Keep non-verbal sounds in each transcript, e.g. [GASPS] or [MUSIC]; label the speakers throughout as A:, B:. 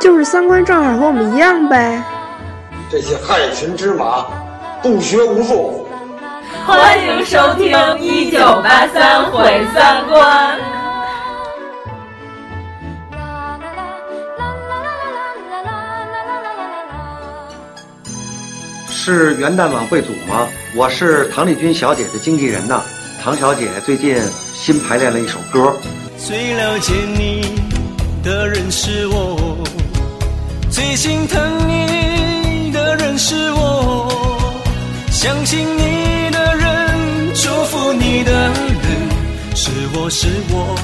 A: 就是三观正好和我们一样呗。
B: 这些害群之马，不学无术。
C: 欢迎收听《一九八三毁三观》。
D: 是元旦晚会组吗？我是唐丽君小姐的经纪人呐。唐小姐最近新排练了一首歌。
E: 最了解你的人是我，最心疼你的人是我，相信你的人，祝福你的人，是我是我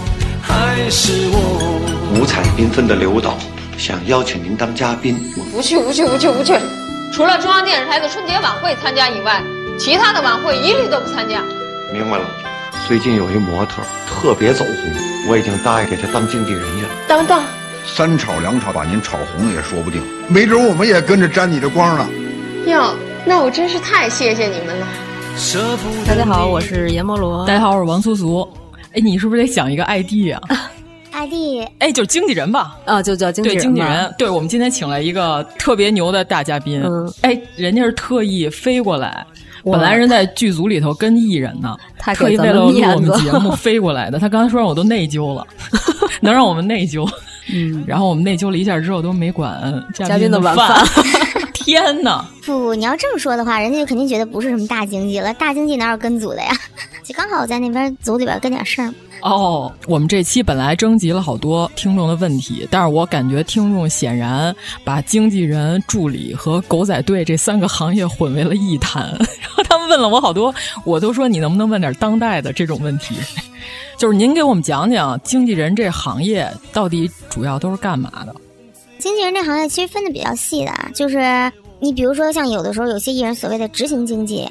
E: 还是我？
D: 五彩缤纷的刘导想邀请您当嘉宾，
F: 不去不去不去不去。除了中央电视台的春节晚会参加以外，其他的晚会一律都不参加。
D: 明白了，最近有一模特特别走红，我已经答应给她当经纪人去了。
F: 等等，
G: 三炒两炒把您炒红了也说不定，没准我们也跟着沾你的光了。
F: 哟，那我真是太谢谢你们了。
H: 大家好，我是阎摩罗。
I: 大家好，我是王苏苏。哎，你是不是得想一个 ID 啊？
J: ID
I: 哎，就是经纪人吧，
H: 啊，就叫经纪
I: 人。对经纪人，对我们今天请来一个特别牛的大嘉宾，
H: 嗯，
I: 哎，人家是特意飞过来，本来人在剧组里头跟艺人呢，
H: 他
I: 特意为了录我们节目 [LAUGHS] 飞过来的。他刚才说让我都内疚了， [LAUGHS] 能让我们内疚，
H: 嗯，
I: 然后我们内疚了一下之后都没管
H: 嘉
I: 宾
H: 的
I: 晚
H: 饭。
I: [LAUGHS] 天哪！
J: 不，你要这么说的话，人家就肯定觉得不是什么大经济了。大经济哪有跟组的呀？ [LAUGHS] 就刚好我在那边组里边跟点事儿。
I: 哦，我们这期本来征集了好多听众的问题，但是我感觉听众显然把经纪人、助理和狗仔队这三个行业混为了一谈。 [LAUGHS] 然后他们问了我好多，我都说你能不能问点当代的这种问题？就是您给我们讲讲经纪人这行业到底主要都是干嘛的？
J: 经纪人这行业其实分的比较细的，啊就是你比如说像有的时候有些艺人所谓的执行经纪，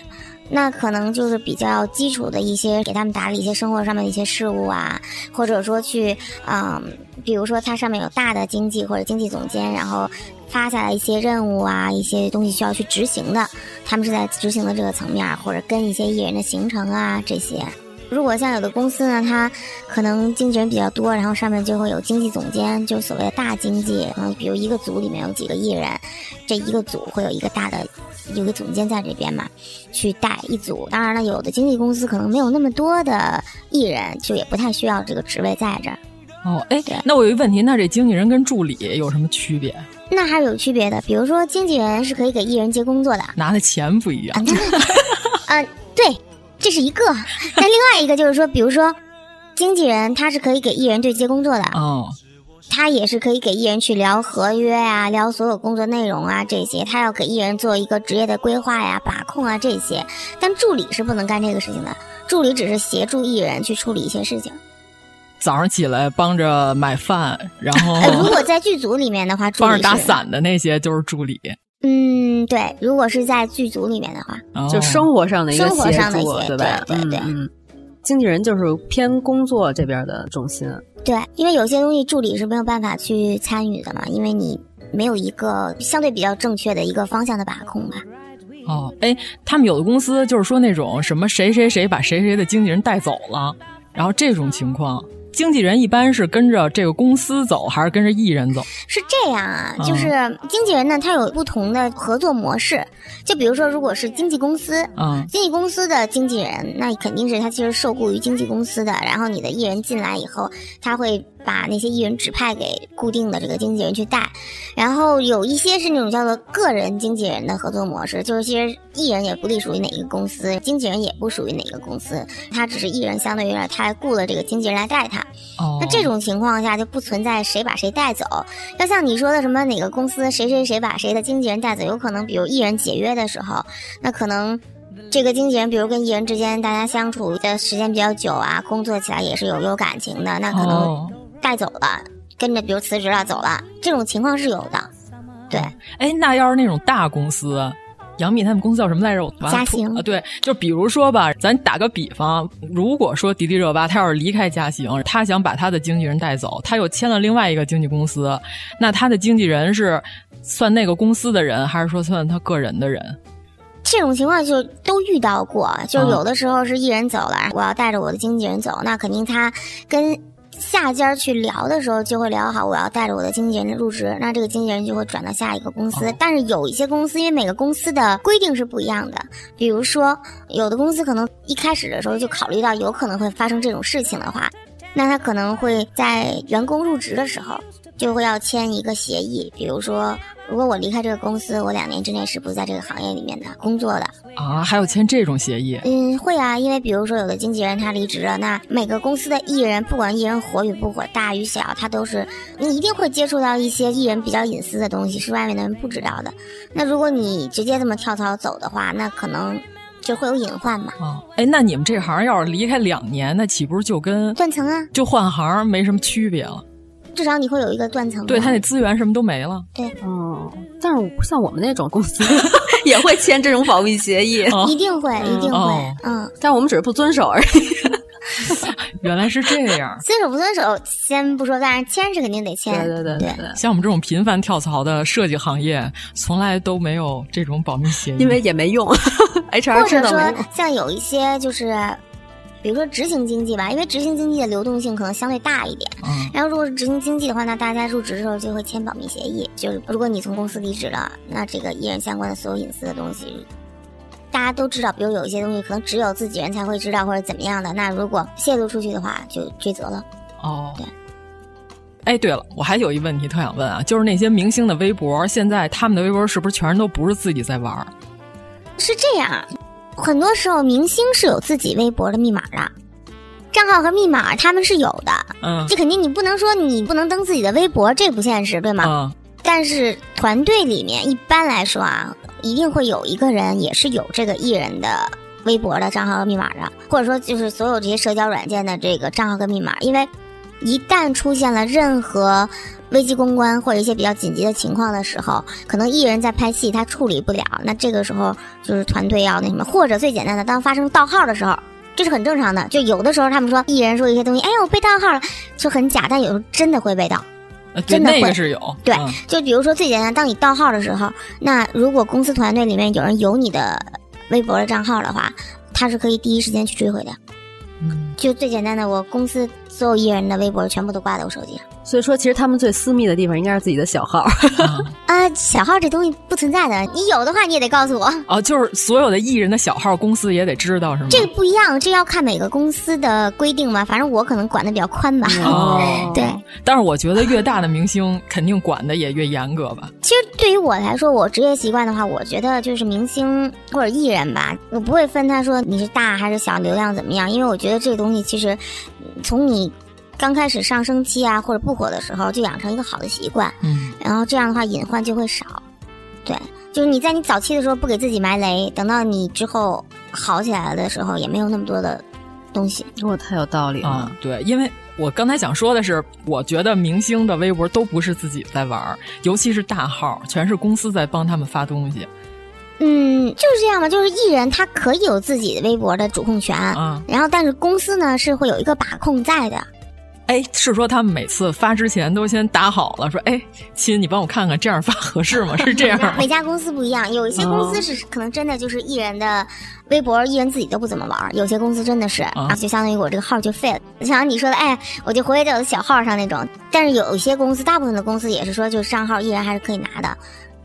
J: 那可能就是比较基础的一些给他们打理一些生活上面的一些事务啊，或者说去嗯，比如说它上面有大的经纪或者经济总监，然后发下来一些任务啊，一些东西需要去执行的，他们是在执行的这个层面，或者跟一些艺人的行程啊这些。如果像有的公司呢，它可能经纪人比较多，然后上面就会有经济总监，就是所谓的大经济。嗯，比如一个组里面有几个艺人，这一个组会有一个大的，有个总监在这边嘛，去带一组。当然了，有的经纪公司可能没有那么多的艺人，就也不太需要这个职位在这儿。
I: 哦，哎，那我有一个问题，那这经纪人跟助理有什么区别？
J: 那还是有区别的。比如说，经纪人是可以给艺人接工作的，
I: 拿的钱不一样。
J: 啊，对。这是一个，那另外一个就是说，比如说，经纪人他是可以给艺人对接工作的
I: 哦，
J: 他也是可以给艺人去聊合约啊，聊所有工作内容啊这些，他要给艺人做一个职业的规划呀、把控啊这些，但助理是不能干这个事情的，助理只是协助艺人去处理一些事情。
I: 哦早上起来帮着买饭，然后
J: 呃如果在剧组里面的话，助
I: 帮着打伞的那些就是助理。
J: 嗯，对，如果是在剧组里面的话，
I: 哦、
H: 就生活上的一个
J: 生活上的一
H: 些，
J: 对
H: 吧？
J: 对对,对、
H: 嗯，经纪人就是偏工作这边的重心。啊
J: [LAUGHS] 对，因为有些东西助理是没有办法去参与的嘛，因为你没有一个相对比较正确的一个方向的把控吧。
I: 哦，哎，他们有的公司就是说那种什么谁谁谁把谁谁的经纪人带走了，然后这种情况。经纪人一般是跟着这个公司走，还是跟着艺人走？
J: 是这样啊，就是经纪人呢，他有不同的合作模式。就比如说，如果是经纪公司，
I: 嗯，
J: 经纪公司的经纪人，那肯定是他其实受雇于经纪公司的。然后你的艺人进来以后，他会把那些艺人指派给固定的这个经纪人去带。然后有一些是那种叫做个人经纪人的合作模式，就是其实艺人也不隶属于哪一个公司，经纪人也不属于哪个公司，他只是艺人相对于他雇了这个经纪人来带他。
I: 哦、
J: 那这种情况下就不存在谁把谁带走。要像你说的什么哪个公司谁谁谁把谁的经纪人带走，有可能比如艺人解约的时候，那可能这个经纪人比如跟艺人之间大家相
I: 哦
J: 处的时间比较久啊，工作起来也是有有感情的，那可能带走了。哦跟着比如辞职了走了，这种情况是有的。对，
I: 哎，那要是那种大公司，杨幂他们公司叫什么来着？我完了
J: 嘉行
I: 啊，对，就比如说吧，咱打个比方，如果说迪丽热巴她要是离开嘉行，她想把她的经纪人带走，她又签了另外一个经纪公司，那她的经纪人是算那个公司的人，还是说算她个人的人？
J: 这种情况就都遇到过，就有的时候是艺人走了，我要带着我的经纪人走，那肯定他跟下家去聊的时候就会聊好，我要带着我的经纪人入职，那这个经纪人就会转到下一个公司。但是有一些公司，因为每个公司的规定是不一样的，比如说有的公司可能一开始的时候就考虑到有可能会发生这种事情的话，那他可能会在员工入职的时候就会要签一个协议，比如说，如果我离开这个公司，我两年之内是不在这个行业里面的工作的。
I: 啊，还有签这种协议？
J: 嗯，会啊，因为比如说有的经纪人他离职了，那每个公司的艺人，不管艺人火与不火，大与小，他都是你一定会接触到一些艺人比较隐私的东西，是外面的人不知道的。那如果你直接这么跳槽走的话，那可能就会有隐患嘛。
I: 啊，哎，那你们这行要是离开两年，那岂不是就跟
J: 断层啊，
I: 就换行没什么区别了？
J: 至少你会有一个断层吧。
I: 对他
J: [LAUGHS]
I: 那资源什么都没了。
J: 对，
H: 哦，但是像我们那种公司也会签这种保密协议，
J: 一定会，一定会
I: 哦，
J: 嗯。
H: [LAUGHS] 但我们只是不遵守而已。
I: 原来是这样。
J: 遵守不遵守，先不说，但是签是肯定得签。
H: 对对对对，
I: 像我们这种频繁跳槽的设计行业，从来都没有这种保密协议，
H: 因为也没用 [LAUGHS] ，HR
J: 或
H: 知
J: 者
H: 道没用
J: 说。像有一些就是，比如说执行经济吧，因为执行经济的流动性可能相对大一点。
I: 嗯
J: 然后如果是执行经济的话，那大家入职的时候就会签保密协议，就是如果你从公司离职了，那这个艺人相关的所有隐私的东西。大家都知道，比如有一些东西可能只有自己人才会知道，或者怎么样的。那如果泄露出去的话，就追责了。
I: 哦。哎，对了，我还有一问题特想问啊，就是那些明星的微博，现在他们的微博是不是全都不是自己在玩儿？
J: 是这样，啊很多时候明星是有自己微博的密码的，账号和密码他们是有的。
I: 嗯
J: 这肯定你不能说你不能登自己的微博，这不现实，对吗？
I: 嗯，
J: 但是团队里面一般来说啊，一定会有一个人也是有这个艺人的微博的账号和密码的，或者说就是所有这些社交软件的这个账号跟密码，因为一旦出现了任何危机公关或者一些比较紧急的情况的时候，可能艺人在拍戏他处理不了，那这个时候就是团队要那什么，或者最简单的，当发生盗号的时候。这是很正常的，就有的时候他们说艺人说一些东西，哎呦我被盗号了，就很假，但有时候真的会被盗。
I: 呃对，
J: 真的
I: 那个
J: 会
I: 是有。
J: 对
I: 嗯，
J: 就比如说最简单，当你盗号的时候，那如果公司团队里面有人有你的微博的账号的话，他是可以第一时间去追回的。
I: 嗯，
J: 就最简单的，我公司所有艺人的微博全部都挂在我手机上。
H: 所以说，其实他们最私密的地方应该是自己的小号。 [LAUGHS]
I: 嗯
J: 啊、小号这东西不存在的，你有的话你也得告诉我。
I: 哦，就是所有的艺人的小号，公司也得知道是吗？
J: 这个不一样，这要看每个公司的规定吧。反正我可能管的比较宽吧。
I: 哦
J: 对，
I: 但是我觉得越大的明星，肯定管的也越严格吧？
J: 其实对于我来说，我职业习惯的话，我觉得就是明星或者艺人吧，我不会分他说你是大还是小，流量怎么样，因为我觉得这个东西其实嗯从你刚开始上升期啊或者不火的时候就养成一个好的习惯，
I: 嗯，
J: 然后这样的话隐患就会少。对，就是你在你早期的时候不给自己埋雷，等到你之后好起来了的时候，也没有那么多的东西。
H: 我太有道理了
I: 啊、，对，因为我刚才想说的是，我觉得明星的微博都不是自己在玩儿，尤其是大号，全是公司在帮他们发东西。
J: 嗯，就是这样吧，就是艺人他可以有自己的微博的主控权，
I: 嗯
J: 然后但是公司呢是会有一个把控在的。
I: 哎，是说他们每次发之前都先打好了，说哎，亲，你帮我看看这样发合适吗？是这样吗
J: 每家公司不一样，有一些公
H: 哦
J: 司是可能真的就是艺人的微博，艺人自己都不怎么玩儿；有些公司真的是，
H: 哦
J: 啊，就相当于我这个号就废了。就像你说的，哎，我就活跃在我的小号上那种。但是有一些公司，大部分的公司也是说，就是账号艺人还是可以拿的。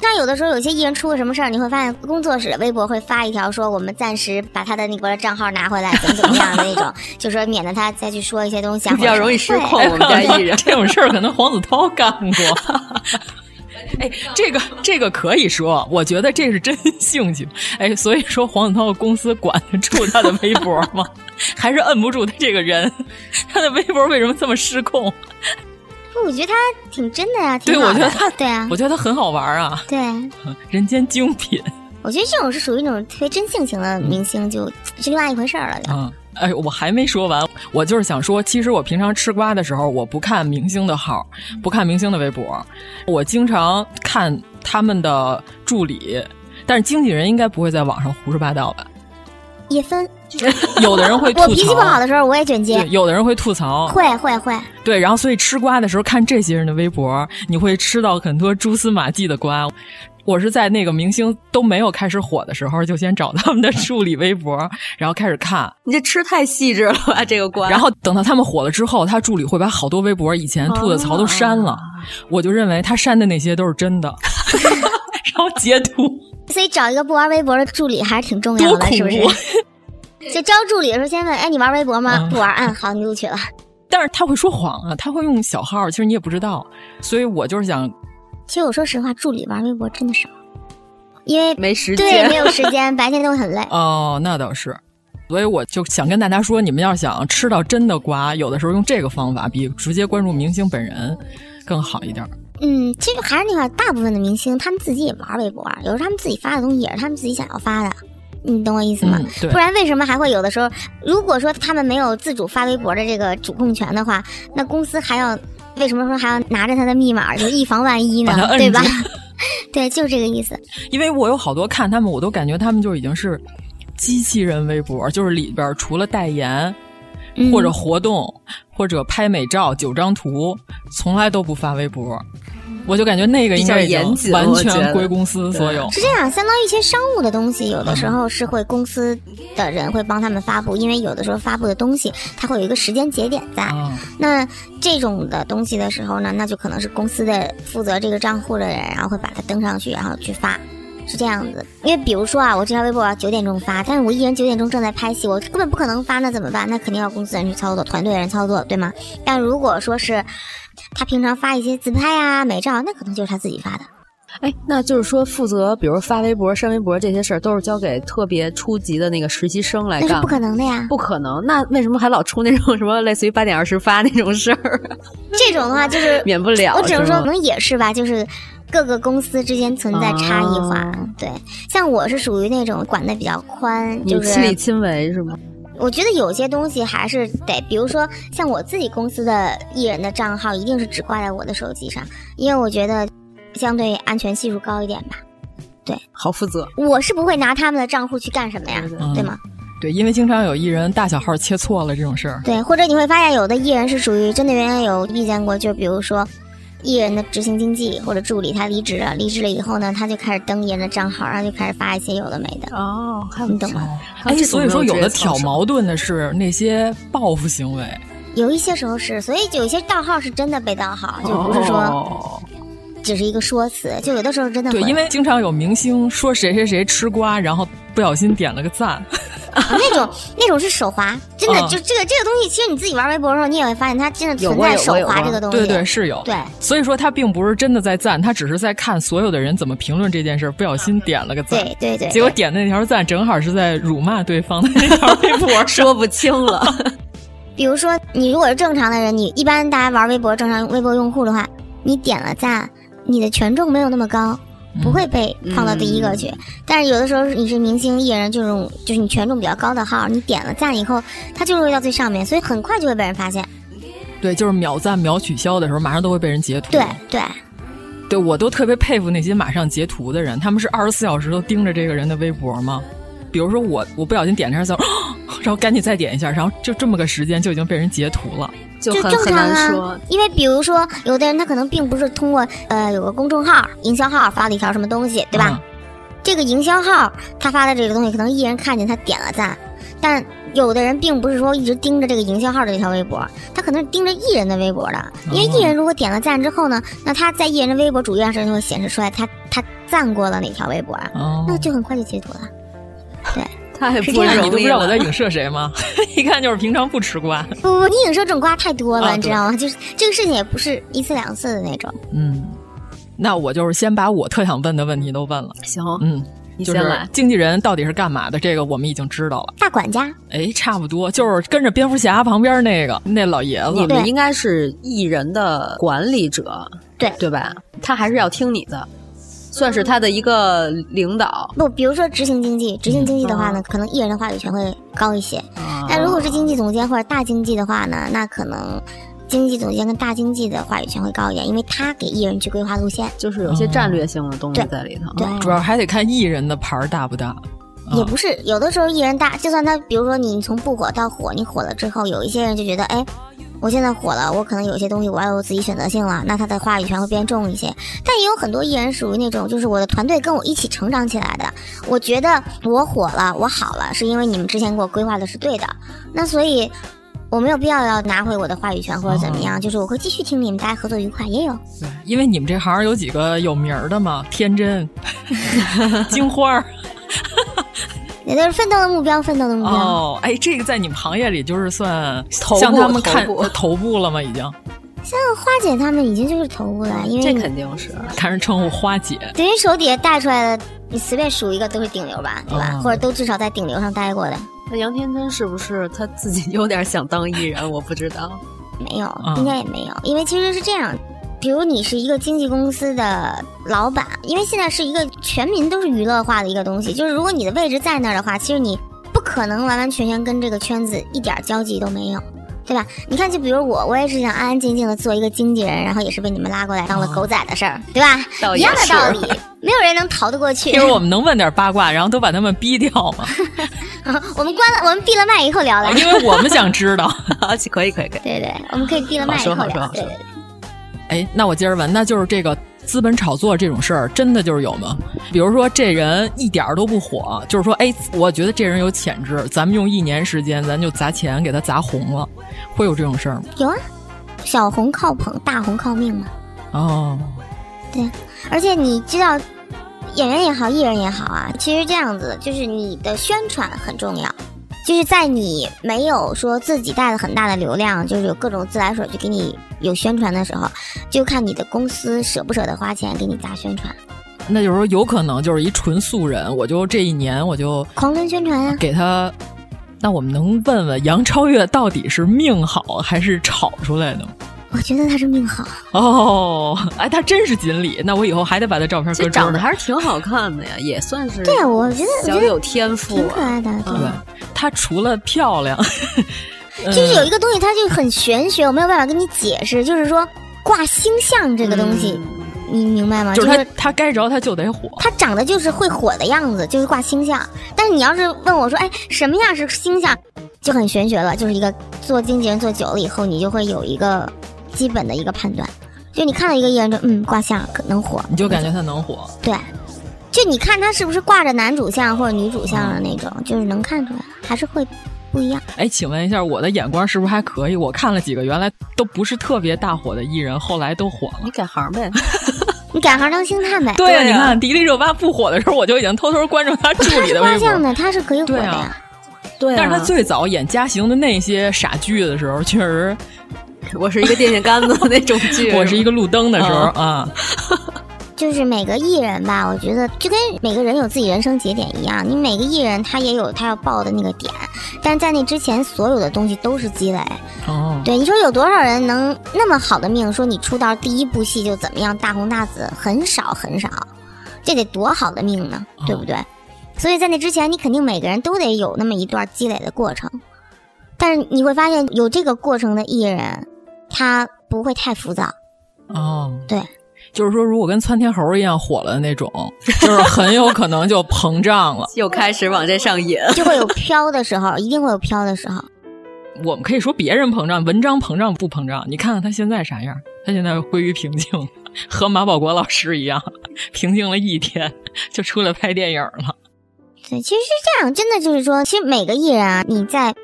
J: 但有的时候，有些艺人出个什么事儿，你会发现工作室微博会发一条说，我们暂时把他的那个账号拿回来，怎么怎么样的那种， [LAUGHS] 就说免得他再去说一些东西啊，
H: 比较容易失控。我们家艺人
I: 这种事儿可能黄子韬干过。哎，这个这个可以说，我觉得这是真兴趣。哎，所以说黄子韬的公司管得住他的微博吗？ [LAUGHS] 还是摁不住他这个人？他的微博为什么这么失控？
J: 不，我觉得他挺真的呀、挺
I: 对，
J: 好
I: 我觉得
J: 的
I: 他，
J: 对啊
I: 我，觉得他很好玩啊，
J: 对啊。
I: 人间精品。
J: 我觉得这种是属于那种特别真性情的明星，就是另外一回事儿了。就
I: 嗯，哎，我还没说完，我就是想说，其实我平常吃瓜的时候，我不看明星的号，不看明星的微博，我经常看他们的助理，但是经纪人应该不会在网上胡说八道吧？ [LAUGHS]
J: 也分，
I: 有的人会吐槽，
J: 我脾气不好的时候我也卷接
I: 对，有的人会吐槽，
J: 会会会，
I: 对，然后所以吃瓜的时候看这些人的微博，你会吃到很多蛛丝马迹的瓜。我是在那个明星都没有开始火的时候，就先找他们的助理微博，然后开始看。
H: 你这吃太细致了吧，这个瓜。
I: 然后等到他们火了之后，他助理会把好多微博以前吐的槽都删
H: 啊
I: 了。我就认为他删的那些都是
H: [LAUGHS]
I: 真的，然后截图。
J: 所以找一个不玩微博的助理还是挺重要
I: 多
J: 的，
I: 恐
J: 是不是？
I: 怖 [LAUGHS]
J: 就招助理的时候先问，哎，你玩微博吗？
I: 啊
J: 不玩，嗯，好，你录取了。
I: 但是他会说谎啊，他会用小号，其实你也不知道。所以我就是想，
J: 其实我说实话，助理玩微博真的少，因为
H: 没时
J: 对，没有时间，白天都很累。
I: [LAUGHS] 哦，那倒是。所以我就想跟大家说，你们要想吃到真的瓜，有的时候用这个方法比直接关注明星本人更好一点儿。
J: 嗯，其实还是那块，大部分的明星他们自己也玩微博，啊有时候他们自己发的东西也是他们自己想要发的，你懂我意思吗？
I: 嗯对
J: 不然为什么还会有的时候，如果说他们没有自主发微博的这个主控权的话，那公司还要为什么说还要拿着他的密码，就以防万一
I: 把它
J: 呢？
I: 摁
J: 对
I: 住
J: 吧？ [LAUGHS] 对，就是这个意思。
I: 因为我有好多看他们，我都感觉他们就已经是机器人微博，就是里边儿除了代言，
J: 嗯
I: 或者活动，或者拍美照九张图，从来都不发微博。我就感觉那个应该已
H: 比较严
I: 经
H: 谨
I: 完
H: 我觉
I: 全
H: 得
I: 归公司所有。
J: 是这样，相当于一些商务的东西，有的时候是会公司的人会帮他们发布，因为有的时候发布的东西它会有一个时间节点在。
I: 啊，
J: 那这种的东西的时候呢，那就可能是公司的负责这个账户的人，然后会把它登上去，然后去发。是这样子，因为比如说啊，我这条微博我要九点钟发，但是我艺人九点钟正在拍戏，我根本不可能发，那怎么办？那肯定要公司人去操作，团队人操作，对吗？但如果说是他平常发一些自拍啊、美照，那可能就是他自己发的。
H: 哎，那就是说，负责比如发微博、删微博这些事儿，都是交给特别初级的那个实习生来
J: 那是
H: 干，
J: 不可能的呀
H: 不可能。那为什么还老出那种什么类似于八点二十发那种事
J: [LAUGHS]
H: 儿？
J: 这种的话就是
H: [LAUGHS] 免不了
J: 我只能
H: 是
J: 说
H: 吗
J: 可能也是吧，就是各个公司之间存在差异化。
H: 啊
J: 对，像我是属于那种管的比较宽，
H: 你
J: 就是
H: 亲力亲为是吗？
J: 我觉得有些东西还是得，比如说像我自己公司的艺人的账号，一定是只挂在我的手机上，因为我觉得相对安全系数高一点吧。
H: 好负责。
J: 我是不会拿他们的账户去干什么呀，对吗？
I: 对，因为经常有艺人大小号切错了这种事儿。
J: 对，或者你会发现有的艺人是属于真的，原来有遇见过，就比如说艺人的执行经纪或者助理他离职了，离职了以后呢，他就开始登艺人的账号，然后就开始发一些有的没的。
H: 哦，
J: 你懂吗？
I: 哎，所以说有的挑矛盾的是那些报复行为。
J: 有一些时候是，所以有些盗号是真的被盗号，就不是说
I: 哦
J: 只是一个说辞，就有的时候真的
I: 对，
J: 会
I: 因为经常有明星说谁谁谁吃瓜，然后不小心点了个赞。
J: 啊
I: [LAUGHS]
J: 那种那种是手滑，真的、
I: 嗯
J: 就这个这个东西，其实你自己玩微博的时候，你也会发现它真的
I: 有
J: 存在手滑这个东西。
I: 对对是有。
J: 对，
I: 所以说他并不是真的在赞，他只是在看所有的人怎么评论这件事儿，不小心点了个赞。
J: 嗯对对对对
I: 结果点那条赞正好是在辱骂对方的那条微
J: [LAUGHS]
I: 博上，
H: 说不清了。
J: 比如说，你如果是正常的人，你一般大家玩微博正常微博用户的话，你点了赞，你的权重没有那么高，不会被放到第一个去。但是有的时候你是明星艺人这种，就是你权重比较高的号，你点了赞以后，它就是会到最上面，所以很快就会被人发现。
I: 对，就是秒赞秒取消的时候，马上都会被人截图。
J: 对对，
I: 对我都特别佩服那些马上截图的人，他们是二十四小时都盯着这个人的微博吗？比如说我，我不小心点了一下赞， [GASPS] 然后赶紧再点一下，然后就这么个时间就已经被人截图了，
H: 就
J: 就
H: 很
J: 正
H: 很
J: 常
H: 难
J: 啊
H: 说。
J: 因为比如说，有的人他可能并不是通过呃有个公众号、营销号发了一条什么东西，对吧？这个营销号他发的这个东西，可能艺人看见他点了赞，但有的人并不是说一直盯着这个营销号的这条微博，他可能是盯着艺人的微博的。
I: 哦
J: 因为艺人如果点了赞之后呢，那他在艺人的微博主页上就会显示出来他他赞过了哪条微博，啊
I: 哦
J: 那就很快就截图
I: [LAUGHS]
J: 了。
H: 太
J: 是这样
I: 你都不知道我在影射谁吗？ [LAUGHS] 一看就是平常不吃瓜。
J: 不不，你影射这种瓜太多了，
I: 啊
J: 你知
I: 对
J: 道吗？就是这个事情也不是一次两次的那种。
I: 嗯，那我就是先把我特想问的问题都问了。
H: 行，
I: 嗯，
H: 你
I: 就
H: 先
I: 是
H: 来。
I: 经纪人到底是干嘛的？这个我们已经知道了。
J: 大管家，
I: 哎，差不多就是跟着蝙蝠侠旁边那个那老爷
H: 你
I: 子。
H: 们应该是艺人的管理者，
J: 对
H: 对吧？他还是要听你的，算是他的一个领导。嗯
J: 不，比如说执行经济，执行经济的话呢，可能艺人的话语权会高一些。
H: 啊
J: 但如果是经济总监或者大经济的话呢，那可能经济总监跟大经济的话语权会高一点，因为他给艺人去规划路线，
H: 就是有
I: 哦
H: 些战略性的东西在里头。
J: 对，
I: 主要还得看艺人的牌儿大不大。
J: 也不是，有的时候艺人大，就算他，比如说你从不火到火，你火了之后，有一些人就觉得，哎，我现在火了，我可能有些东西我要有自己选择性了，那他的话语权会变重一些。但也有很多艺人属于那种，就是我的团队跟我一起成长起来的，我觉得我火了，我好了，是因为你们之前给我规划的是对的，那所以我没有必要要拿回我的话语权或者怎么样，就是我会继续听你们，大家合作愉快，也有。
I: 对，因为你们这行有几个有名儿的嘛，
H: [LAUGHS]
I: 天真、金花儿。
J: 也就是奋斗的目标，奋斗的目标。
I: 哦，哎，这个在你们行业里就是算
H: 嗯头部
I: 向他们看呃
H: 头部
I: 头部了吗？已经，
J: 像花姐他们已经就是头部了，因为
H: 这
J: 你
H: 肯定是
I: 看人称呼花姐，
J: 等于手底下带出来的，你随便数一个都是顶流吧，
H: 哦
J: 对吧？
I: 嗯
J: 或者都至少在顶流上待过的，
H: 那杨天真是不是他自己有点想当艺人？我不知道。
J: 没有，
H: 嗯
J: 应该也没有。因为其实是这样，比如你是一个经纪公司的老板，因为现在是一个全民都是娱乐化的一个东
H: 嗯
J: 西，就是如果你的位置在那儿的话，其实你不可能完完全全跟这个圈子一点交集都没有。对吧？你看，就比如我，我也是想安安静静的做一个经纪人，然后也是被你们拉过来当了狗仔的事儿，对吧？
H: 倒
J: 一
H: 也
J: 样的
H: 是 [LAUGHS]
J: 道理，没有人能逃得过去。 [LAUGHS]
I: 一会儿我们能问点八卦，然后都把他们逼掉吗？
J: 我们关了，我们闭了麦以后聊了，
I: 因为我们想知道。 [LAUGHS]
H: 可以，可以，可以。
J: 对对，我们可以闭了麦以后聊。对对对，
I: 哎，那我接着问，那就是这个资本炒作这种事儿，真的就是有吗？比如说这人一点儿都不火，就是说，哎，我觉得这人有潜质，咱们用一年时间，咱就砸钱给他砸红了，会有这种事儿吗？
J: 有啊，小红靠捧，大红靠命嘛。
I: 哦，
J: 对呀，而且你知道，演员也好，艺人也好啊，其实这样子就是你的宣传很重要。就是在你没有说自己带了很大的流量，就是有各种自来水去给你有宣传的时候，就看你的公司舍不舍得花钱给你砸宣传，
I: 那就是说有可能就是一纯素人，我就这一年我就
J: 狂跟宣传呀、
I: 给他。那我们能问问杨超越到底是命好还是炒出来的吗？
J: 我觉得他是命好，
I: 哦，哎，他真是锦鲤，那我以后还得把他照片搁
H: 这
I: 桌
H: 长得
I: 上。
H: 还是挺好看的呀，也算是
J: 对啊我觉得我觉
H: 小
J: 得
H: 有天赋
J: 挺可
H: 啊。
J: 爱的。对，
I: 对，他除了漂 [LAUGHS] 亮，嗯
J: 就是有一个东西，它就很玄学，我没有办法跟你解释。就是说，挂星象这个东西，你明白吗？
I: 嗯就是
J: 是
I: 他他该着他就得火。
J: 它长得就是会火的样子，就是挂星象。但是你要是问我说，哎，什么样是星象，就很玄学了。就是一个做经纪人做久了以后，你就会有一个基本的一个判断。就你看到一个艺人就，嗯，卦象可能火，
I: 你就感觉他能火。
J: 对。就你看他是不是挂着男主相或者女主相的那种，就是能看出来，还是会不一样。
I: 哎，请问一下，我的眼光是不是还可以？我看了几个原来都不是特别大火的艺人，后来都火了。
H: 你改行呗，
J: 你改行当星探呗。
I: 对啊你看迪丽热巴不火的时候，我就已经偷偷关注她助
J: 他
I: 理
J: 是
I: 的
J: 卦
I: 微博。
J: 象的，他是可以火
I: 对
J: 的
I: 啊
J: 呀。，
H: 对啊
I: 但是她最早演嘉行的那些傻剧的时候，确实 [LAUGHS]
H: 我是一个电线杆子的那种剧，
I: 我是一个路灯的时候
H: 嗯
I: 啊，
J: 就是每个艺人吧，我觉得就跟每个人有自己人生节点一样，你每个艺人他也有他要爆的那个点，但在那之前所有的东西都是积累。
I: 哦，
J: 对，你说有多少人能那么好的命，说你出道第一部戏就怎么样大红大紫，很少很少，这得多好的命呢，
I: 嗯
J: 对不对？所以在那之前，你肯定每个人都得有那么一段积累的过程，但是你会发现有这个过程的艺人，他不会太浮躁。
I: 哦，
J: 对，
I: 就是说，如果跟窜天猴一样火了的那种， [LAUGHS] 就是很有可能就膨胀 [LAUGHS] 了。
H: 又开始往这上引。
J: 就会有飘的时候，一 [LAUGHS] 定会有飘的时候。
I: 我们可以说别人膨胀，文章膨胀不膨胀？你看看他现在啥样？他现在归于平静，和马保国老师一样， [LAUGHS] 平静了一天 [LAUGHS] 就出来拍电影了。
J: 对，其实是这样，真的就是说，其实每个艺人啊，你在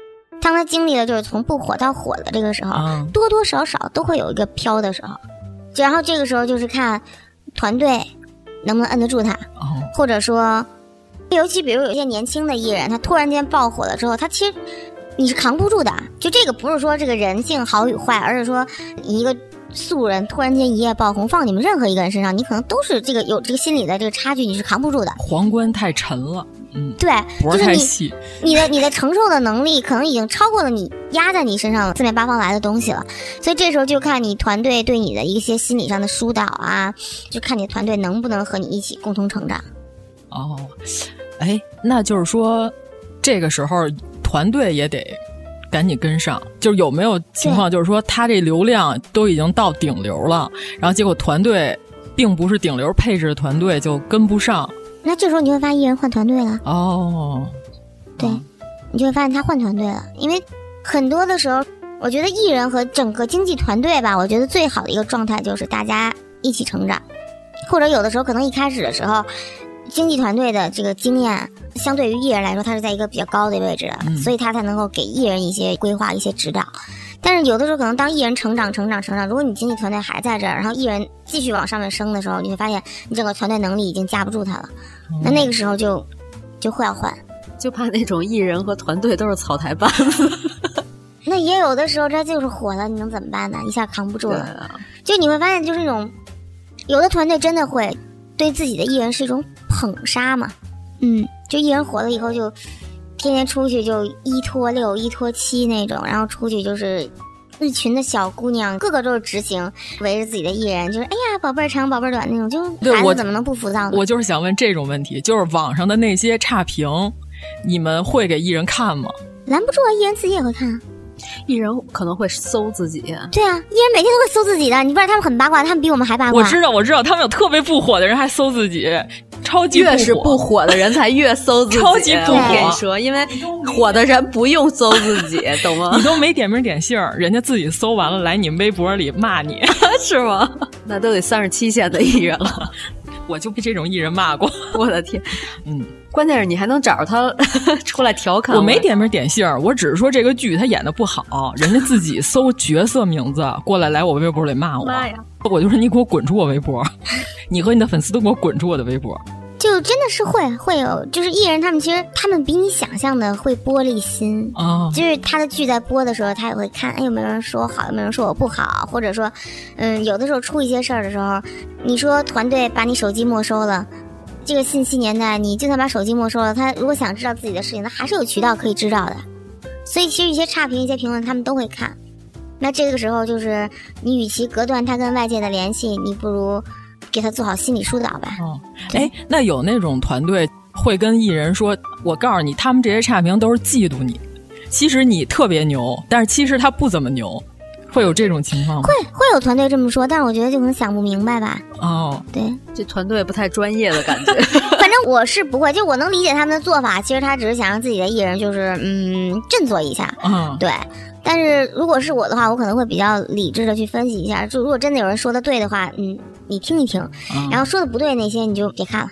J: 当他经历了就是从不火到火的这个时候，
I: 啊
J: 多多少少都会有一个飘的时候，就然后这个时候就是看团队能不能摁得住他，
I: 哦，
J: 或者说，呃尤其比如有一些年轻的艺人，他突然间爆火了之后，他其实你是扛不住的。就这个不是说这个人性好与坏，而是说你一个素人突然间一夜爆红，放你们任何一个人身上，你可能都是这个有这个心理的这个差距，你是扛不住的。
I: 皇冠太沉了，嗯，
J: 对，
I: 脖儿
J: 就是
I: 太
J: 你
I: 细，
J: 你的你的承受的能力可能已经超过了你压在你身上四面八方来的东西了，所以这时候就看你团队对你的一些心理上的疏导啊，就看你的团队能不能和你一起共同成长。
I: 哦，哎，那就是说，这个时候团队也得赶紧跟上。就是有没有情况，就是说他这流量都已经到顶流了，然后结果团队并不是顶流配置的团队就跟不上。
J: 那这时候你会发现艺人换团队了，
I: 哦，
J: 对，你就会发现他换团队了，因为很多的时候，我觉得艺人和整个经济团队吧，我觉得最好的一个状态就是大家一起成长，或者有的时候可能一开始的时候，经济团队的这个经验相对于艺人来说，他是在一个比较高的位置的，所以他才能够给艺人一些规划、一些指导。但是有的时候可能当艺人成长、成长、成长，如果你经济团队还在这儿，然后艺人继续往上面升的时候，你会发现你整个团队能力已经架不住他了，那那个时候就就会要换。
H: 就怕那种艺人和团队都是草台班子。
J: 那也有的时候他就是火了，你能怎么办呢？一下扛不住了。
H: 对啊
J: 就你会发现，就是那种有的团队真的会对自己的艺人是一种捧杀嘛。嗯，就艺人火了以后就天天出去就一拖六、一拖七那种，然后出去就是。一群的小姑娘，个个都是执行，围着自己的艺人，就是哎呀，宝贝儿长，宝贝儿短那种，就是
I: 对
J: 孩
I: 我
J: 子怎么能不浮躁呢？
I: 我就是想问这种问题，就是网上的那些差评，你们会给艺人看吗？
J: 拦不住啊，艺人自己也会看啊。
H: 艺人可能会搜自己，
J: 对啊，艺人每天都会搜自己的，你不知道他们很八卦，他们比我们还
H: 啊
J: 八卦。
I: 我知道，我知道，他们有特别不火的人还搜自己，超级
H: 越是不火的人才越搜自己。
I: 超级不火
H: 我跟你
J: [LAUGHS]
H: 说，因为火的人不用搜自己， [LAUGHS] 懂吗
I: 你？都没点名点姓儿，人家自己搜完了来你微博里骂你， [LAUGHS]
H: 是吗？那都得三十七线的艺人了，
I: 我就被这种艺人骂过。
H: 我的天！
I: 嗯，
H: 关键是你还能找着他出来调侃
I: 我没点名点姓儿，我只是说这个剧他演的不好，人家自己搜角色名字过来来我微博里骂我，
J: 妈呀！
I: 我就说你给我滚出我微博， [LAUGHS] 你和你的粉丝都给我滚出我的微博。
J: 就真的是会会有，就是艺人他们其实他们比你想象的会玻璃心
I: 哦
J: 就是他的剧在播的时候，他也会看，哎有没有人说我好，有没有人说我不好，或者说，嗯，有的时候出一些事儿的时候，你说团队把你手机没收了。这个信息年代，你就算把手机没收了，他如果想知道自己的事情，他还是有渠道可以知道的。所以其实一些差评、一些评论，他们都会看。那这个时候就是，你与其隔断他跟外界的联系，你不如给他做好心理疏导吧。
I: 哎，那有那种团队会跟艺人说：“我告诉你，他们这些差评都是嫉妒你，其实你特别牛，但是其实他不怎么牛。”会有这种情况吗？
J: 会会有团队这么说，但是我觉得就可能想不明白吧。
I: 哦，
J: 对，
H: 这团队不太专业的感觉。
J: 反正我是不会，就我能理解他们的做法。其实他只是想让自己的艺人就是嗯振作一下，
I: 嗯
J: 对。但是如果是我的话，我可能会比较理智的去分析一下。就如果真的有人说的对的话，嗯，你听一听，
I: 嗯
J: 然后说的不对那些你就别看了，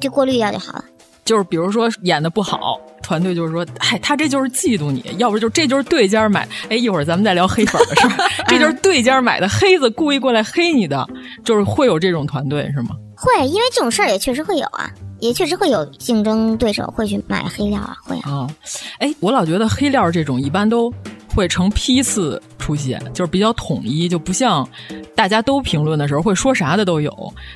J: 就过滤掉就好了。
I: 就是比如说演的不好，团队就是说，哎，他这就是嫉妒你，要不就这就是对家买，哎，一会儿咱们再聊黑粉的事儿，这就是对家买的黑子故意过来黑你的，就是会有这种团队是吗？
J: 会，因为这种事儿也确实会有啊，也确实会有竞争对手会去买黑料啊，会啊。
I: 哦，哎，我老觉得黑料这种一般都会成批次出现，就是比较统一，就不像大家都评论的时候会说啥的都有。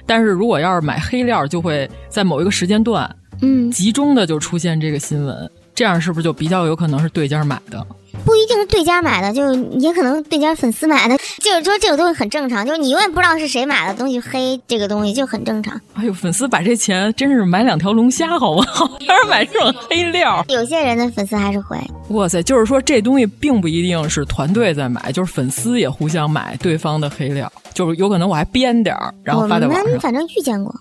I: 但是如果要是买黑料，就会在某一个时间段，
J: 嗯，
I: 集中的就出现这个新闻，这样是不是就比较有可能是对家买的？
J: 不一定是对家买的，就是也可能对家粉丝买的， [LAUGHS] 就是说这个东西很正常，就是你永远不知道是谁买的东西黑这个东西就很正常。
I: 哎呦，粉丝把这钱真是买两条龙虾 [LAUGHS] 好不好？哪儿买这种黑料？
J: 有些人的粉丝还是会，
I: 哇塞，就是说这东西并不一定是团队在买，就是粉丝也互相买对方的黑料，就是有可能我还编点儿，然后发在
J: 我
I: 网
J: 们
I: 上。
J: 反正遇见过，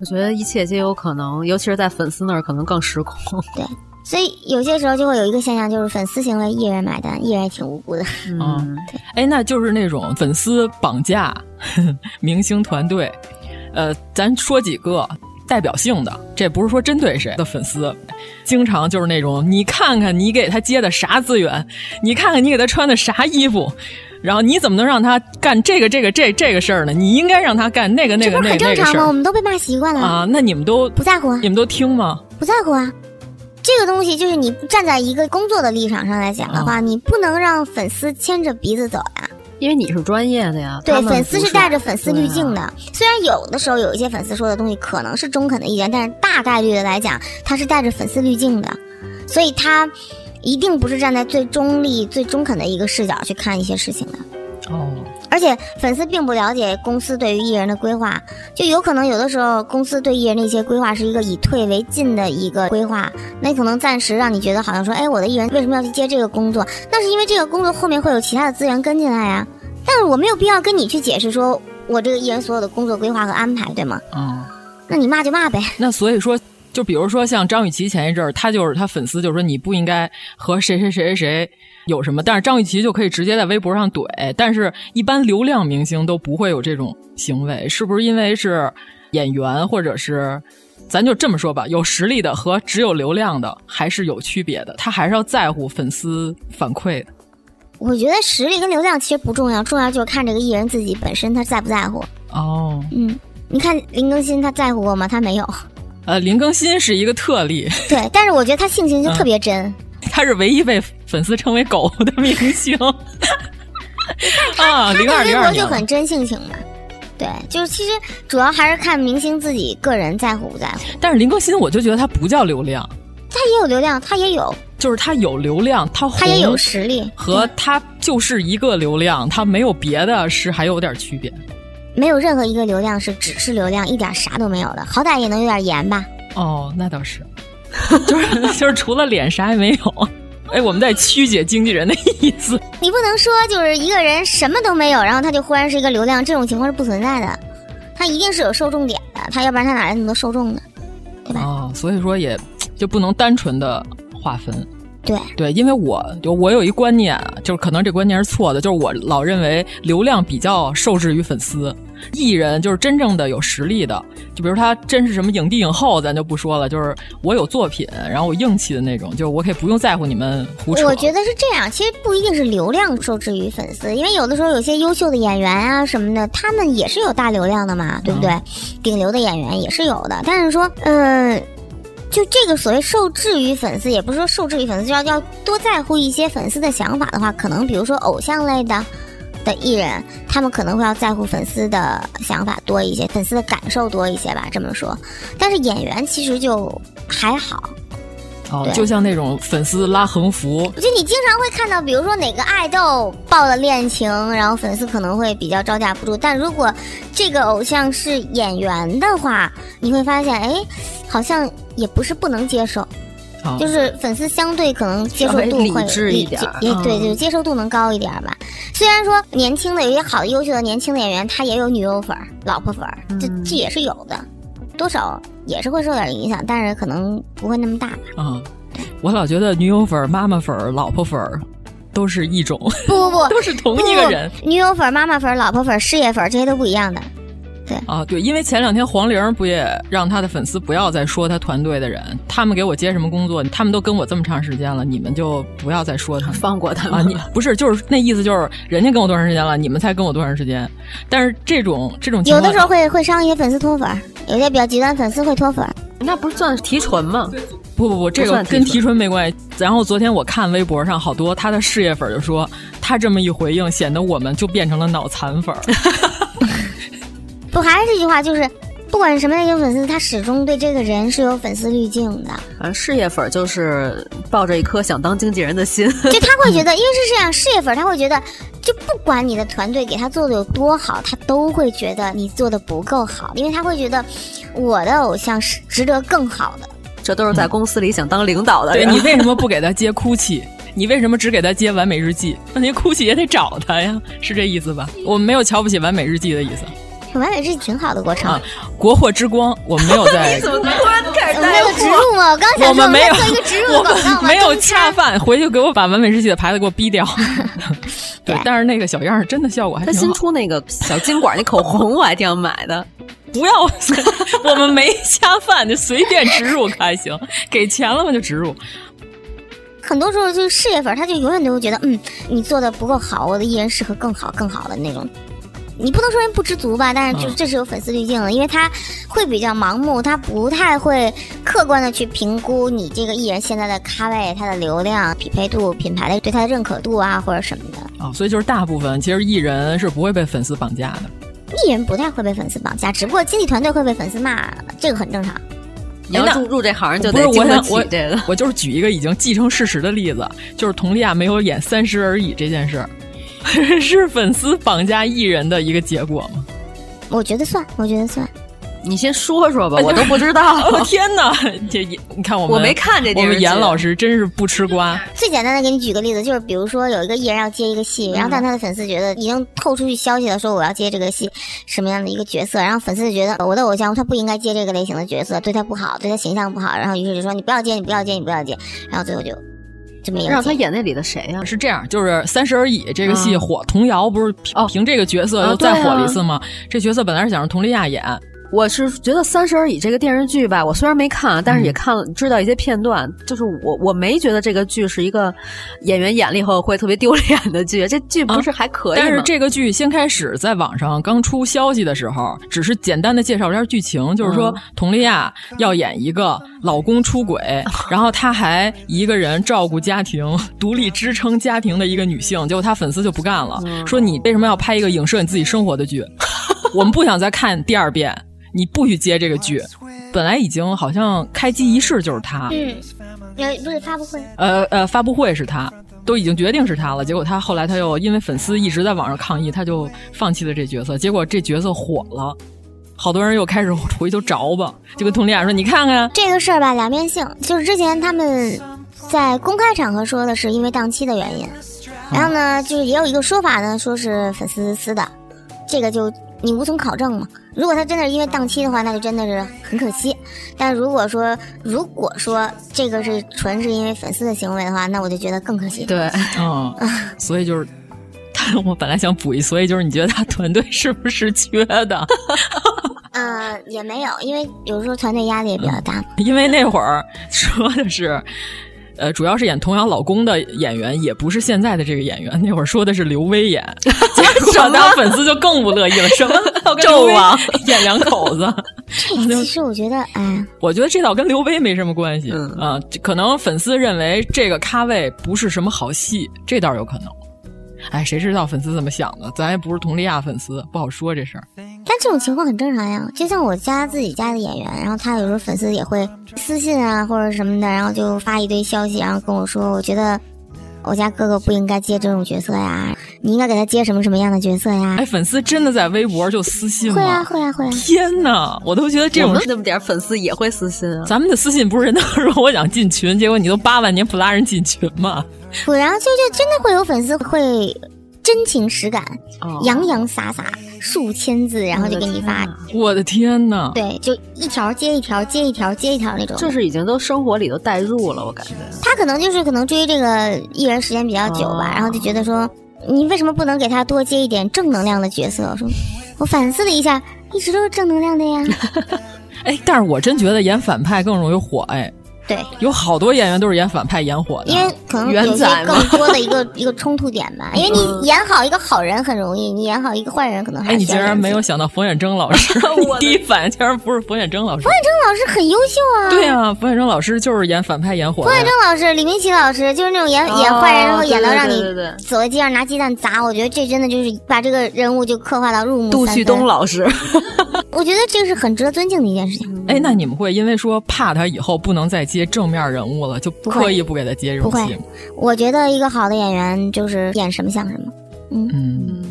H: 我觉得一切皆有可能，尤其是在粉丝那儿可能更失控。
J: 对，所以有些时候就会有一个现象，就是粉丝行为艺人买单，艺人也挺无辜的。
I: 嗯，哎，那就是那种粉丝绑架 [LAUGHS] 明星团队，呃，咱说几个代表性的，这不是说针对谁的粉丝，经常就是那种你看看你给他接的啥资源，你看看你给他穿的啥衣服。然后你怎么能让他干这个这个这这个事儿呢？你应该让他干那个那
J: 这
I: 个
J: 不是
I: 那
J: 很
I: 个那
J: 正
I: 个
J: 常
I: 事
J: 吗？我
I: 儿
J: 们都被骂习惯了，
I: 啊！那你们都
J: 不在乎啊
I: 你们都听吗？
J: 不在乎啊。这个东西就是
I: 啊
J: 你站在一个工作的立场上来讲的话，你不能让粉丝牵着鼻子走呀、
H: 因为你是专业的呀。
J: 对
H: 他，们
J: 粉丝
H: 不
J: 是
H: 是
J: 带着粉丝滤镜
H: 对
J: 的。
H: 啊
J: 虽然有的时候有一些粉丝说的东西可能是中肯的意见，但是大概率的来讲，他是带着粉丝滤镜的，所以他一定不是站在最中立、最中肯的一个视角去看一些事情的。
I: 哦，
J: 而且粉丝并不了解公司对于艺人的规划，就有可能有的时候公司对艺人的一些规划是一个以退为进的一个规划，那可能暂时让你觉得好像说，哎，我的艺人为什么要去接这个工作？那是因为这个工作后面会有其他的资源跟进来呀、但是我没有必要跟你去解释说我这个艺人所有的工作规划和安排，对吗？
I: 嗯，
J: 那你骂就骂呗。
I: 那所以说，就比如说像张雨绮前一阵儿，她就是她粉丝就说你不应该和谁谁谁谁谁有什么，但是张雨绮就可以直接在微博上怼，但是一般流量明星都不会有这种行为，是不是因为是演员或者是？咱就这么说吧，有实力的和只有流量的还是有区别的，他还是要在乎粉丝反馈的。
J: 我觉得实力跟流量其实不重要，重要就是看这个艺人自己本身他在不在乎。
I: 哦，
J: 嗯，你看林更新他在乎过吗？他没有。
I: 呃，林更新是一个特例，
J: 对，但是我觉得他性情就特别真。
I: 他是唯一被粉丝称为“狗”的明星。啊，零二
J: 微
I: 零
J: 博
I: 二
J: 就
I: 年
J: 很真性情嘛。对，就是其实主要还是看明星自己个人在乎不在乎。
I: 但是林更新，我就觉得他不叫流量，
J: 他也有流量，他也有，
I: 就是他有流量，他红
J: 他也有嗯实力，
I: 和他就是一个流量，他没有别的是还有点区别。
J: 没有任何一个流量是只是流量，一点啥都没有的，好歹也能有点颜吧。
I: 哦，那倒是， [LAUGHS] 就是就是除了脸啥也没有。 [LAUGHS] 哎，我们在曲解经纪人的意思。
J: 你不能说就是一个人什么都没有，然后他就忽然是一个流量，这种情况是不存在的。他一定是有受众点的，他要不然他哪来那么多受众呢？
I: 哦，所以说也就不能单纯的划分。
J: 对
I: 对，因为我就我有一观念啊，就是可能这观念是错的，就是我老认为流量比较受制于粉丝，艺人就是真正的有实力的，就比如他真是什么影帝影后，咱就不说了，就是我有作品，然后我硬气的那种，就是我可以不用在乎你们胡扯。
J: 我觉得是这样，其实不一定是流量受制于粉丝，因为有的时候有些优秀的演员啊什么的，他们也是有大流量的嘛，对不对？顶流的演员也是有的，但是说，嗯、就这个所谓受制于粉丝，也不是说受制于粉丝，就要要多在乎一些粉丝的想法的话，可能比如说偶像类的的艺人，他们可能会要在乎粉丝的想法多一些，粉丝的感受多一些吧，这么说。但是演员其实就还好，
I: 哦，
J: 对
I: 就像那种粉丝拉横幅，
J: 就你经常会看到，比如说哪个爱豆爆了恋情，然后粉丝可能会比较招架不住。但如果这个偶像是演员的话，你会发现，哎，好像也不是不能接受，
I: 哦
J: 就是粉丝相对可能接受
H: 稍
J: 度
H: 微理
J: 会
H: 智一点儿
J: 也对，
H: 嗯
J: 就是接受度能高一点儿吧。虽然说年轻的有一些好的、优秀的年轻的演员，他也有女友粉儿、老婆粉儿，这
H: 嗯
J: 这也是有的，多少也是会受点影响，但是可能不会那么大吧。
I: 嗯，我老觉得女友粉儿、妈妈粉儿、老婆粉儿都是一种，
J: 不不
I: [LAUGHS]
J: 不，
I: 都是同一个人
J: 哦不不不女友粉、妈妈粉、老婆粉、事业粉，这些都不一样的。
I: 啊，对，因为前两天黄玲不也让她的粉丝不要再说她团队的人，他们给我接什么工作，他们都跟我这么长时间了，你们就不要再说他们，
H: 放过他
I: 啊！
H: 们
I: 你
H: 了。
I: 不是就是那意思就是人家跟我多长时间了，你们才跟我多长时间？但是这种这种情
J: 有
I: 况
J: 的时候会会伤一些粉丝脱粉，有些比较极端粉丝会脱粉。
H: 那不是算提纯吗？
I: 不不不，这个
H: 算提
I: 跟
H: 纯
I: 提纯没关系。然后昨天我看微博上好多他的事业粉儿就说，他这么一回应，显得我们就变成了脑残粉儿。
J: 不，还是这句话，就是不管是什么类型粉丝，他始终对这个人是有粉丝滤镜
I: [LAUGHS]
J: 的，
H: 反正事业粉就是抱着一颗想当经纪人的心，
I: 哎
J: 就他会觉得，因为是这样，事业粉他会觉得，就不管你的团队给他做的有多好，他都会觉得你做的不够好，因为他会觉得我的偶像是值得更好的。
H: 这都是在公司里想当领导的
I: 对
H: 人。
I: 你为什么不给他接哭泣？你为什么只给他接完美日记？那您哭泣也得找他呀，是这意思吧？我们没有瞧不起完美日记的意思
J: 完美是挺好的过
I: [LAUGHS]
J: 程，
I: 啊。国货之光，我们没
H: [LAUGHS]
I: 有在。
H: 突然开
J: 我们有植入吗？我刚
I: 哎
J: 想
I: 我
J: 说
I: 们没有
J: 要做一个植，入
I: 我
J: 广告
I: 们
J: 吗？
I: 没有
J: 中间
I: 恰饭，回去给我把完美日记的牌子给我
H: [LAUGHS]
I: 逼掉。对，但是那个小样儿真的效果还
H: 他
I: 挺
H: 新
I: 好。
H: 出那个小金管那口红，我还挺想买的。
I: 不要， [LAUGHS] 我们没恰饭，就随便植入可还行，给钱了嘛就植入。
J: 很多时候就是事业粉，他就永远都会觉得，嗯，你做的不够好，我的艺人适合更好更好的那种。你不能说人不知足吧，但是就
I: 嗯
J: 是这是有粉丝滤镜的，因为他会比较盲目，他不太会客观的去评估你这个艺人现在的咖位、他的流量、匹配度、品牌的对他的认可度啊，或者什么的。
I: 啊、所以就是大部分其实艺人是不会被粉丝绑架的。
J: 艺人不太会被粉丝绑架，只不过经纪团队会被粉丝骂，这个很正常。
H: [LAUGHS] 你要入入这行就
I: 不
H: 得
I: 是
H: 经
I: 我
H: 得
I: 想
H: 起
I: 我
H: 这个。 [LAUGHS]
I: 我就是举一个已经既成事实的例子，就是佟丽娅没有演《三十而已》这件事儿， [LAUGHS] 是粉丝绑架艺人的一个结果吗？
J: 我觉得算，我觉得算。
H: 你先说说吧，我都不知道。
I: 哎我天哪，这你看我们
H: 哦我没看这电
I: 我
H: 视剧
I: 们严老师真是不吃瓜。
J: 最简单的给你举个例子，就是比如说有一个艺人要接一个戏，然后但他的粉丝觉得已经透出去消息了，说我要接这个戏什么样的一个角色，然后粉丝就觉得我的偶像他不应该接这个类型的角色，对他不好，对他形象不好，然后于是就说你不要接，你不要接，你不要接，然后最后就就没有
H: 让
J: 接
H: 他演那里的谁呀、啊
I: 是这样，就是《三十而已》这个戏火，童瑶不是凭凭这个角色
H: 啊
I: 又再
H: 嗯对啊
I: 火了一次吗？这角色本来是想让佟丽娅演，
H: 我是觉得《三十而已》这个电视剧吧，我虽然没看，啊，但
I: 嗯
H: 是也看了，知道一些片段。就是我我没觉得这个剧是一个演员演了以后会特别丢脸的剧，这剧不是还可以吗？
I: 啊但是这个剧先开始在网上刚出消息的时候，只是简单的介绍了一下剧情，就是说
H: 嗯
I: 佟丽娅要演一个老公
H: [LAUGHS]
I: 出轨，然后她还一个人照顾家庭、独立支撑家庭的一个女性，结果她粉丝就不干了，
H: 嗯
I: 说你为什么要拍一个影射你自己生活
H: [LAUGHS]
I: 的剧？我们不想再看第二遍，你不许接这个剧。本来已经好像开机仪式就是她，
J: 嗯，呃，不是发布会，
I: 呃呃，发布会是他，都已经决定是他了。结果他后来他又因为粉丝一直在网上抗议，他就放弃了这角色。结果这角色火了，好多人又开始回头找吧，就跟佟丽娅说：“你看看，
J: 这个事儿吧，两面性，就是之前他们在公开场合说的是因为档期的原因，然后呢，就是也有一个说法呢，说是粉丝撕的，这个就你无从考证嘛。如果他真的是因为档期的话，那就真的是很可惜。但如果说如果说这个是纯是因为粉丝的行为的话，那我就觉得更可
H: [LAUGHS]
J: 惜。
H: 对，
I: 嗯，所以就是。” [LAUGHS] 他，我本来想补一，所以就是你觉得他团队是不是缺的？
J: 呃，也没有，因为有时候团队压力也比较大。
I: [LAUGHS] 因为那会儿说的是，呃，主要是演童瑶老公的演员，也不是现在的这个演员。那会儿说的是刘威 [LAUGHS] 演，结果他粉丝就更不乐意了，什 [LAUGHS] 么要跟刘威
H: 纣王
I: 演两口子？
J: 其实我觉得，哎，
I: 我觉得这倒跟刘威没什么关系啊、这可能粉丝认为这个咖位不是什么好戏，这倒有可能。哎，谁知道粉丝怎么想的？咱也不是佟丽娅粉丝，不好说这事儿。
J: 但这种情况很正常呀，就像我家自己家的演员，然后他有时候粉丝也会私信啊或者什么的，然后就发一堆消息，然后跟我说，我觉得我家哥哥不应该接这种角色呀，你应该给他接什么什么样的角色呀
I: 哎，？粉丝真的在微博就私信吗？
J: 会啊会啊会啊！
I: 天哪，我都觉得这
H: 我
I: 种
H: 们那么点粉丝也会私信啊。
I: 咱们的私信不是人都说我想进群， [LAUGHS] 结果你都八万年不拉人进群吗？
J: 我然后就就真的会有粉丝会真情实感，
I: 哦
H: 哦
J: 洋洋洒洒数千字，然后就给你发，
I: 我的天呐！
J: 对，就一条接一条接一条接一条那种。
H: 就是已经都生活里都带入了，我感觉。
J: 他可能就是可能追这个艺人时间比较久吧，
H: 哦
J: 然后就觉得说，你为什么不能给他多接一点正能量的角色？我说，我反思了一下，一直都是正能量
H: [LAUGHS]
J: 的呀。
I: 哎，但是我真觉得演反派更容易火哎。
J: 对，
I: 有好多演员都是演反派演火的，
J: 因为可能有
I: 元
J: 些
I: 仔嘛
J: 更多的一个
H: [LAUGHS]
J: 一个冲突点
H: 嗯
J: 吧，因为你演好一个好人很容易，你演好一个坏人可能还
I: 哎，你
J: 需
I: 竟
J: 要
I: 然
J: 点
I: 没有
J: 劲
I: 想到冯远征老
J: [LAUGHS]
I: 师，你 [LAUGHS] 第一反应竟然不是冯远征老师
J: 冯。远征老师很优秀啊，
I: 对啊，冯远征老师就是演反派演火的。
J: 冯远征老师、李明启老师就是那种演、
H: 哦
J: 演坏人，然后演到让你
H: 对对对对
J: 走在街上拿鸡蛋砸，我觉得这真的就是把这个人物就刻画到入木
H: 杜
J: 三
H: 旭
J: 分
H: 东，老师，
J: 我觉得这是很值得尊敬的一件事情。
I: 哎，那你们会因为说怕他以后不能再接正面人物了，就刻意不给他接这
J: 不
I: 种
J: 会
I: 戏吗？
J: 我觉得一个好的演员就是演什么像什么。
I: 嗯，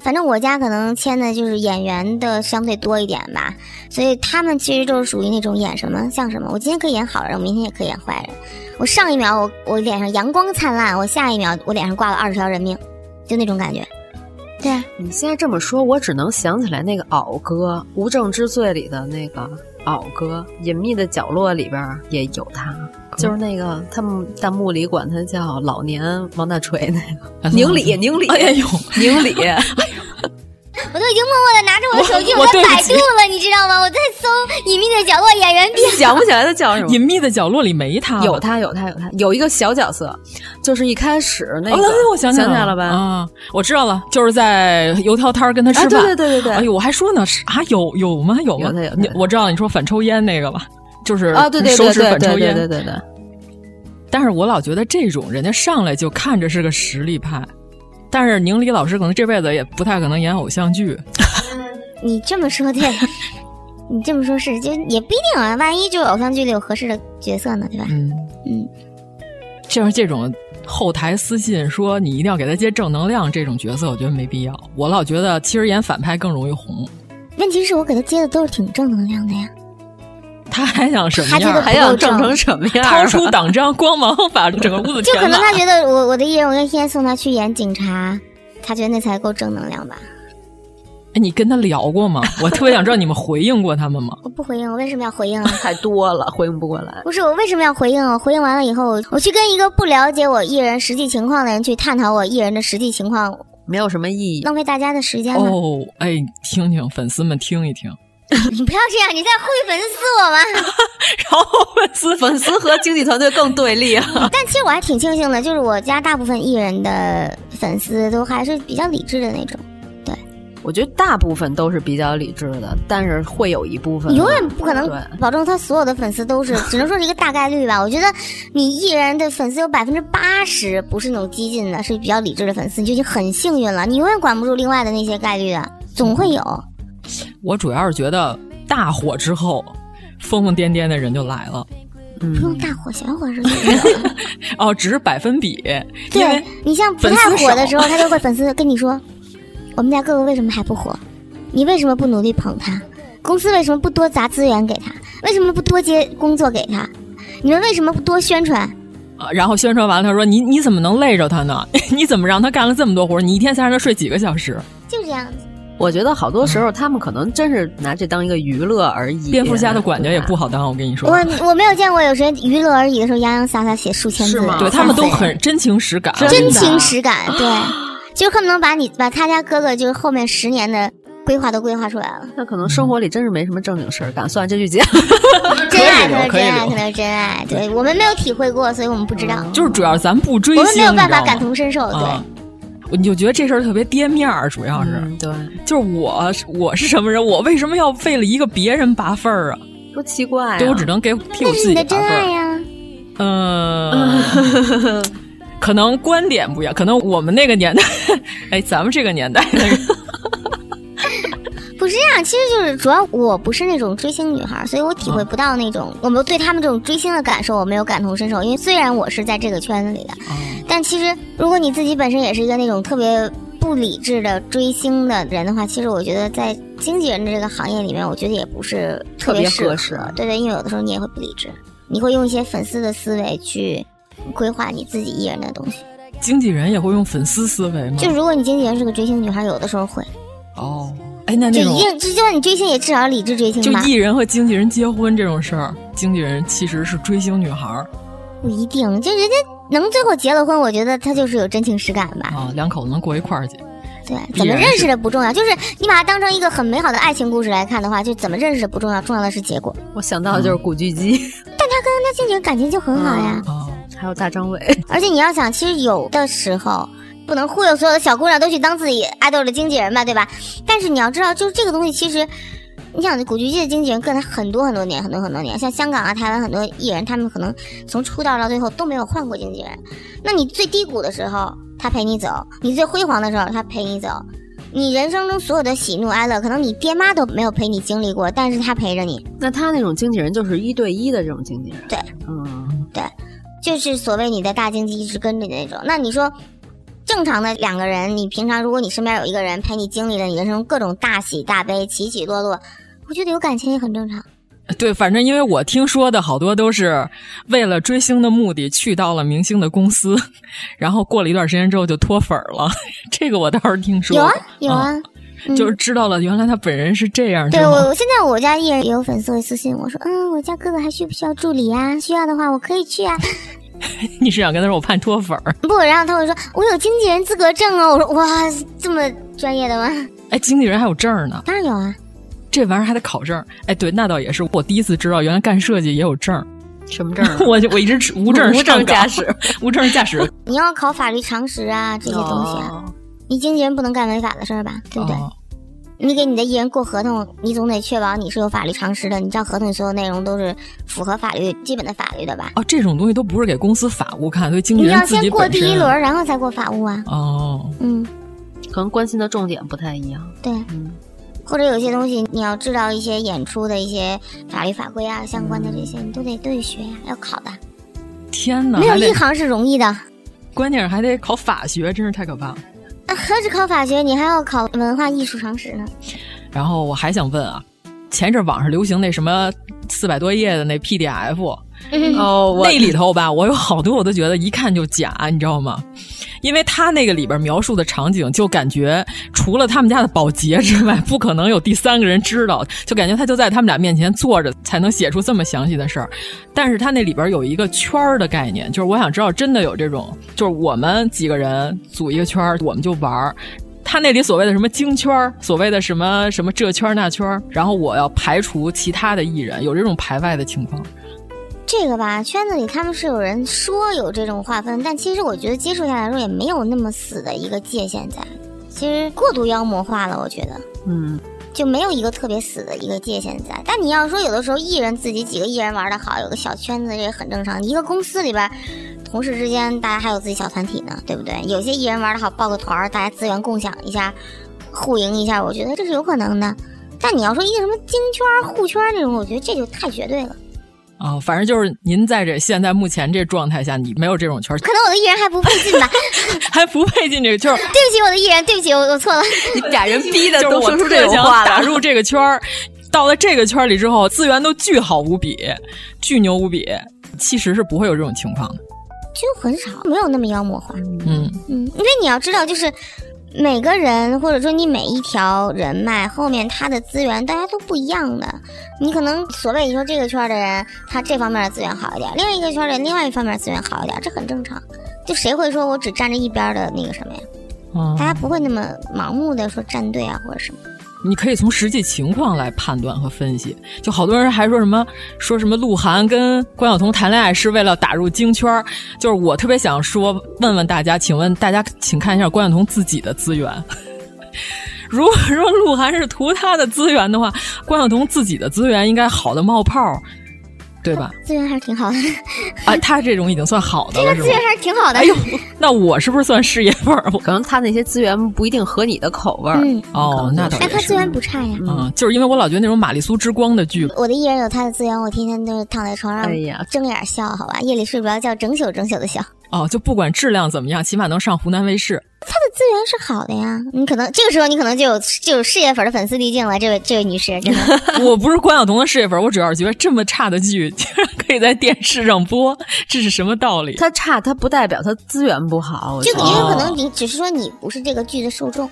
J: 反正我家可能签的就是演员的相对多一点吧，所以他们其实就是属于那种演什么像什么。我今天可以演好人，我明天也可以演坏人。我上一秒我我脸上阳光灿烂，我下一秒我脸上挂了二十条人命，就那种感觉。对啊，
H: [LAUGHS] 你现在这么说，我只能想起来那个袄哥，《无证之罪》里的那个袄哥，《隐秘的角落》里边儿也有他，就是那个他们弹幕里管他叫老年王大锤那个，
I: 哎
H: 宁理宁理，
I: 哎呦，
H: 宁 [LAUGHS] 理，
J: 我都已经默默的拿着我的手机，
I: 我
J: 我 [LAUGHS] 在
I: 对不
J: 百
I: 起
J: 度了，你知道吗？我在搜《隐秘的角落》演员表。
H: 想不起来他叫什
J: 嗯
H: 么
I: 隐。秘的角落里没他吧，
H: 有他，有他，有他，有一个小角色，就是一开始那
I: 哦，
H: 个，
I: 那我想起
H: 起
I: 来
H: 来了吧？
I: 啊，我知道了，就是在油条摊儿跟他吃饭。
H: 啊对对对对对
I: 哎呦，我还说呢，是啊，有有吗？有吗？
H: 有的有的
I: 你我知道你说反抽烟那个吧，就是
H: 啊，对对
I: 手
H: 对
I: 指
H: 对
I: 反
H: 对
I: 抽
H: 对
I: 烟。
H: 对对对，
I: 但是我老觉得这种人家上来就看着是个实力派，但是宁理老师可能这辈子也不太可能演偶像剧。
J: 你这么说对， [LAUGHS] 你这么说是，就也不一定啊，万一就是偶像剧里有合适的角色呢，对吧？
I: 嗯
J: 嗯，
I: 就是这种后台私信说你一定要给他接正能量这种角色，我觉得没必要。我老觉得其实演反派更容易红。
J: 问题是我给他接的都是挺正能量的呀。
I: 他还想什么
J: 他觉得
I: 样？
J: 不够还
H: 哎
J: 想正成
H: 什么
I: [LAUGHS]
H: 啊
I: 掏出党章，光芒把整个屋子
J: 就
I: 填
J: 可能
I: 满。
J: 他觉得我我的艺人，我要先送他去演警察，他觉得那才够正能量吧？
I: 哎，你跟他聊过吗？我特别想知道你们回应过他们
J: [LAUGHS]
I: 吗？
J: 我不回应，我为什么要回应啊？ [LAUGHS]
H: 太多了，回应不过来。
J: 不是我为什么要回应啊？回应完了以后，我我去跟一个不了解我艺人实际情况的人去探讨我艺人的实际情况，
H: 没有什么意义，
I: [LAUGHS]
J: 浪费大家的时间吗？
I: 哦，哎，听听粉丝们听一听，
J: [LAUGHS] 你不要这样，你在忽悠粉丝我吗？ [LAUGHS]
H: 粉丝粉丝和经纪团队更对立啊！ [LAUGHS]
J: 但其实我还挺庆幸的，就是我家大部分艺人的粉丝都还是比较理智的那种，
H: 我觉得大部分都是比较理智的，但是会有一部分
J: 永远不可能
H: 对
J: 保证他所有的粉丝都是，只能说是一个大概率吧。我觉得你艺人的粉丝有百分之八十不是那种激进的，是比较理智的粉丝，你就已经很幸运了。你永远管不住另外的那些概率的，总会有。
I: 我主要是觉得大火之后，疯疯癫癫的人就来了。
J: 不用大火小火是吧对
I: 哦，只是百分比，因为
J: 对你像不太火的时候，他就会粉丝跟你说：“我们家哥哥为什么还不火？你为什么不努力捧他？公司为什么不多砸资源给他？为什么不多接工作给他？你们为什么不多宣传？”
I: 啊然后宣传完了，他说你你怎么能累着他呢？ [LAUGHS] 你怎么让他干了这么多活儿？你一天才让他睡几个小时？
J: 就这样子。
H: 我觉得好多时候他们可能真是拿这当一个娱乐而已。
I: 蝙蝠侠的管家也不好当，我跟你说。
J: 啊我我没有见过有谁娱乐而已的时候洋洋洒洒写数千字的，
I: 对他们都很真啊情实感，
J: 真情实 [LAUGHS] 感，对，就恨不能把你把他家哥哥就是后面十年的规划都规划出来了。
H: 那可能生活里真是没什么正经事儿干。算了，这
I: [LAUGHS]
H: 句结了。
J: 真爱可能是
I: 可以
J: 真爱，
I: 留
J: 可能是真爱，对嗯我们没有体会过，所以我们不知道，
I: 就是主要是咱不追
J: 我
I: 星，
J: 们没有办法
I: 你知道吗
J: 感同身受，对。
I: 啊，你就觉得这事儿特别跌面儿，主啊要是、
J: 嗯
H: 嗯对，
I: 就是我是我是什么人，我为什么要为了一个别人拔分儿啊？
H: 多奇怪、啊！
I: 对我只能给替我
J: 哎那是
I: 自己
J: 啊你的
I: 拔
J: 真
I: 分
J: 爱
I: 儿。
J: 呀、 [LAUGHS]
I: 嗯，可能观点不一样，可能我们那个年代，哎，咱们这个年代
J: [LAUGHS]
I: 的人，
J: 不是这样，其实就是主要我不是那种追星女孩，所以我体会不到那种、我们对他们这种追星的感受，我没有感同身受。因为虽然我是在这个圈子里的，
I: 啊
J: 但其实如果你自己本身也是一个那种特别不理智的追星的人的话，其实我觉得在经纪人的这个行业里面，我觉得也不是
H: 特别
J: 别适合。
H: 合适
J: 对对，因为有的时候你也会不理智，你会用一些粉丝的思维去规划你自己艺人的东西。
I: 经纪人也会用粉丝思维吗？
J: 就如果你经纪人是个追星女孩，有的时候会，
I: 哦，哎，那
J: 就
I: 那种
J: 一定，就就算你追星也至少理智追星
I: 就
J: 吧。
I: 艺人和经纪人结婚这种事儿，经纪人其实是追星女孩儿
J: 不一定，就人家能最后结了婚，我觉得他就是有真情实感吧。
I: 啊，两口子能过一块儿去。
J: 对，怎么认识的不重要，就是你把它当成一个很美好的爱情故事来看的话，就怎么认识的不重要，重要的是结果。
H: 我想到的就是古巨基，
J: 但他跟他经纪人感情就很好呀。
I: 啊
H: 还有大张伟。
J: 而且你要想，其实有的时候不能忽悠所有的小姑娘都去当自己爱豆的经纪人吧，对吧？但是你要知道，就是这个东西其实。你想，古巨基的经纪人跟他很多很多年，很多很多年，像香港啊、台湾很多艺人，他们可能从出道到最后都没有换过经纪人。那你最低谷的时候，他陪你走；你最辉煌的时候，他陪你走。你人生中所有的喜怒哀乐，可能你爹妈都没有陪你经历过，但是他陪着你。
H: [LAUGHS] 那他那种经纪人就是一对一的这种经纪人，
J: 对，
H: 嗯，
J: 对，就是所谓你的大经济一直跟着你的那种。那你说，正常的两个人，你平常如果你身边有一个人陪你经历了你人生中各种大喜大悲、起起落落，我觉得有感情也很正常。
I: 对，反正因为我听说的好多都是为了追星的目的去到了明星的公司，然后过了一段时间之后就脱粉儿了。 [LAUGHS] 这个我倒是听说
J: 有啊
I: 过，
J: 有啊，嗯
I: 哦就是知道了原来他本人是这样。
J: 对
I: 之后
J: 我，我现在我家艺人也有粉丝会私信我说，嗯，我家哥哥还需不需要助理啊？需要的话我可以去啊。
I: [LAUGHS] 你是想跟他说我怕脱粉儿？
J: 不，然后他会说，我有经纪人资格证哦。我说哇，这么专业的吗？
I: 哎，经纪人还有证儿呢，
J: 当然有啊，
I: 这玩意儿还得考证儿。哎，对，那倒也是，我第一次知道原来干设计也有证儿。 [LAUGHS]
H: 什么证啊
I: 我就我一直持无证
H: [LAUGHS] 无证
I: 上岗
H: 驾驶，
I: 无证驾
J: [LAUGHS]
I: 驶。
J: 你要考法律常识啊，这些东西啊。
H: 哦
J: 你经纪人不能干违法的事儿吧？对不对？
I: 哦
J: 你给你的艺人过合同，你总得确保你是有法律常识的，你这合同里所有内容都是符合法律基本的法律的吧？
I: 哦，这种东西都不是给公司法务看，所以经纪
J: 你
I: 人
J: 要
I: 自
J: 先
I: 己
J: 过
I: 本
J: 第一
I: 身
J: 轮，然后再过法务啊。
I: 哦，
J: 嗯，
H: 可能关心的重点不太一样。
J: 对，
I: 嗯
J: 或者有些东西你要知道一些演出的一些法律法规啊，相关的这些你都得都得学呀，要考的，
I: 天哪，
J: 没有
I: 还得
J: 一行是容易的。 [LAUGHS]
I: 关键是还得考法学，真是太可怕了。
J: 啊，何止考法学，你还要考文化艺术常识呢。
I: 然后我还想问啊，前一阵网上流行那什么四百多页的那 PDF，
H: 哦，我
I: 那里头吧，我有好多我都觉得一看就假，你知道吗？因为他那个里边描述的场景，就感觉除了他们家的保洁之外，不可能有第三个人知道，就感觉他就在他们俩面前坐着，才能写出这么详细的事儿。但是他那里边有一个圈儿的概念，就是我想知道真的有这种，就是我们几个人组一个圈儿，我们就玩儿。他那里所谓的什么京圈儿，所谓的什么什么这圈儿那圈儿，然后我要排除其他的艺人，有这种排外的情况。
J: 这个吧，圈子里他们是有人说有这种划分，但其实我觉得接触下来说也没有那么死的一个界限在。其实过度妖魔化了，我觉得
H: 嗯，
J: 就没有一个特别死的一个界限在。但你要说有的时候艺人自己几个艺人玩的好，有个小圈子这也很正常。一个公司里边，同事之间大家还有自己小团体呢，对不对？有些艺人玩的好，报个团儿，大家资源共享一下，互赢一下，我觉得这是有可能的。但你要说一个什么京圈儿、互圈儿那种，我觉得这就太绝对了。
I: 啊、反正就是您在这现在目前这状态下，你没有这种圈儿， [LAUGHS]
J: 可能我的艺人还 [LAUGHS] 不配进吧。
I: 还不配进这个圈儿。
J: 对不起，我的艺人，对不起，我我错了。
H: 俩人逼的
I: 就是
H: 都
I: 我
H: 我
I: 特
H: 这
I: 别
H: 种
I: 想
H: 话
I: 打
H: 了。
I: 入这个圈儿，到了这个圈儿里之后，资源都巨好无比，巨牛无比。其实是不会有这种情况的。
J: 就很少，没有那么妖魔化。
I: 嗯，
J: 嗯，因为你要知道，就是每个人或者说你每一条人脉后面他的资源，大家都不一样的。你可能所谓你说这个圈儿的人，他这方面的资源好一点，另一个圈儿的人另外一方面资源好一点，这很正常。就谁会说我只站着一边儿的那个什么呀？
I: 嗯
J: 大家不会那么盲目的说站队啊或者什么。
I: 你可以从实际情况来判断和分析。就好多人还说什么说什么鹿晗跟关晓彤谈恋爱是为了打入京圈儿，就是我特别想说问问大家，请问大家请看一下关晓彤自己的资源。 [LAUGHS] 如果说鹿晗是图他的资源的话，关晓彤自己的资源应该好的冒泡儿，对吧？
J: 资源还是挺好 [LAUGHS] 的，
I: 啊，他这种已经算好的
J: 这
I: 了，
J: 个
I: 是
J: 资
I: 吗
J: 源？还是挺好的。
I: 哎呦，那我是不是算事业份儿？
H: 可能他那些资源不一定合你的口味儿。
J: 嗯
I: 哦，那倒也
J: 但他
I: 是
J: 资。源不差呀。
I: 嗯，就是因为我老觉得那种玛丽苏之光的剧，
J: 我的艺人有他的资源，我天天都是躺在床上
I: 哎呀
J: 睁眼笑，好吧，夜里睡不着觉，整宿整宿的笑。
I: 哦，就不管质量怎么样，起码能上湖南卫视。
J: 他的资源是好的呀，你可能这个时候你可能就有就有事业粉的粉丝滤镜了，这位这位女士，
I: [LAUGHS]
J: 真的
I: 我不是关晓彤的事业粉，我主要是觉得这么差的剧竟然可以在电视上播， [LAUGHS] 这是什么道理？
H: 他差，他不代表他资源不好。我
J: 就
I: 哦
H: 觉得
J: 也有可能你只是说你不是这个剧的受众，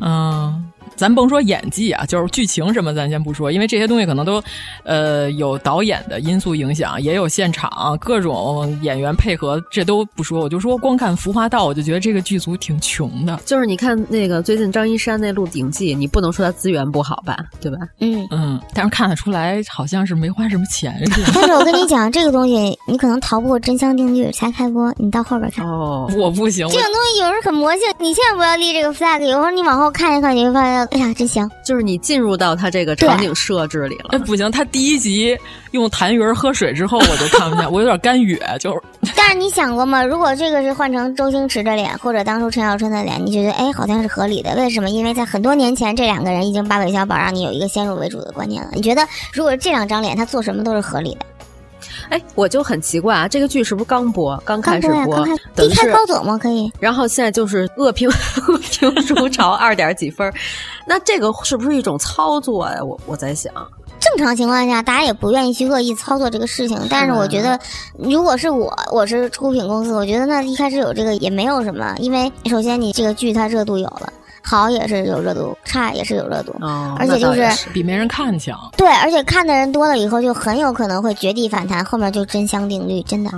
I: 嗯，咱甭说演技啊，就是剧情什么，咱先不说，因为这些东西可能都，呃，有导演的因素影响，也有现场各种演员配合，这都不说。我就说，光看《浮华道》，我就觉得这个剧组挺穷的。
H: 就是你看那个最近张一山那《鹿鼎记》，你不能说他资源不好吧，对吧？
J: 嗯
I: 嗯，但是看得出来，好像是没花什么钱似
J: [LAUGHS]
I: 的。
J: 但是我跟你讲，这个东西你可能逃不过真香定律才开播，你到后边看。
H: 哦
I: 我不行，我
J: 这种东西有时候很魔性，你千万不要立这个 flag。有时候你往后看一看，你会发现，哎呀，真香！
H: 就是你进入到他这个场景设置里了
I: 哎，。不行，他第一集用痰盂儿喝水之后，我就看不见，我有点干哕，就是
J: 但是你想过吗？如果这个是换成周星驰的脸，或者当初陈小春的脸，你觉得哎，好像是合理的？为什么？因为在很多年前，这两个人已经把韦小宝让你有一个先入为主的观念了。你觉得如果是这两张脸，他做什么都是合理的？
H: 哎，我就很奇怪啊，这个剧是不是刚播，刚开
J: 刚
H: 始
J: 播呀，
H: 播
J: 刚开，
H: 等
J: 低
H: 于
J: 开
H: 是
J: 高走吗？可以。
H: 然后现在就是恶评 [LAUGHS] 恶评如潮，二点几分儿，那这个是不是一种操作呀、我我在想，
J: 正常情况下，大家也不愿意去恶意操作这个事情。但是我觉得，如果是我，我是出品公司，我觉得那一开始有这个也没有什么，因为首先你这个剧它热度有了，好也是有热度，差也是有热度，
H: 哦
J: 而且就
H: 那倒也
J: 是
I: 比没人看强。
J: 对，而且看的人多了以后，就很有可能会绝地反弹，后面就真香定律，真的。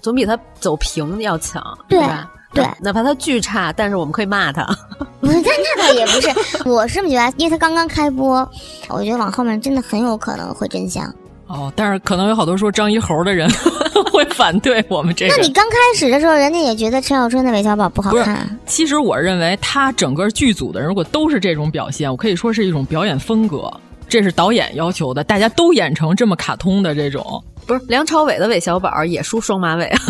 H: 总比他走平要强，
J: 对
H: 是吧？
J: 对
H: 哪，哪怕他剧差，但是我们可以骂他。 [LAUGHS]
J: 不是，但 [LAUGHS] 那倒也不是，我是这么觉得，因为它刚刚开播，我觉得往后面真的很有可能会真香。
I: 哦，但是可能有好多说张一猴的人 [LAUGHS] 会反对我们这个。
J: 那你刚开始的时候，人家也觉得陈小春的韦小宝不好
I: 不是
J: 看啊，
I: 其实我认为他整个剧组的人如果都是这种表现，我可以说是一种表演风格，这是导演要求的，大家都演成这么卡通的这种，
H: 不是梁朝伟的韦小宝也梳双马尾，啊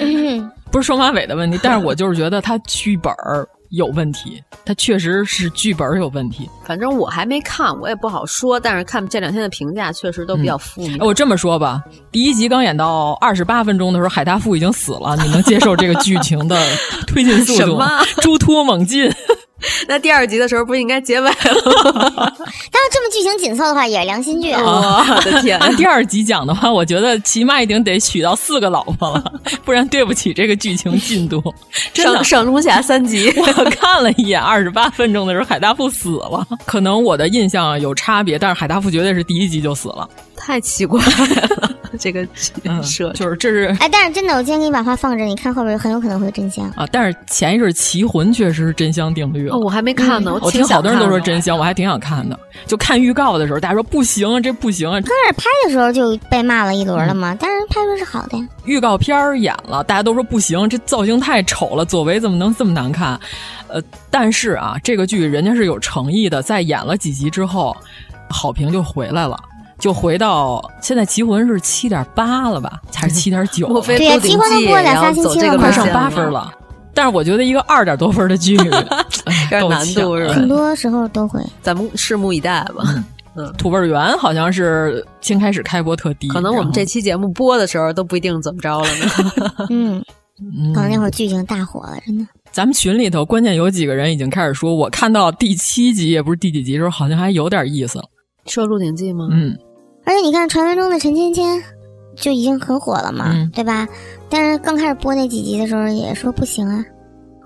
J: 嗯
I: 不是双马尾的问题。但是我就是觉得他剧本儿有问题，它确实是剧本有问题。
H: [LAUGHS] 反正我还没看，我也不好说。但是看这两天的评价，确实都比较负面。
J: 哦
I: 我哦这么说吧，第一集刚演到二十八分钟的时候，海大富已经死了。你能接受这个剧情的推进速
H: 什
I: 度吗
H: 么？
I: [LAUGHS] 猪突猛进。
H: [LAUGHS] 那第二集的时候不应该结尾了吗？
J: 但是这么剧情紧凑的话，也是良心剧啊。
I: 啊
H: [LAUGHS] 我的
J: [LAUGHS]
H: 天
I: 第二集讲的话，我觉得起码已经得娶到四个老婆了，不然对不起这个剧情进度。真的
H: 上，上中下三集，
I: 我看了一眼二十八 [LAUGHS] 分钟的时候，海大富死了。可能我的印象有差别，但是海大富绝对是第一集就死了。
H: 太奇怪了，这个
I: 嗯
H: 设、
I: 就是这是
J: 哎，但是真的，我今天给你把话放这，你看后边很有可能会有真相。
I: 啊，但是前一阵《棋魂》确实是真香定律了
H: 哦，我还没看呢，
I: 嗯我
H: 挺
I: 听
H: 想
I: 好多人都
H: 看
I: 说
H: 的
I: 真香，我还挺想看的。就看预告的时候，大家说不行，这不行。
J: 刚开始拍的时候就被骂了一轮了嘛，但是拍出来是好的呀。
I: 预告片儿演了，大家都说不行，这造型太丑了，左为怎么能这么难看？呃，但是啊，这个剧人家是有诚意的，在演了几集之后，好评就回来了。就回到现在，《棋魂》是七点八了
H: [LAUGHS]
I: 吧，还是七点九？
H: 莫非
J: 对呀
H: 鹿鼎
J: 奇幻都
H: 记
J: 过了
H: 也要
J: 仨星
H: 走
J: 期
H: 这
J: 了
H: 个
J: 吧
I: 快
H: 路
I: 上
H: 线
I: 八分了。但是我觉得一个二点多分
H: [LAUGHS]
I: 的剧，哎
H: 有点
I: 够
H: 难
I: 呛
H: 度是吧
J: 很多时候都会，
H: 咱们拭目以待吧。嗯
I: 土味儿园好像是先开始开播特低，
H: 可能我们这
I: 然后
H: 期节目播的时候都不一定怎么着了呢。
J: 嗯，可能
I: 嗯
J: 那会儿剧情大火了，真的。
I: 咱们群里头，关键有几个人已经开始说，我看到第七集也不是第几集的时候，好像还有点意思了。
H: [LAUGHS] 说《鹿鼎记》吗？
I: 嗯，
J: 而且你看传闻中的陈芊芊就已经很火了嘛，
I: 嗯
J: 对吧？但是刚开始播那几集的时候也说不行啊，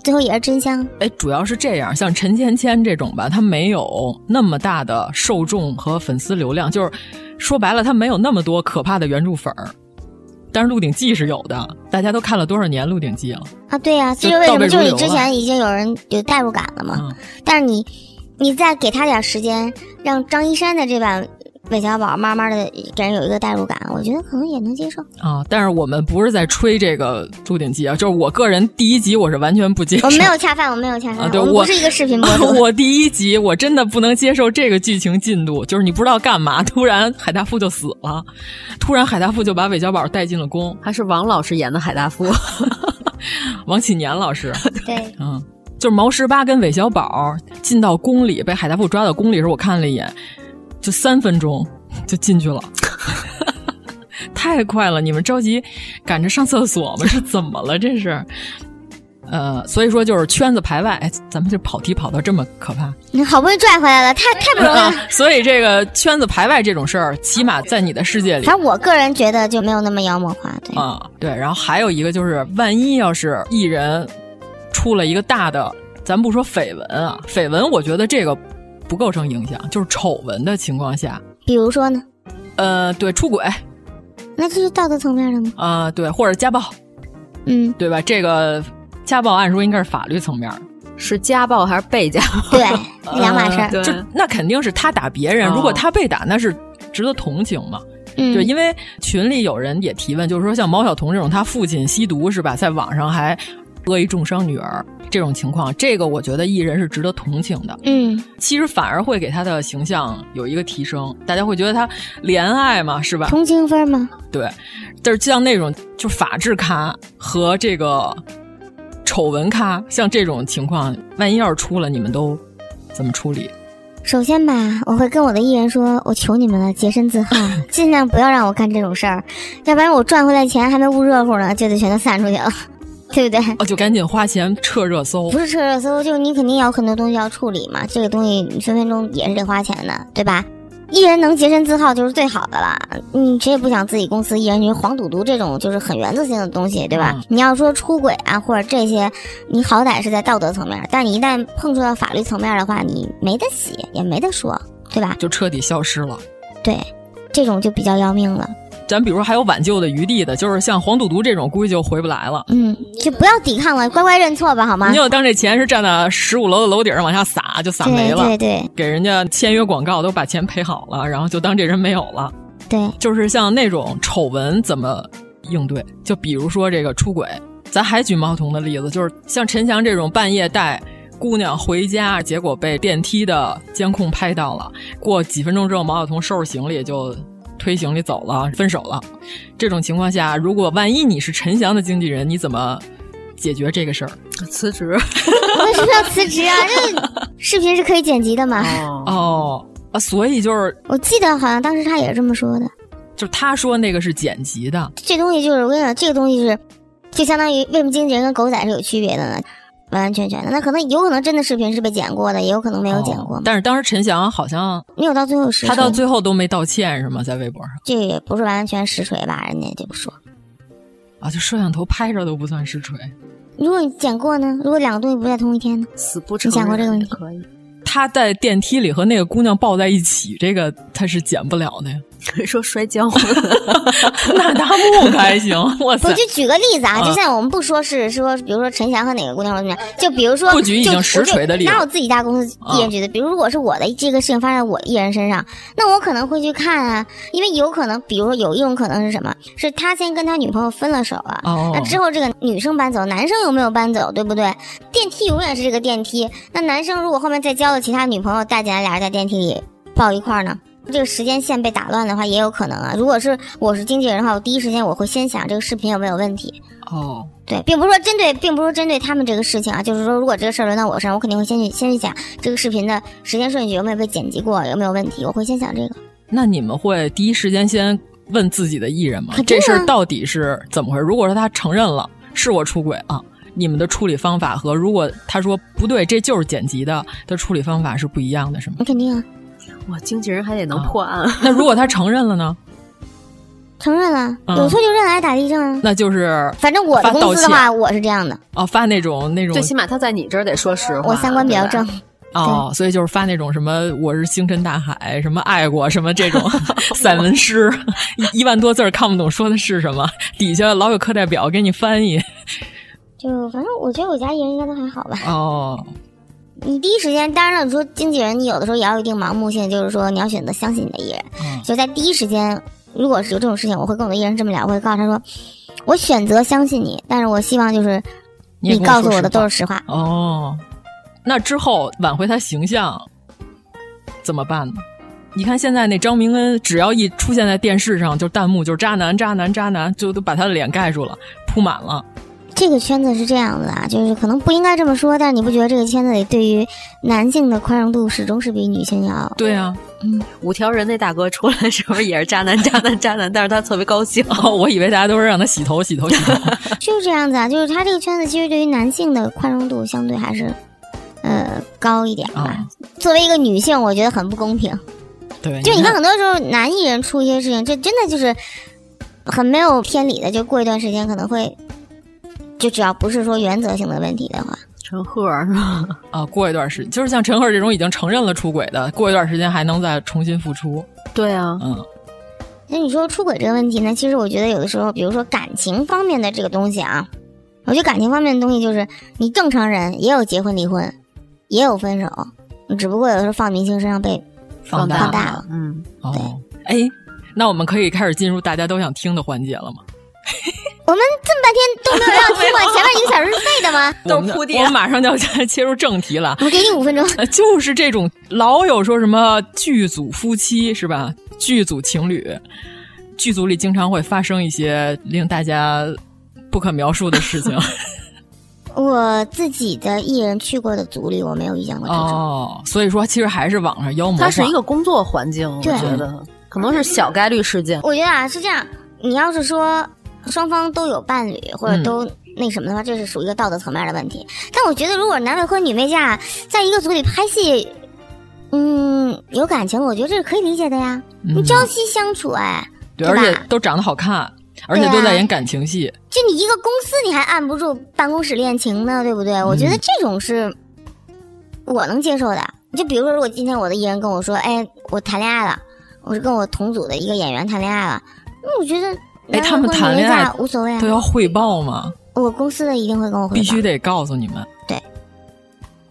J: 最后也是真香。
I: 哎，主要是这样，像陈芊芊这种吧，她没有那么大的受众和粉丝流量，就是说白了，她没有那么多可怕的原著粉儿。但是《鹿鼎记》是有的，大家都看了多少年《鹿鼎记》了？
J: 啊，对呀、
I: 就
J: 这就为什么
I: 倒背
J: 就
I: 如
J: 是你
I: 流
J: 之
I: 了
J: 前已经有人有代入感了嘛，
I: 嗯
J: 但是你你再给他点时间，让张一山的这版韦小宝慢慢的给人有一个代入感，我觉得可能也能接受。
I: 啊，但是我们不是在吹这个《鹿鼎记》啊，就是我个人第一集我是完全不接受。
J: 我哦没有恰饭，我没有恰饭，
I: 啊，对
J: 我们
I: 我
J: 不是一个视频博
I: [LAUGHS]
J: 主。
I: 我第一集我真的不能接受这个剧情进度，就是你不知道干嘛，突然海大富就死了，突然海大富就把韦小宝带进了宫。
H: 还是王老师演的海大
I: [LAUGHS]
H: 富，
I: 王启年老师，
J: 对，
I: 嗯，就是毛十八跟韦小宝进到宫里，被海大富抓到宫里的时候，我看了一眼，就三分钟就进去了。 [LAUGHS] 太快了！你们着急赶着上厕所吗？这怎么了？这是，呃，所以说就是圈子排外。哎，咱们这跑题跑到这么可怕，
J: 你好不容易拽回来了，太太不容易了
I: [LAUGHS] 啊。，所以这个圈子排外这种事儿，起码在你的世界里
J: 反正我个人觉得就没有那么妖魔化，对，
I: 啊，对。然后还有一个就是，万一要是艺人出了一个大的，咱不说绯闻啊，绯闻我觉得这个不构成影响，就是丑闻的情况下，
J: 比如说呢，
I: 呃，对，出轨，
J: 那这是道德层面的吗？
I: 呃，对，或者家暴，
J: [LAUGHS] 嗯，
I: 对吧？这个家暴按说应该是法律层面儿。
H: 是家暴还是被家暴？
J: 对，
I: 啊
J: 那两码事儿。
H: 对
I: 呃就那肯定是他打别人，
H: 哦
I: 如果他被打，那是值得同情嘛。
J: 嗯
I: 对，因为群里有人也提问，就是说像毛晓彤这种，他父亲吸毒是吧，在网上还恶意重伤女儿这种情况，这个我觉得艺人是值得同情的。
J: 嗯，
I: 其实反而会给他的形象有一个提升，大家会觉得他怜爱嘛，是吧？
J: 同情分吗？
I: 对，但是像那种就法制咖和这个丑闻咖，像这种情况，万一要是出了，你们都怎么处理？
J: 首先吧，我会跟我的艺人说，我求你们了，洁身自 [LAUGHS] 好，尽量不要让我干这种事儿，要不然我赚回来钱还没捂热乎呢，就得全都散出去了，对不对？
I: 哦，就赶紧花钱撤热搜
J: 不。是车热搜，就是你肯定有很多东西要处理嘛，这个东西你分分钟也是得花钱的，对吧？艺人能洁身自好就是最好的了，你谁也不想自己公司艺人就是黄赌毒这种就是很原则性的东西，对吧？
I: 嗯
J: 你要说出轨啊或者这些，你好歹是在道德层面，但你一旦碰触到法律层面的话，你没得洗也没得说，对吧？
I: 就彻底消失了。
J: 对，这种就比较要命了。
I: 咱比如还有挽救的余地的，就是像黄赌毒这种，估计就回不来了。
J: 嗯，就不要抵抗了，乖乖认错吧，好吗
I: 你？就当这钱是站到十五楼的楼顶上往下撒，就撒没
J: 对
I: 了。
J: 对对
I: 给人家签约广告都把钱赔好了，然后就当这人没有了。
J: 对，
I: 就是像那种丑闻怎么应对？就比如说这个出轨，咱还举毛晓彤的例子，就是像陈翔这种半夜带姑娘回家，结果被电梯的监控拍到了，过几分钟之后，毛晓彤收拾行李就。推行李走了，分手了。这种情况下，如果万一你是陈翔的经纪人，你怎么解决这个事儿？
H: 辞职？
J: 我为什么要辞职啊？这视频是可以剪辑的嘛？
I: 哦啊，所以就是
J: 我记得好像当时他也是这么说的。
I: 就是他说那个是剪辑的，
J: 这东西就是我跟你讲，这个东西是就相当于为什么经纪人跟狗仔是有区别的呢？完完全全的，那可能有可能真的视频是被剪过的，也有可能没有剪过。
I: 哦但是当时陈翔好像
J: 没有到最后实锤，
I: 他到最后都没道歉是吗？在微博上
J: 这也不是完完全实锤吧，人家就不说。
I: 啊，就摄像头拍着都不算实锤。
J: 如果你剪过呢？如果两个东西不在同一天呢？
H: 死不
J: 你
H: 承认
J: 想过这个问题？
H: 可以。
I: 他在电梯里和那个姑娘抱在一起，这个他是剪不了的呀。 [LAUGHS]
H: 说摔跤，
I: 那他不还行？哇
J: 不
I: 塞，
J: 就举个例子啊，
I: 嗯
J: 就像我们不说是说，比如说陈翔和哪个姑娘或者怎么样，就比如说
I: 不举已
J: 就
I: 经实
J: 我就
I: 锤的例子啊
J: 哪有自己家公司艺人举的？比如如果是我的这个事情发生在我艺人身上，那我可能会去看啊，因为有可能，比如说有一种可能是什么？是他先跟他女朋友分了手啊了，
I: 哦
J: 那之后这个女生搬走，男生有没有搬走，对不对？电梯永远是这个电梯，那男生如果后面再交了其他女朋友，带进来俩人在电梯里抱一块儿呢？这个时间线被打乱的话，也有可能啊。如果是我是经纪人的话，我第一时间我会先想这个视频有没有问题，
I: 哦，
J: 对，并不是说针对，并不是说针对他们这个事情啊，就是说，如果这个事儿轮到我身上，我肯定会先去先去想这个视频的时间顺序有没有被剪辑过，有没有问题，我会先想这个。
I: 那你们会第一时间先问自己的艺人吗
J: 肯？定啊
I: 这事儿到底是怎么回事？如果说他承认了是我出轨啊，你们的处理方法和如果他说不对，这就是剪辑的的处理方法是不一样的，是吗？
J: 那肯定啊，
H: 我经纪人还得
I: 啊
H: 能破案，
I: 那如果他承认了呢？
J: 承认了，
I: 嗯
J: 有错就认，挨打地震啊。
I: 那就是
J: 反正我的
I: 发
J: 公司的
I: 道
J: 话，
I: 歉
J: 我是这样的，
I: 哦，发那种那种
H: 最起码他在你这儿得说实话。
J: 我三观
I: 啊
J: 比较
H: 对吧
J: 正。，
I: 哦，所以就是发那种什么我是星辰大海，什么爱过，什么这种散文诗，一一万多字儿看不懂说的是什么，底下老有课代表给你翻译。
J: 就反正我觉得我家艺人应该都还好吧。
I: 哦，
J: 你第一时间，当然了，你说经纪人，你有的时候也要有一定盲目性，就是说你要选择相信你的艺人。
I: 嗯
J: 就在第一时间，如果是有这种事情，我会跟我的艺人这么聊，我会告诉他说，我选择相信你，但是我希望就是
I: 你也跟
J: 你
I: 我
J: 告
I: 说
J: 诉我的
I: 实话
J: 都是实话。
I: 哦，那之后挽回他形象怎么办呢？你看现在那张明恩，只要一出现在电视上，就弹幕就是渣男、渣男、渣男，就都把他的脸盖住了，铺满了。
J: 这个圈子是这样的啊，就是可能不应该这么说，但是你不觉得这个圈子里对于男性的宽容度始终是比女性
I: [LAUGHS]
J: 要？
I: 对啊，
H: 五条人那大哥出来时候也是渣男，渣男，渣男，但是他特别高兴。
I: 哦，我以为大家都是让他洗头、洗头、洗头。
J: 就是这样子啊，就是他这个圈子其实对于男性的宽容度相对还是呃高一点
I: 哦
J: 吧。作为一个女性，我觉得很不公平。
I: 对，
J: 就你看，很多时候男艺人出一些事情，这真的就是很没有天理的。就过一段时间可能会，就只要不是说原则性的问题的话，
H: [LAUGHS] 陈赫是吧？
I: 啊，过一段时就是像陈赫这种已经承认了出轨的，过一段时间还能再重新复出。
H: 对啊，
I: 嗯，
J: 那你说出轨这个问题呢？其实我觉得有的时候，比如说感情方面的这个东西啊，我觉得感情方面的东西就是你正常人也有结婚离婚，也有分手，只不过有的时候放明星身上被
I: 放
J: 放
I: 大
J: 大了。
H: 嗯，
I: 哦，哎，那我们可以开始进入大家都想听的环节了吗？
J: 我们这么半天都没有让听 [LAUGHS] 过，前面一个小时是废的吗？
H: 都
I: 我们
H: 铺
I: 我
H: 垫
I: 们马上就要 [LAUGHS] 切入正题了。
J: 我给你五分钟。
I: 呃就是这种老有说什么剧组夫妻是吧？剧组情侣，剧组里经常会发生一些令大家不可描述的事情。
J: 我自己的艺人去过的组里，我没有遇见过这种。
I: 哦，所以说其实还是网上妖魔化。
H: 他是一个工作环境，我
J: 对
H: 觉得可能是小概率事件。
J: 我觉得啊是这样，你要是说双方都有伴侣或者
I: 嗯
J: 都那什么的话，这是属于一个道德层面的问题。但我觉得，如果男未婚女未嫁，在一个组里拍戏，嗯，有感情，我觉得这是可以理解的呀。你
I: 嗯
J: 朝夕相处，哎，
I: 对，
J: 对
I: 而
J: 吧
I: 且都长得好看，而且
J: 对啊
I: 都在演感情戏。
J: 就你一个公司，你还按不住办公室恋情呢，对不
I: 嗯
J: 对？我觉得这种是我能接受的。就比如说，如果今天我的艺人跟我说：“哎，我谈恋爱了，我是跟我同组的一个演员谈恋爱了。”那我觉得
I: 哎
J: 男未婚，
I: 他们谈
J: 女未
I: 恋爱
J: 嫁无所谓啊，
I: 都要汇报吗？
J: 我公司的一定会跟我汇报，
I: 必须得告诉你们。
J: 对。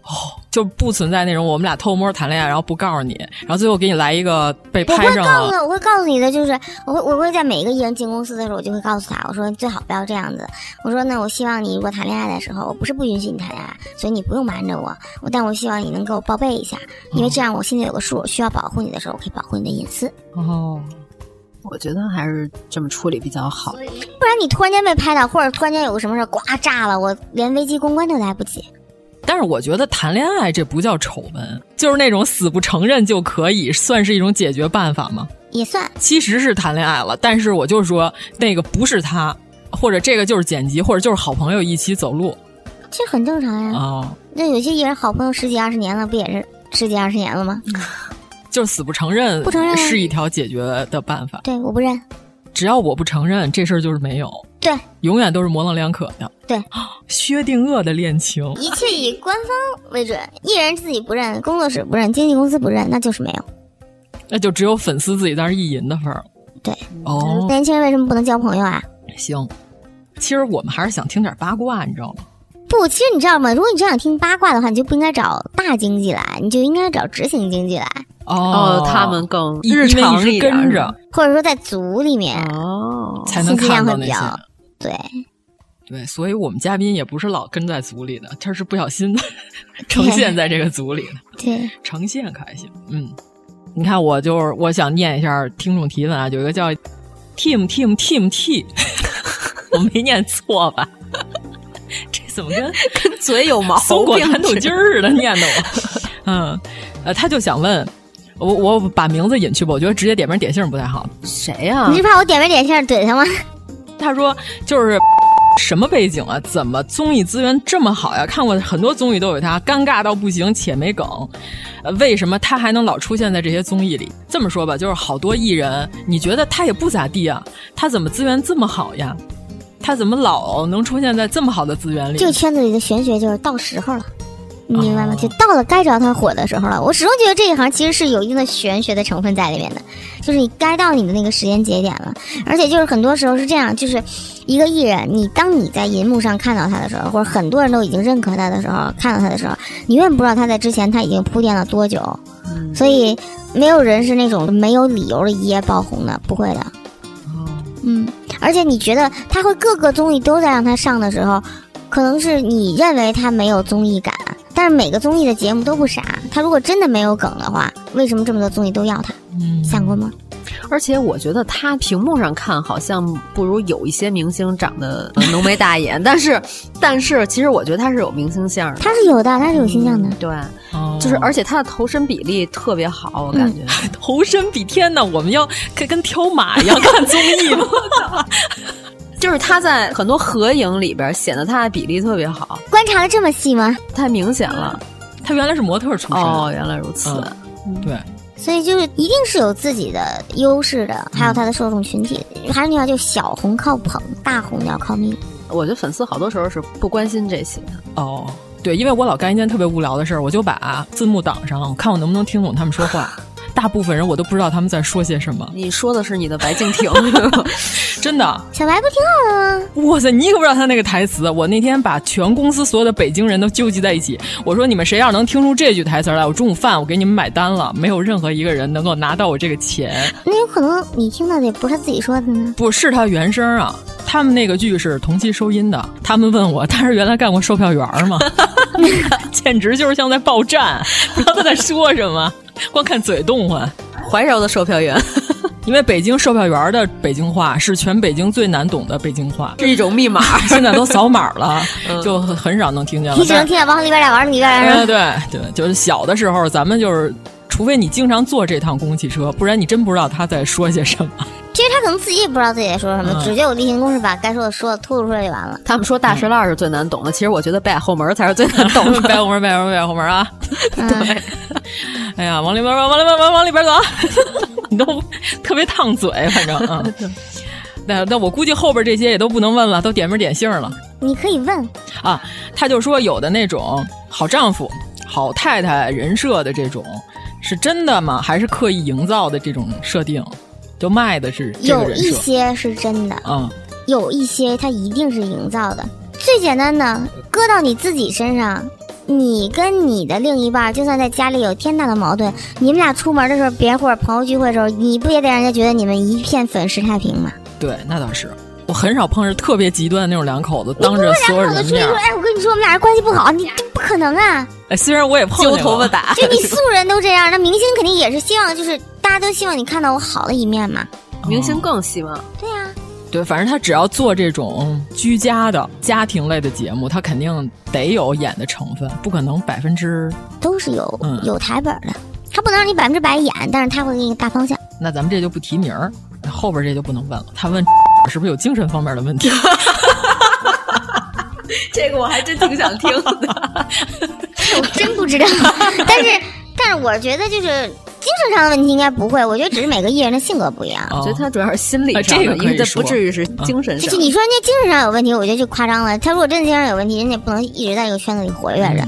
I: 哦，就不存在那种我们俩偷摸谈恋爱，然后不告诉你，然后最后给你来一个被
J: 我
I: 拍
J: 会
I: 上
J: 告
I: 了。
J: 诉他，我会告诉你的，就是我会我会在每一个艺人进公司的时候，我就会告诉他，我说最好不要这样子。我说那我希望你如果谈恋爱的时候，我不是不允许你谈恋爱，所以你不用瞒着我，我但我希望你能给我报备一下，因为这样我心里有个数，我需要保护你的时候，我可以保护你的隐私。
I: 哦，
H: 我觉得还是这么处理比较好。
J: 不然你突然间被拍到，或者突然间有个什么事儿，呱炸了，我连危机公关都来不及。
I: 但是我觉得谈恋爱这不叫丑闻，就是那种死不承认就可以，算是一种解决办法吗？
J: 也算。
I: 其实是谈恋爱了，但是我就说那个不是他，或者这个就是剪辑，或者就是好朋友一起走路。
J: 这很正常呀。
I: 哦，
J: 那有些艺人好朋友十几二十年了，不也是十几二十年了
I: 嗯
J: 吗？
I: 就是死不承认，
J: 不承认
I: 是一条解决的办法。
J: 对，我不认。
I: 只要我不承认，这事儿就是没有，
J: 对，
I: 永远都是模棱两可的。
J: 对，
I: [GASPS] 薛定谔的恋情，
J: 一切以官方为准，艺人自己不认，工作室不认，经纪公司不认，那就是没有。
I: 那就只有粉丝自己在那儿意淫的份儿。
J: 对，
I: 哦，
J: 年轻人为什么不能交朋友啊？
H: 嗯
I: 行，其实我们还是想听点八卦，你知道吗？
J: 不，其实你知道吗？如果你真想听八卦的话，你就不应该找大经济来，你就应该找执行经济来，
I: 哦，
H: 他们更
I: 因为
H: 日常
I: 一
H: 一
I: 直
H: 点
I: 跟
H: 儿
I: 着
J: 或者说在组里面，
H: 哦，
I: 才能
J: 信息
I: 看
J: 量
I: 到
J: 会
I: 那
J: 比
I: 些。
J: 较对。
I: 对，所以我们嘉宾也不是老跟在组里的，他是不小心的 [LAUGHS] 呈现在这个组里的，
J: 对，
I: 呈现开心。嗯，你看，我就是我想念一下听众提问啊，有一个叫 Team Team Team T，我没念错吧？这怎么跟
H: 跟嘴有毛
I: 松果
H: 病
I: 弹肚
H: 似的 [LAUGHS]
I: 筋儿似的念的我？ [LAUGHS] 嗯，呃，他就想问我，我把名字隐去吧，我觉得直接点名点姓不太好。
H: 谁啊呀、
I: 嗯
J: 你是怕我点名点姓怼他吗？
I: 他说就是 [LAUGHS] 什么背景啊？怎么综艺资源这么好呀？看过很多综艺都有他，尴尬到不行且没梗。呃，为什么他还能老出现在这些综艺里？这么说吧，就是好多艺人，你觉得他也不咋地啊，他怎么资源这么好呀？他怎么老能出现在这么好的资源里？
J: 这个圈子里的玄学就是到时候了，你明白吗？就到了该着他火的时候了。我始终觉得这一行其实是有一定的玄学的成分在里面的，就是你该到你的那个时间节点了。而且就是很多时候是这样，就是一个艺人，你当你在银幕上看到他的时候，或者很多人都已经认可他的时候，看到他的时候，你永远不知道他在之前他已经铺垫了多久。所以没有人是那种没有理由的一夜爆红的，不会的。嗯，而且你觉得他会各个综艺都在让他上的时候，可能是你认为他没有综艺感，但是每个综艺的节目都不傻，他如果真的没有梗的话，为什么这么多综艺都要他？
I: 嗯，
J: 想过吗？
H: 而且我觉得他屏幕上看好像不如有一些明星长得呃浓眉大眼，但是但是其实我觉得他是有明星相的，嗯
J: 他是有的，他是有形象的。
H: 对，
I: 哦
H: 就是而且他的头身比例特别好，我感觉。
I: 头身比天呐，我们要跟跟挑马一 [LAUGHS] 样看综艺吗？
H: [LAUGHS] 就是他在很多合影里边显得他的比例特别好，
J: 观察的这么细吗？
H: 太明显了。
I: 他原来是模特出身
H: 哦，原来如此。
I: 对，
J: 所以就是一定是有自己的优势的，还有他的受众群体。还是那句话，就小红靠捧，大红要靠命。
H: 我觉得粉丝好多时候是不关心这些的。
I: 哦，对，因为我老干一件特别无聊的事儿，我就把字幕挡上，看我能不能听懂他们说话。大部分人我都不知道他们在说些什么，
H: 你说的是你的白敬亭， [LAUGHS]
I: 真的。
J: 小白不挺好啊的吗？
I: 哇塞，你可不知道他那个台词。我那天把全公司所有的北京人都纠集在一起，我说你们谁要能听出这句台词来，我中午饭我给你们买单了。没有任何一个人能够拿到我这个钱，
J: 那有可能你听到的也不是他自己说的呢。
I: 不是他原声啊。他们那个剧是同期收音的，他们问我，他是原来干过售票员
H: [LAUGHS]
I: 吗？简直就是像在报站，不知道他在说什么，光看嘴动唤。
H: 怀柔的售票员
I: 因为北京售票员的北京话是全北京最难懂的北京
H: [LAUGHS]
I: 话，
H: 是一种密码，
I: 现在都扫码了，
H: 嗯
I: 就很少能听见了。
J: 你只能听到往里边俩，往里边俩。
I: 但是哎对对，就是小的时候，咱们就是，除非你经常坐这趟公共汽车，不然你真不知道他在说些什么。
J: 其实他可能自己也不知道自己在说什么，
I: 嗯
J: 只觉得我例行公事把该说的说了，吐出来就完了。
H: 他们说大石烂是最难懂的，其实我觉得北海后门才是最难 [LAUGHS] 懂的。
I: [LAUGHS] 白红门，白红门，白红门啊！ [LAUGHS]
J: 对，
I: 哎呀，往里边往往里边往往里边走，你都特别烫嘴，反正
H: [LAUGHS]
I: 嗯。那那我估计后边这些也都不能问了，都点名点姓了。
J: 你可以问，
I: 啊，他就说有的那种好丈夫、好太太人设的这种，是真的吗？还是刻意营造的这种设定？就卖的是这个
J: 有
I: 人
J: 一
I: 设，
J: 些是真的，
I: 嗯，
J: 有一些它一定是营造的。最简单的，搁到你自己身上，你跟你的另一半，就算在家里有天大的矛盾，你们俩出门的时候，别人或者朋友聚会的时候，你不也得让人家觉得你们一片粉饰太平吗？
I: 对，那倒是。我很少碰着特别极端的那种两口子，当着所有
J: 然后我
I: 人
J: 就说一
I: 面
J: 说，
I: 儿。
J: 哎，我跟你说，我们俩人关系不好，你这不可能啊！
I: 哎，虽然我也碰见过
H: 揪头发打
J: 就你素人都这样，那明星肯定也是希望，就是大家都希望你看到我好的一面嘛。
H: 明星更希望。
J: 对呀、啊，
I: 对，反正他只要做这种居家的家庭类的节目，他肯定得有演的成分，不可能百分之
J: 都是有、嗯、有台本的，他不能让你百分之百演，但是他会给你个大方向。
I: 那咱们这就不提名儿，后边这就不能问了。
H: [LAUGHS]
I: 他问是不是有精神方面的问
H: [LAUGHS]
I: 题？啊
H: 这个我还真挺想听的，
J: 我真不知道。 [LAUGHS] 但是，但是我觉得就是精神上的问题应该不会，我觉得只是每个艺人的性格不一样。
H: [LAUGHS] 我觉得他主要是心理上
I: 的，
H: 因啊为这不至于是啊精神上。
J: 就你说人家精神上有问题，我觉得就夸张了。他如果真的精神有问题，人家不能一直在这个圈子里活跃着。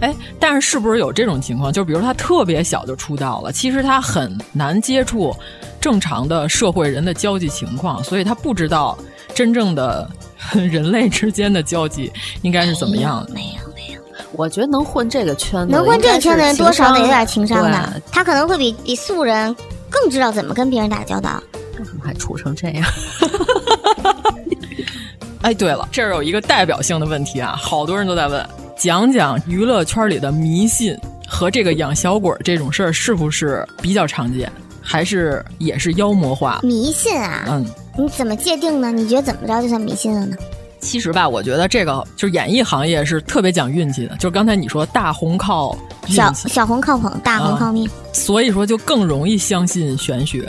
I: 哎，但是是不是有这种情况？就比如他特别小就出道了，其实他很难接触正常的社会人的交际情况，所以他不知道真正的 [LAUGHS] 人类之间的交际应该是怎么样的。
J: 没有，没有。
H: 我觉得能混这个圈子，
J: 能混这个圈
H: 子
J: 人多少得有点情商
H: 吧。
J: 他可能会比比素人更知道怎么跟别人打交道。
H: 为什么还处成这样？
I: 哎，对了，这儿有一个代表性的问题啊，好多人都在问。讲讲娱乐圈里的迷信和这个养小鬼这种事儿是不是比较常见，还是也是妖魔化？
J: 迷信啊，
I: 嗯，
J: 你怎么界定呢？你觉得怎么着就算迷信了呢？
I: 其实吧，我觉得这个就是演艺行业是特别讲运气的，就是刚才你说大红靠
J: 小小红靠捧，大红靠命、嗯，
I: 所以说就更容易相信玄学。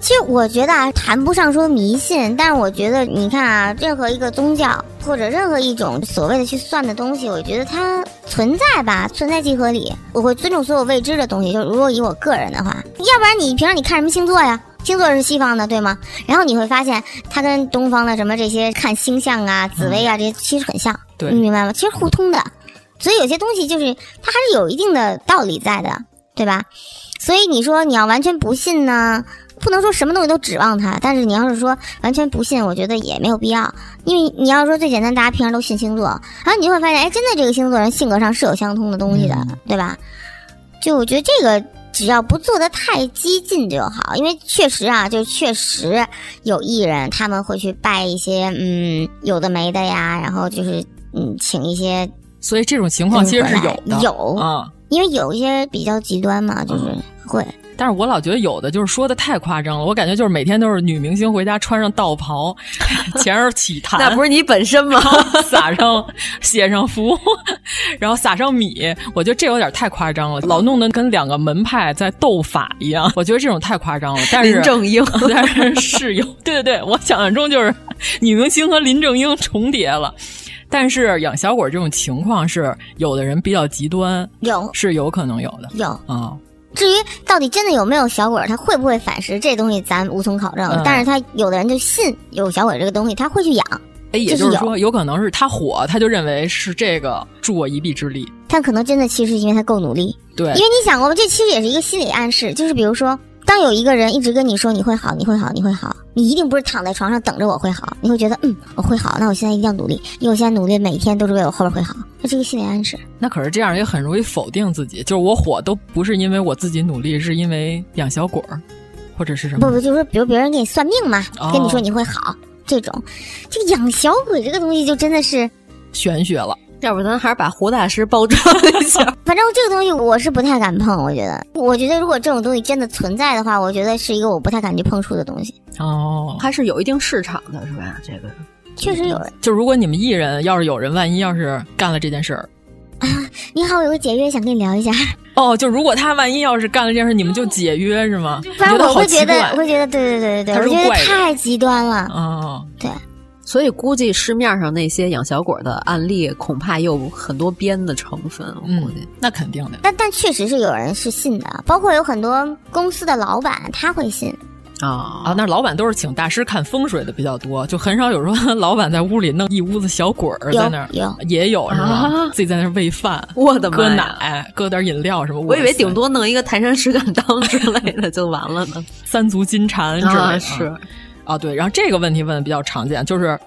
J: 其实我觉得啊，谈不上说迷信，但是我觉得你看啊，任何一个宗教或者任何一种所谓的去算的东西，我觉得它存在吧，存在即合理。我会尊重所有未知的东西，就如果以我个人的话，要不然你平常你看什么星座呀？星座是西方的，对吗？然后你会发现它跟东方的什么这些看星象啊、紫薇啊这些其实很像，
I: 对
J: 你明白吗？其实互通的，所以有些东西就是它还是有一定的道理在的，对吧？所以你说你要完全不信呢？不能说什么东西都指望它，但是你要是说完全不信，我觉得也没有必要。因为你要说最简单，大家平常都信星座，然后你就会发现，哎，真的这个星座人性格上是有相通的东西的，对吧？就我觉得这个只要不做的太激进就好，因为确实啊，就确实有艺人他们会去拜一些嗯有的没的呀，然后就是嗯请一些，
I: 所以这种情况其实是有的，
J: 有
I: 啊，
J: 因为有一些比较极端嘛，就是会。嗯
I: 但是我老觉得有的就是说的太夸张了，我感觉就是每天都是女明星回家穿上道袍， [LAUGHS] 前上起
J: [LAUGHS]
H: [LAUGHS]
I: 坛，
H: 那不是你本身吗？
I: [LAUGHS] 撒上写上符，然后撒上米，我觉得这有点太夸张了，老弄得跟两个门派在斗法一样，我觉得这种太夸张了。但是
H: [LAUGHS] 林正英，
I: [LAUGHS] 但是是有，对对对，我想象中就是女明星和林正英重叠了。但是养小鬼这种情况是有的人比较极端，
J: 有
I: 是有可能有的，
J: 有
I: 啊。嗯
J: 至于到底真的有没有小鬼儿，他会不会反噬，这东西咱无从考证。嗯、但是他有的人就信有小鬼这个东西，他会去养。
I: 哎，也就是说，有可能是他火，他就认为是这个助我一臂之力。
J: 但可能真的其实因为他够努力。
I: 对，因
J: 为你想过吗？这其实也是一个心理暗示，就是比如说，当有一个人一直跟你说你会好，你会好，你会好，你一定不是躺在床上等着我会好，你会觉得嗯我会好，那我现在一定要努力，因为我现在努力每一天都是为我后边会好，这是一个心理暗示。
I: 那可是这样也很容易否定自己，就是我火都不是因为我自己努力，是因为养小鬼儿，或者是什么？
J: 不不，就是比如别人给你算命嘛，嗯哦、跟你说你会好这种，这个养小鬼这个东西就真的是
I: 玄学了。
H: [LAUGHS] 要不咱还是把胡大师包装一下。 [LAUGHS]
J: 反正这个东西我是不太敢碰，我觉得，我觉得如果这种东西真的存在的话，我觉得是一个我不太敢去碰触的东西。
I: 哦，
H: 还是有一定市场的，是吧？这个
J: 确实有人。
I: 就如果你们艺人要是有人万一要是干了这件事儿。
J: 啊，你好，我有个解约想跟你聊一下。
I: 哦，就如果他万一要是干了这件事，你们就解约是吗？
J: 反正我会
I: 觉
J: 得，我会觉得，对对对对对，我觉得太极端了。
I: 哦，
J: 对，
H: 所以估计市面上那些养小鬼的案例，恐怕有很多编的成分。我估计、
I: 嗯、那肯定的。
J: 但但确实是有人是信的，包括有很多公司的老板他会信。
H: 嗯
I: 啊啊！那老板都是请大师看风水的比较多，就很少有说 [LAUGHS] 老板在屋里弄一屋子小鬼儿在那儿，
J: 有
I: 也有是吗？啊、自己在那儿喂饭，
H: 我的
I: 妈！搁奶，搁点饮料什么？
H: 我以为顶多弄一个泰山石敢当之类的就完了 [LAUGHS] 呢，
I: 三足金蝉之类的。啊
H: 是嗯
I: 啊，对。然后这个问题问的比较常见，就是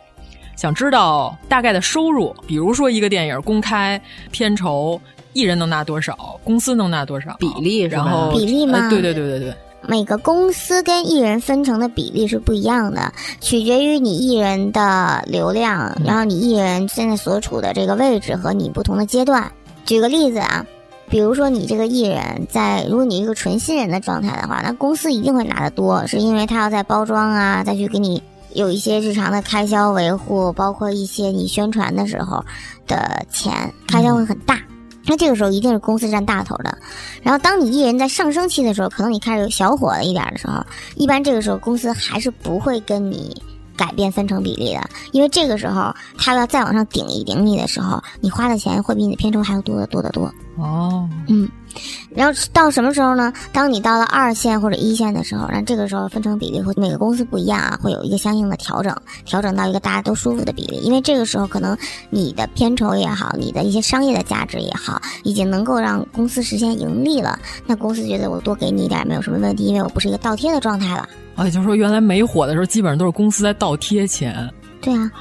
I: 想知道大概的收入，比如说一个电影公开片酬，艺人能拿多少，公司能拿多少
H: 比例，
I: 然后
J: 比例吗、
I: 呃？对对对对对。
J: 每个公司跟艺人分成的比例是不一样的，取决于你艺人的流量，然后你艺人现在所处的这个位置和你不同的阶段。举个例子啊，比如说你这个艺人在，如果你一个纯新人的状态的话，那公司一定会拿得多，是因为他要在包装啊，再去给你有一些日常的开销维护，包括一些你宣传的时候的钱，开销会很大。那这个时候一定是公司占大头的，然后当你艺人在上升期的时候，可能你开始小火了一点的时候，一般这个时候公司还是不会跟你改变分成比例的，因为这个时候他要再往上顶一顶你的时候，你花的钱会比你的片酬还要多得多得多。
I: 哦，
J: 嗯，然后到什么时候呢？当你到了二线或者一线的时候，那这个时候分成比例会每个公司不一样啊，会有一个相应的调整，调整到一个大家都舒服的比例。因为这个时候可能你的片酬也好，你的一些商业的价值也好，已经能够让公司实现盈利了。那公司觉得我多给你一点没有什么问题，因为我不是一个倒贴的状态了。
I: 啊，也就是说，原来没火的时候，基本上都是公司在倒贴钱。
J: 对啊，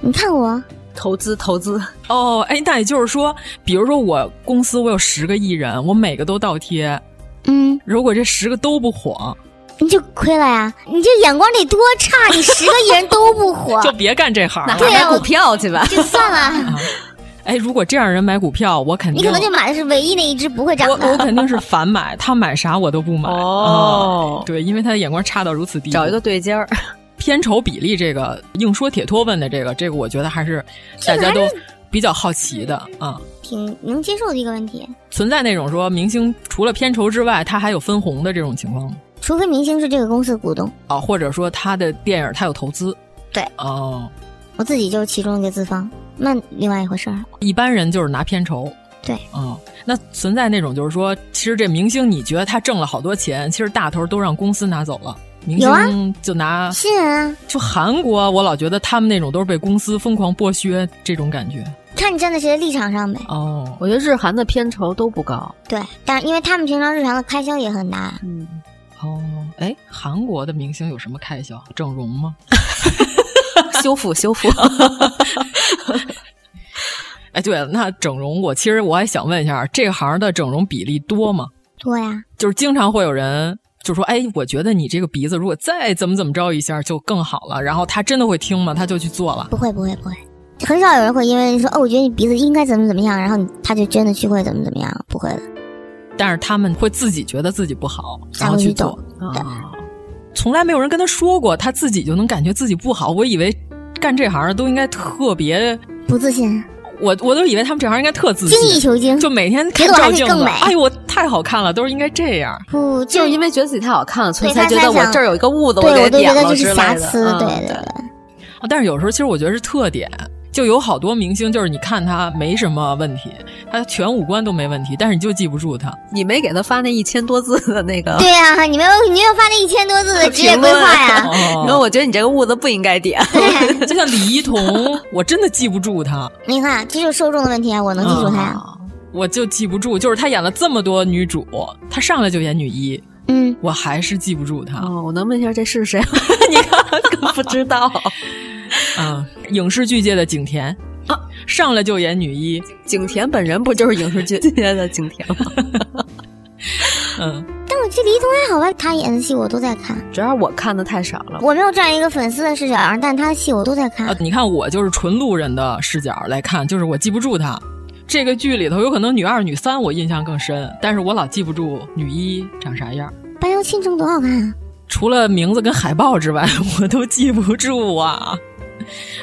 J: 你看我。
H: 投资投资
I: 哦，哎，那也就是说，比如说我公司我有十个艺人，我每个都倒贴，
J: 嗯，
I: 如果这十个都不火，
J: 你就亏了呀！你这眼光得多差，你十个艺人都不火，
I: [LAUGHS] 就别干这行了，
J: 对啊，
H: 买股票去吧，
J: 就算了。
I: [LAUGHS] 哎，如果这样人买股票，我肯定
J: 你可能就买的是唯一那一只不会涨
I: 我
J: 的。
I: 我肯定是反买，他买啥我都不买。
H: 哦
I: 嗯对，因为他的眼光差到如此地步，
H: 找一个对尖儿。
I: 片酬比例这个硬说铁托问的这个，这个我觉得还是大家都比较好奇的啊、
J: 挺能接受的一个问题，
I: 存在那种说明星除了片酬之外，他还有分红的这种情况吗
J: 除非明星是这个公司的股东，
I: 啊，或者说他的电影他有投资
J: 对
I: 哦，
J: 我自己就是其中一个资方，那另外一回事儿。
I: 一般人就是拿片酬。
J: 对，
I: 哦，那存在那种就是说，其实这明星你觉得他挣了好多钱，其实大头都让公司拿走了，明
J: 有啊
I: 星就拿
J: 新人啊，
I: 就韩国，我老觉得他们那种都是被公司疯狂剥削这种感觉。
J: 看你站在谁的立场上呗。
I: 哦，
H: 我觉得日韩的片酬都不高，
J: 对，但因为他们平常日常的开销也很大，
H: 嗯，
I: 哦，哎，韩国的明星有什么开销？整容吗？
H: 修复修
I: [LAUGHS]
H: 复，
I: 哎，对了，那整容我其实我还想问一下，这行的整容比例多吗？
J: 多呀。
I: 就是经常会有人就说，哎，我觉得你这个鼻子如果再怎么怎么着一下就更好了，然后他真的会听吗？他就去做了。
J: 不会不会不会，很少有人会因为说哦，我觉得你鼻子应该怎么怎么样，然后你他就真的去会怎么怎么样，不会的。
I: 但是他们会自己觉得自己不好，
J: 才
I: 然后
J: 会
I: 去
J: 去
I: 做。
J: 动啊对
I: 啊，从来没有人跟他说过，他自己就能感觉自己不好。我以为干这行的都应该特别，
J: 不自信，
I: 我我都以为他们这行应该特自信，
J: 精益求精，
I: 就每天看
J: 结果
I: 照
J: 还得
I: 镜
J: 更
I: 子
J: 美，
I: 哎呦，我太好看了，都是应该这样。
J: 不
H: 就
J: 就是
H: 因为觉得自己太好看了，所以
J: 对
H: 才
J: 他
H: 觉
J: 才
H: 得我
J: 想
H: 这儿有一个痦子，
J: 对
H: 给
J: 我都觉
H: 点
J: 得
H: 了
J: 这
H: 之
J: 是
H: 类的
J: 瑕疵，
H: 嗯
J: 对
H: 对
J: 对对。
I: 啊但是有时候其实我觉得是特点，就有好多明星，就是你看他没什么问题，他全五官都没问题，但是你就记不住他。
H: 你没给他发那一千多字的那个
J: 对呀、你没有你没有发那一千多字的职业
H: 评
J: 规
H: 论
J: 划
I: [LAUGHS]
J: 呀？
I: 哦
H: 然后我觉得你这个痦子不应该点，
J: 对，
I: 就像李一桐， [LAUGHS] 我真的记不住他。
J: 你看这就是受众的问题啊，我能记住他呀。
I: 我就记不住，就是她演了这么多女主，她上来就演女一，
J: 嗯，
I: 我还是记不住她。
H: 哦，我能问一下这是谁吗？ [LAUGHS] 你看，根本不知道。
I: 嗯，影视剧界的景甜
H: 啊，
I: 上来就演女一，
H: 景甜本人不就是影视剧界的景甜吗？
I: 嗯，
J: 但我记得李一桐还好吧，他演的戏我都在看，
H: 主要是我看的太少了。
J: 我没有站一个粉丝的视角，啊但他的戏我都在看
I: 啊，。你看我就是纯路人的视角来看，就是我记不住她。这个剧里头有可能女二、女三我印象更深，但是我老记不住女一长啥样，
J: 白幼庆这么多好看啊！
I: 除了名字跟海报之外， [LAUGHS] 我都记不住啊。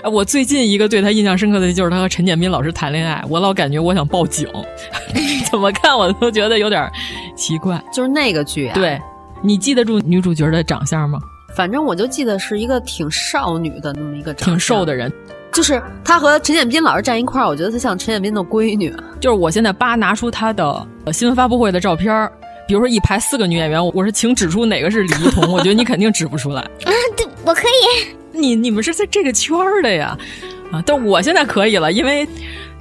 I: 啊我最近一个对她印象深刻的就是她和陈建斌老师谈恋爱，我老感觉我想报
H: [LAUGHS]
I: 警，怎么看我都觉得有点儿奇怪。
H: 就是那个剧、啊，，
I: 对，你记得住女主角的长相吗？
H: 反正我就记得是一个挺少女的那么一个长相，
I: 挺瘦的人，
H: 就是她和陈建斌老师站一块儿，我觉得她像陈建斌的闺女。啊
I: 就是我现在扒拿出她的呃新闻发布会的照片儿，比如说一排四个女演员，我我说请指出哪个是李一桐，我觉得你肯定指不出来。
J: 啊，对，我可以。
I: 你你们是在这个圈儿的呀，啊，但我现在可以了，因为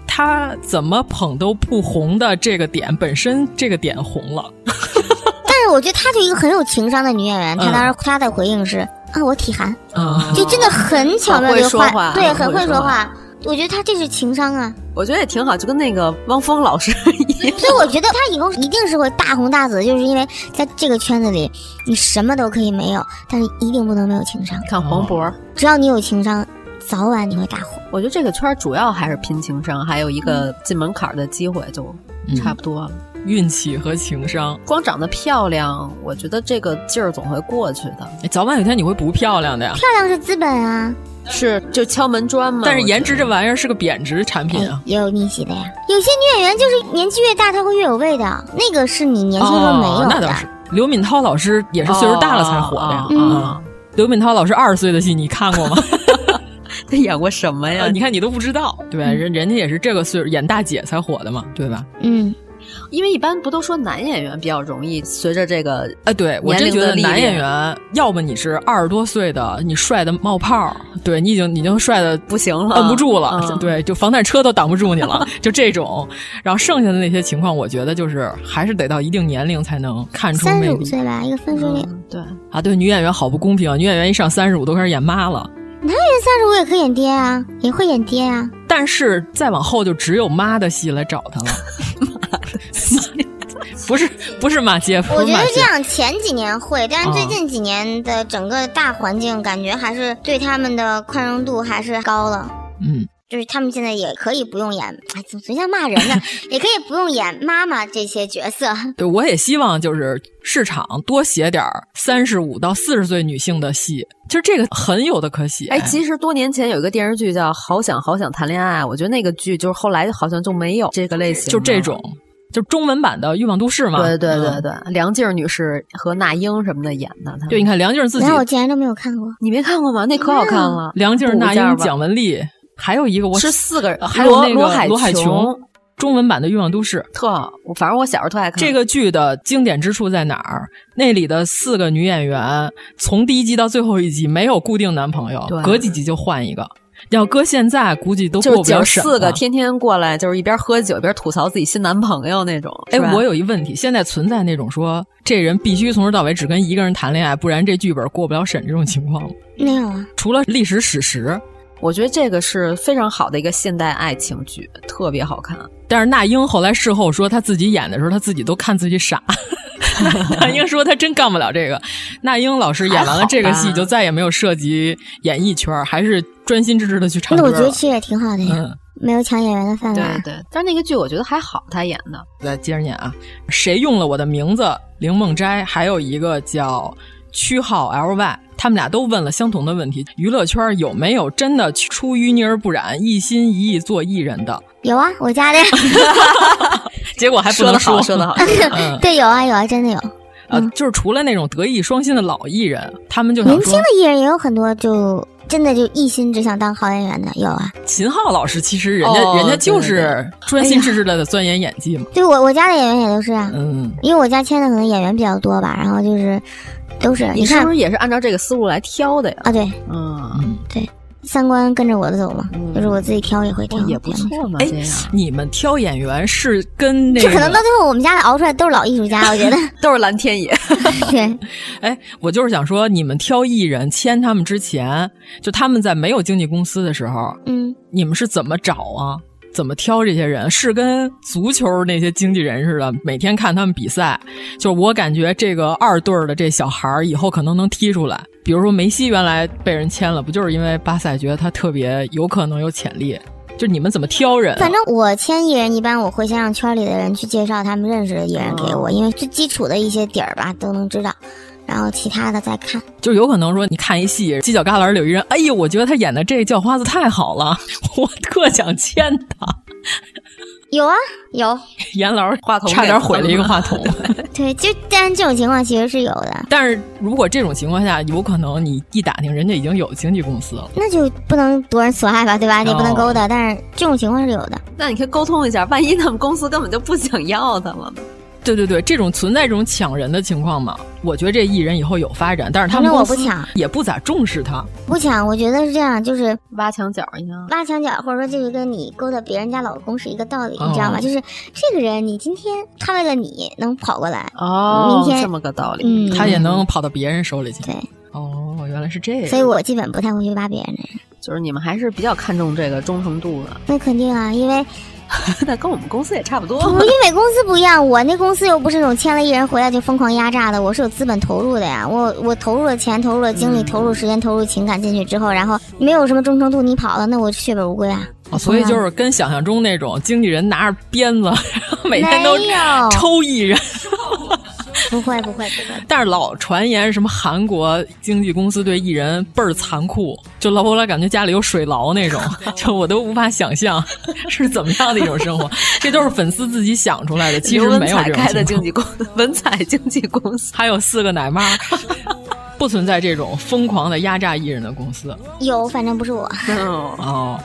I: 她怎么捧都不红的这个点本身这个点红了，
J: 但是我觉得她就一个很有情商的女演员，她
I: 嗯
J: 当时她的回应是啊，我体寒，
I: 啊、
J: 就真的很巧妙
H: 很会
J: 的
H: 说话
J: 对，
H: 很
J: 很
H: 会
J: 会
H: 说
J: 说话。我觉得她这是情商啊，
H: 我觉得也挺好，就跟那个汪峰老师 [LAUGHS] 一样。
J: 所以我觉得她以后一定是会大红大紫，就是因为在这个圈子里，你什么都可以没有，但是一定不能没有情商。
I: 哦
H: 看黄渤，
J: 只要你有情商，早晚你会大火。
H: 我觉得这个圈儿主要还是拼情商，还有一个
I: 嗯
H: 进门槛儿的机会，就差不多了。
J: 嗯
I: 运气和情商，
H: 光长得漂亮，我觉得这个劲儿总会过去的。
I: 哎早晚有一天你会不漂亮的呀。
J: 漂亮是资本啊，
H: 是就敲门砖嘛。
I: 但是颜值这玩意儿是个贬值产品啊。
J: 哎也有逆袭的呀。有些女演员就是年纪越大，她会越有味道，那个是你年轻时候没有
I: 哦
J: 的。，
I: 那倒是。刘敏涛老师也是岁数大了才火的呀。
J: 嗯
I: 啊，刘敏涛老师二十岁的戏你看过
J: [LAUGHS]
I: 吗？
H: 他演过什
J: 哎
H: 么呀？
I: [LAUGHS] 呃你看你都不知道，对吧？人人家也是这个岁数演大姐才火的嘛，对吧？
J: 嗯，
H: 因为一般不都说男演员比较容易随着这个
I: 啊，对我真觉得男演员，要么你是二十多岁的，你帅的冒泡儿，对你已经你已经帅的
H: 不行了
I: 摁不住了，
H: 嗯
I: 对，就防弹车都挡不住你
J: [LAUGHS]
I: 了，就这种。然后剩下的那些情况，我觉得就是还是得到一定年龄才能看出
J: 三
I: 魅
J: 十五
I: 力
J: 岁吧，一个分水岭。
H: 对，
I: 啊。对女演员好不公平啊，女演员一上三十五都开始演妈了。
J: 男人三十五也可以演爹啊，也会演爹啊。
I: 但是再往后就只有妈的戏来找他
J: [LAUGHS]
I: 了，不是不是马街，不
J: 我
I: 是
J: 觉
I: 马
J: 得
I: 街
J: 这样，前几年会，但是最
I: 啊
J: 近几年的整个大环境，感觉还是对他们的宽容度还是高了。
I: 嗯，
J: 就是他们现在也可以不用演，哎，怎么总像骂人 [LAUGHS] 呢？也可以不用演妈妈这些角色。
I: 对，我也希望就是市场多写点儿三十五到四十岁女性的戏，其实这个很有的可写。
H: 哎，其实多年前有一个电视剧叫《好想好想谈恋爱》，我觉得那个剧就是后来好像就没有这个类型了，
I: 就这种，就中文版的《欲望都市》嘛。
H: 对对对
I: 嗯
H: 对，梁静女士和那英什么的演的，她
I: 对，你看梁静儿自己
J: 然，后我竟然都 [LAUGHS] 没有看过，
H: 你没看过吗？那可好看了。
I: 梁静儿、
H: 补一
I: 那
H: 下
I: 英、
H: 吧
I: 蒋雯丽，还有一个我
H: 是四个人，
I: 还有
H: 罗
I: 那个
H: 罗
I: 罗
H: 海
I: 海
H: 琼嗯
I: 琼，中文版的《欲望都市》。
H: 特好，我反正我小时候特爱看
I: 这个剧的经典之处在哪儿？那里的四个女演员从第一季到最后一集没有固定男朋友
H: 对，
I: 隔几集就换一个。要搁现在，估计都
H: 就是
I: 过不了
H: 姐
I: 审
H: 四个
I: 了
H: 天天过来，就是一边喝酒一边吐槽自己新男朋友那种。
I: 哎
H: 是吧，
I: 我有一问题，现在存在那种说这人必须从头到尾只跟一个人谈恋爱，不然这剧本过不了审这种情况吗？
J: 没有啊。
I: 除了历史史实，
H: 我觉得这个是非常好的一个现代爱情剧，特别好看。
I: 但是那英后来事后说，她自己演的时候，她自己都看自己
J: [LAUGHS]
I: 傻。那英说她真干不了这个。那英老师演完了这个
H: 还好
I: 戏，
H: 吧
I: 就再也没有涉及演艺圈，还是专心致志的去唱
J: 那
I: 歌
J: 我
I: 了。
J: 觉得其实也挺好的呀，
I: 嗯
J: 没有抢演员的饭碗。
H: 对对，但是那个剧我觉得还好，他演的。
I: 再接着念啊，谁用了我的名字？林梦斋，还有一个叫区号 LY，他们俩都问了相同的问题：娱乐圈有没有真的出淤泥而不染、一心一意做艺人的？
J: 有啊，我家的。
I: 结果还不
H: 说
I: 能
H: 得好，嗯
I: 说
H: 说得好。
I: 嗯
J: [LAUGHS] 对，有啊有啊，真的有。
I: 呃，就是除了那种德艺双馨的老艺人，他们就想
J: 年轻
I: 说
J: 的，艺人也有很多就。真的就一心只想当好演员的有啊，
I: 秦昊老师其实人家、
H: 哦
I: 人家就
H: 对哎
I: 是专心致志的钻研演技嘛。
J: 对我我家的演员也都是啊，
I: 嗯，
J: 因为我家签的可能演员比较多吧，然后就是都是
H: 你是
J: 看
H: 不是也是按照这个思路来挑的呀？
J: 啊，对，
H: 嗯，
J: 三观跟着我的走嘛，就是我自己挑也会挑，
H: 也不错嘛，
I: 哎
H: 这样。，
I: 你们挑演员是跟那
J: 这
I: 个
J: 样。就可能到最后我们家的熬出来都是老艺术家，我觉得
H: 都是蓝天野，
J: 对。
I: 哎，我就是想说，你们挑艺人签他们之前，就他们在没有经纪公司的时候，
J: 嗯，
I: 你们是怎么找啊？怎么挑这些人？是跟足球那些经纪人似的，每天看他们比赛。就是我感觉这个二队儿的这小孩儿以后可能能踢出来。比如说梅西原来被人签了，不就是因为巴萨觉得他特别有可能有潜力？就你们怎么挑人啊？
J: 反正我签艺人，一般我会先让圈里的人去介绍他们认识的艺人给
I: 嗯
J: 我，因为最基础的一些底儿吧都能知道，然后其他的再看。
I: 就是有可能说，你看一戏，犄角旮旯里有一人，哎呦，我觉得他演的这叫花子太好了， [LAUGHS] 我特想签他。
J: 有啊，
I: [LAUGHS]
J: 有，
I: 严老师
H: 话筒
I: 差点毁了一个
H: 给
J: [LAUGHS]
I: 话筒。
J: 对，就但这种情况其实是有的，
I: 但是如果这种情况下，有可能你一打听，人家已经有经纪公司了。
J: 那就不能夺人所爱吧，对吧？你也不能
I: 哦
J: 勾搭，但是这种情况是有的。
H: 那你可以沟通一下，万一他们公司根本就不想要他们。
I: 对对对，这种存在这种抢人的情况嘛，我觉得这艺人以后有发展，但是他
J: 反
I: 们
J: 正我
I: 公司
J: 不抢
I: 也不咋重视他。
J: 不抢，我觉得是这样，就是
H: 挖墙脚一样。
J: 挖墙脚，或者说这是跟你勾搭别人家老公是一个道理，
I: 哦
J: 你知道吗？就是这个人，你今天他为了你能跑过来，
H: 哦
J: 明天
H: 这么个道理。
J: 嗯，
I: 他也能跑到别人手里去。
J: 对，
I: 哦，原来是这样。
J: 所以我基本不太会去挖别人的人，
H: 就是你们还是比较看重这个忠诚度的。 [LAUGHS]
J: 那肯定啊，因为
H: 那跟我们公司也差
J: [LAUGHS]
H: 不多。
J: 我
H: [LAUGHS]
J: 跟伟公司不一样，我那公司又不是那种签了艺人回来就疯狂压榨的，我是有资本投入的呀。我我投入了钱，投入了精力，投入时间，投入情感进去之后，然后没有什么忠诚度，你跑了，那我血本无归啊。
I: 哦所以就是跟想象中那种经纪人拿着鞭子，然后每天都
J: 没有
I: 抽艺人。
J: 不会不会不会，
I: 但是老传言什么韩国经纪公司对艺人倍儿残酷，就老我老感觉家里有水牢那
H: [LAUGHS]
I: 种，就我都无法想象 [LAUGHS] 是怎么样的一种生活。这都是粉丝自己想出来的，其实
H: 刘文
I: 没有
H: 彩
I: 这种
H: 开的
I: 情
H: 经
I: 况
H: 纪公司， [LAUGHS] 文采经纪公司，
I: 还有四个
H: [LAUGHS]
I: 奶妈，不存在这种疯狂的压榨艺人的公司。
J: 有，反正不是我。
H: 嗯
I: 哦，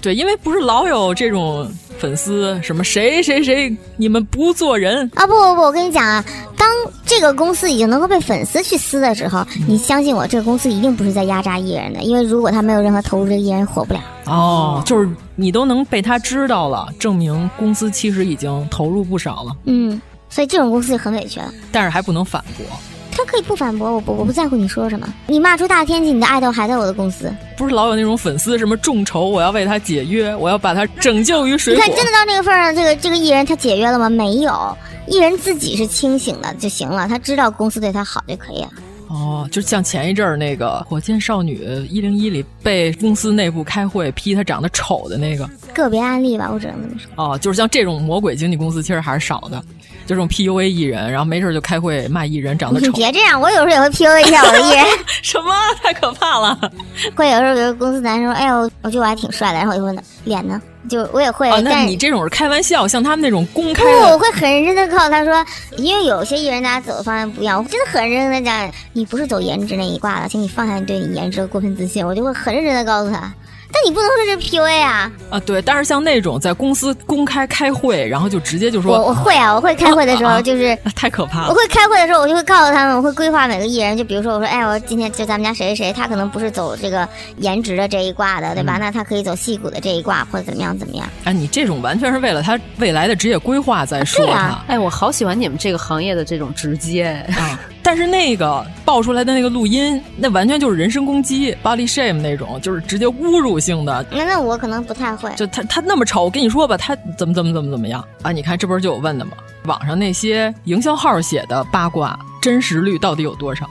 I: 对，因为不是老有这种粉丝什么谁谁谁，你们不做人，
J: 啊不不不，我跟你讲啊，当这个公司已经能够被粉丝去撕的时候，你相信我，这个公司一定不是在压榨艺人的，因为如果他没有任何投入，这个艺人火不了。
I: 哦，就是你都能被他知道了，证明公司其实已经投入不少了，
J: 嗯，所以这种公司就很委屈了。
I: 但是还不能反驳。
J: 他可以不反驳我不，我不在乎你说什么。你骂出大天际，你的爱豆还在我的公司。
I: 不是老有那种粉丝什么众筹，我要为他解约，我要把他拯救于水
J: 你
I: 火
J: 看，。真的到那个份儿上，这个这个艺人他解约了吗？没有，艺人自己是清醒的就行了，他知道公司对他好就可以了。
I: 哦，就像前一阵儿那个《火箭少女一零一》里被公司内部开会批他长得丑的那个，
J: 个别案例吧，我只能这么说。
I: 哦，就是像这种魔鬼经纪公司其实还是少的，就这种 PUA 艺人，然后没事儿就开会骂艺人长得
J: 你
I: 丑，
J: 别这样，我有时候也会 PUA 一下我的艺人。 [LAUGHS]
I: 什么太可怕了。
J: 会有时候，比如公司男生说：“哎呦，我觉得我还挺帅的。”然后我就问他脸呢，就我也会，
I: 哦，那
J: 哎但
I: 你这种是开玩笑，像他们那种公开
J: 不，
I: 的，
J: 我会很认真的告诉他说，因为有些艺人大家走的方向不一样，我真的很认真的讲，你不是走颜值那一挂的，请你放下你对你颜值的过分自信，我就会很认真的告诉他。但你不能说这是 PUA 啊！
I: 啊，对，但是像那种在公司公开开会，然后就直接就说，
J: 我我会啊，我会开会的时
I: 啊
J: 候
I: 啊
J: 就是
I: 啊太可怕
J: 我
I: 了
J: 会开会的时候，我就会告诉他们，我会规划每个艺人。就比如说，我说，哎，我今天就咱们家谁谁谁，他可能不是走这个颜值的这一挂的，对
I: 嗯
J: 吧？那他可以走戏骨的这一挂，或者怎么样怎么样。
I: 啊！你这种完全是为了他未来的职业规划在说
J: 对
I: 他。
J: 啊
H: 哎，我好喜欢你们这个行业的这种直接，
I: 啊但是那个爆出来的那个录音，那完全就是人身攻击、body shame 那种，就是直接侮辱性的。
J: 那那我可能不太会。
I: 就他他那么丑，我跟你说吧，他怎么怎么怎么怎么样啊？你看这不是就有问的吗？网上那些营销号写的八卦真实率到底有多少？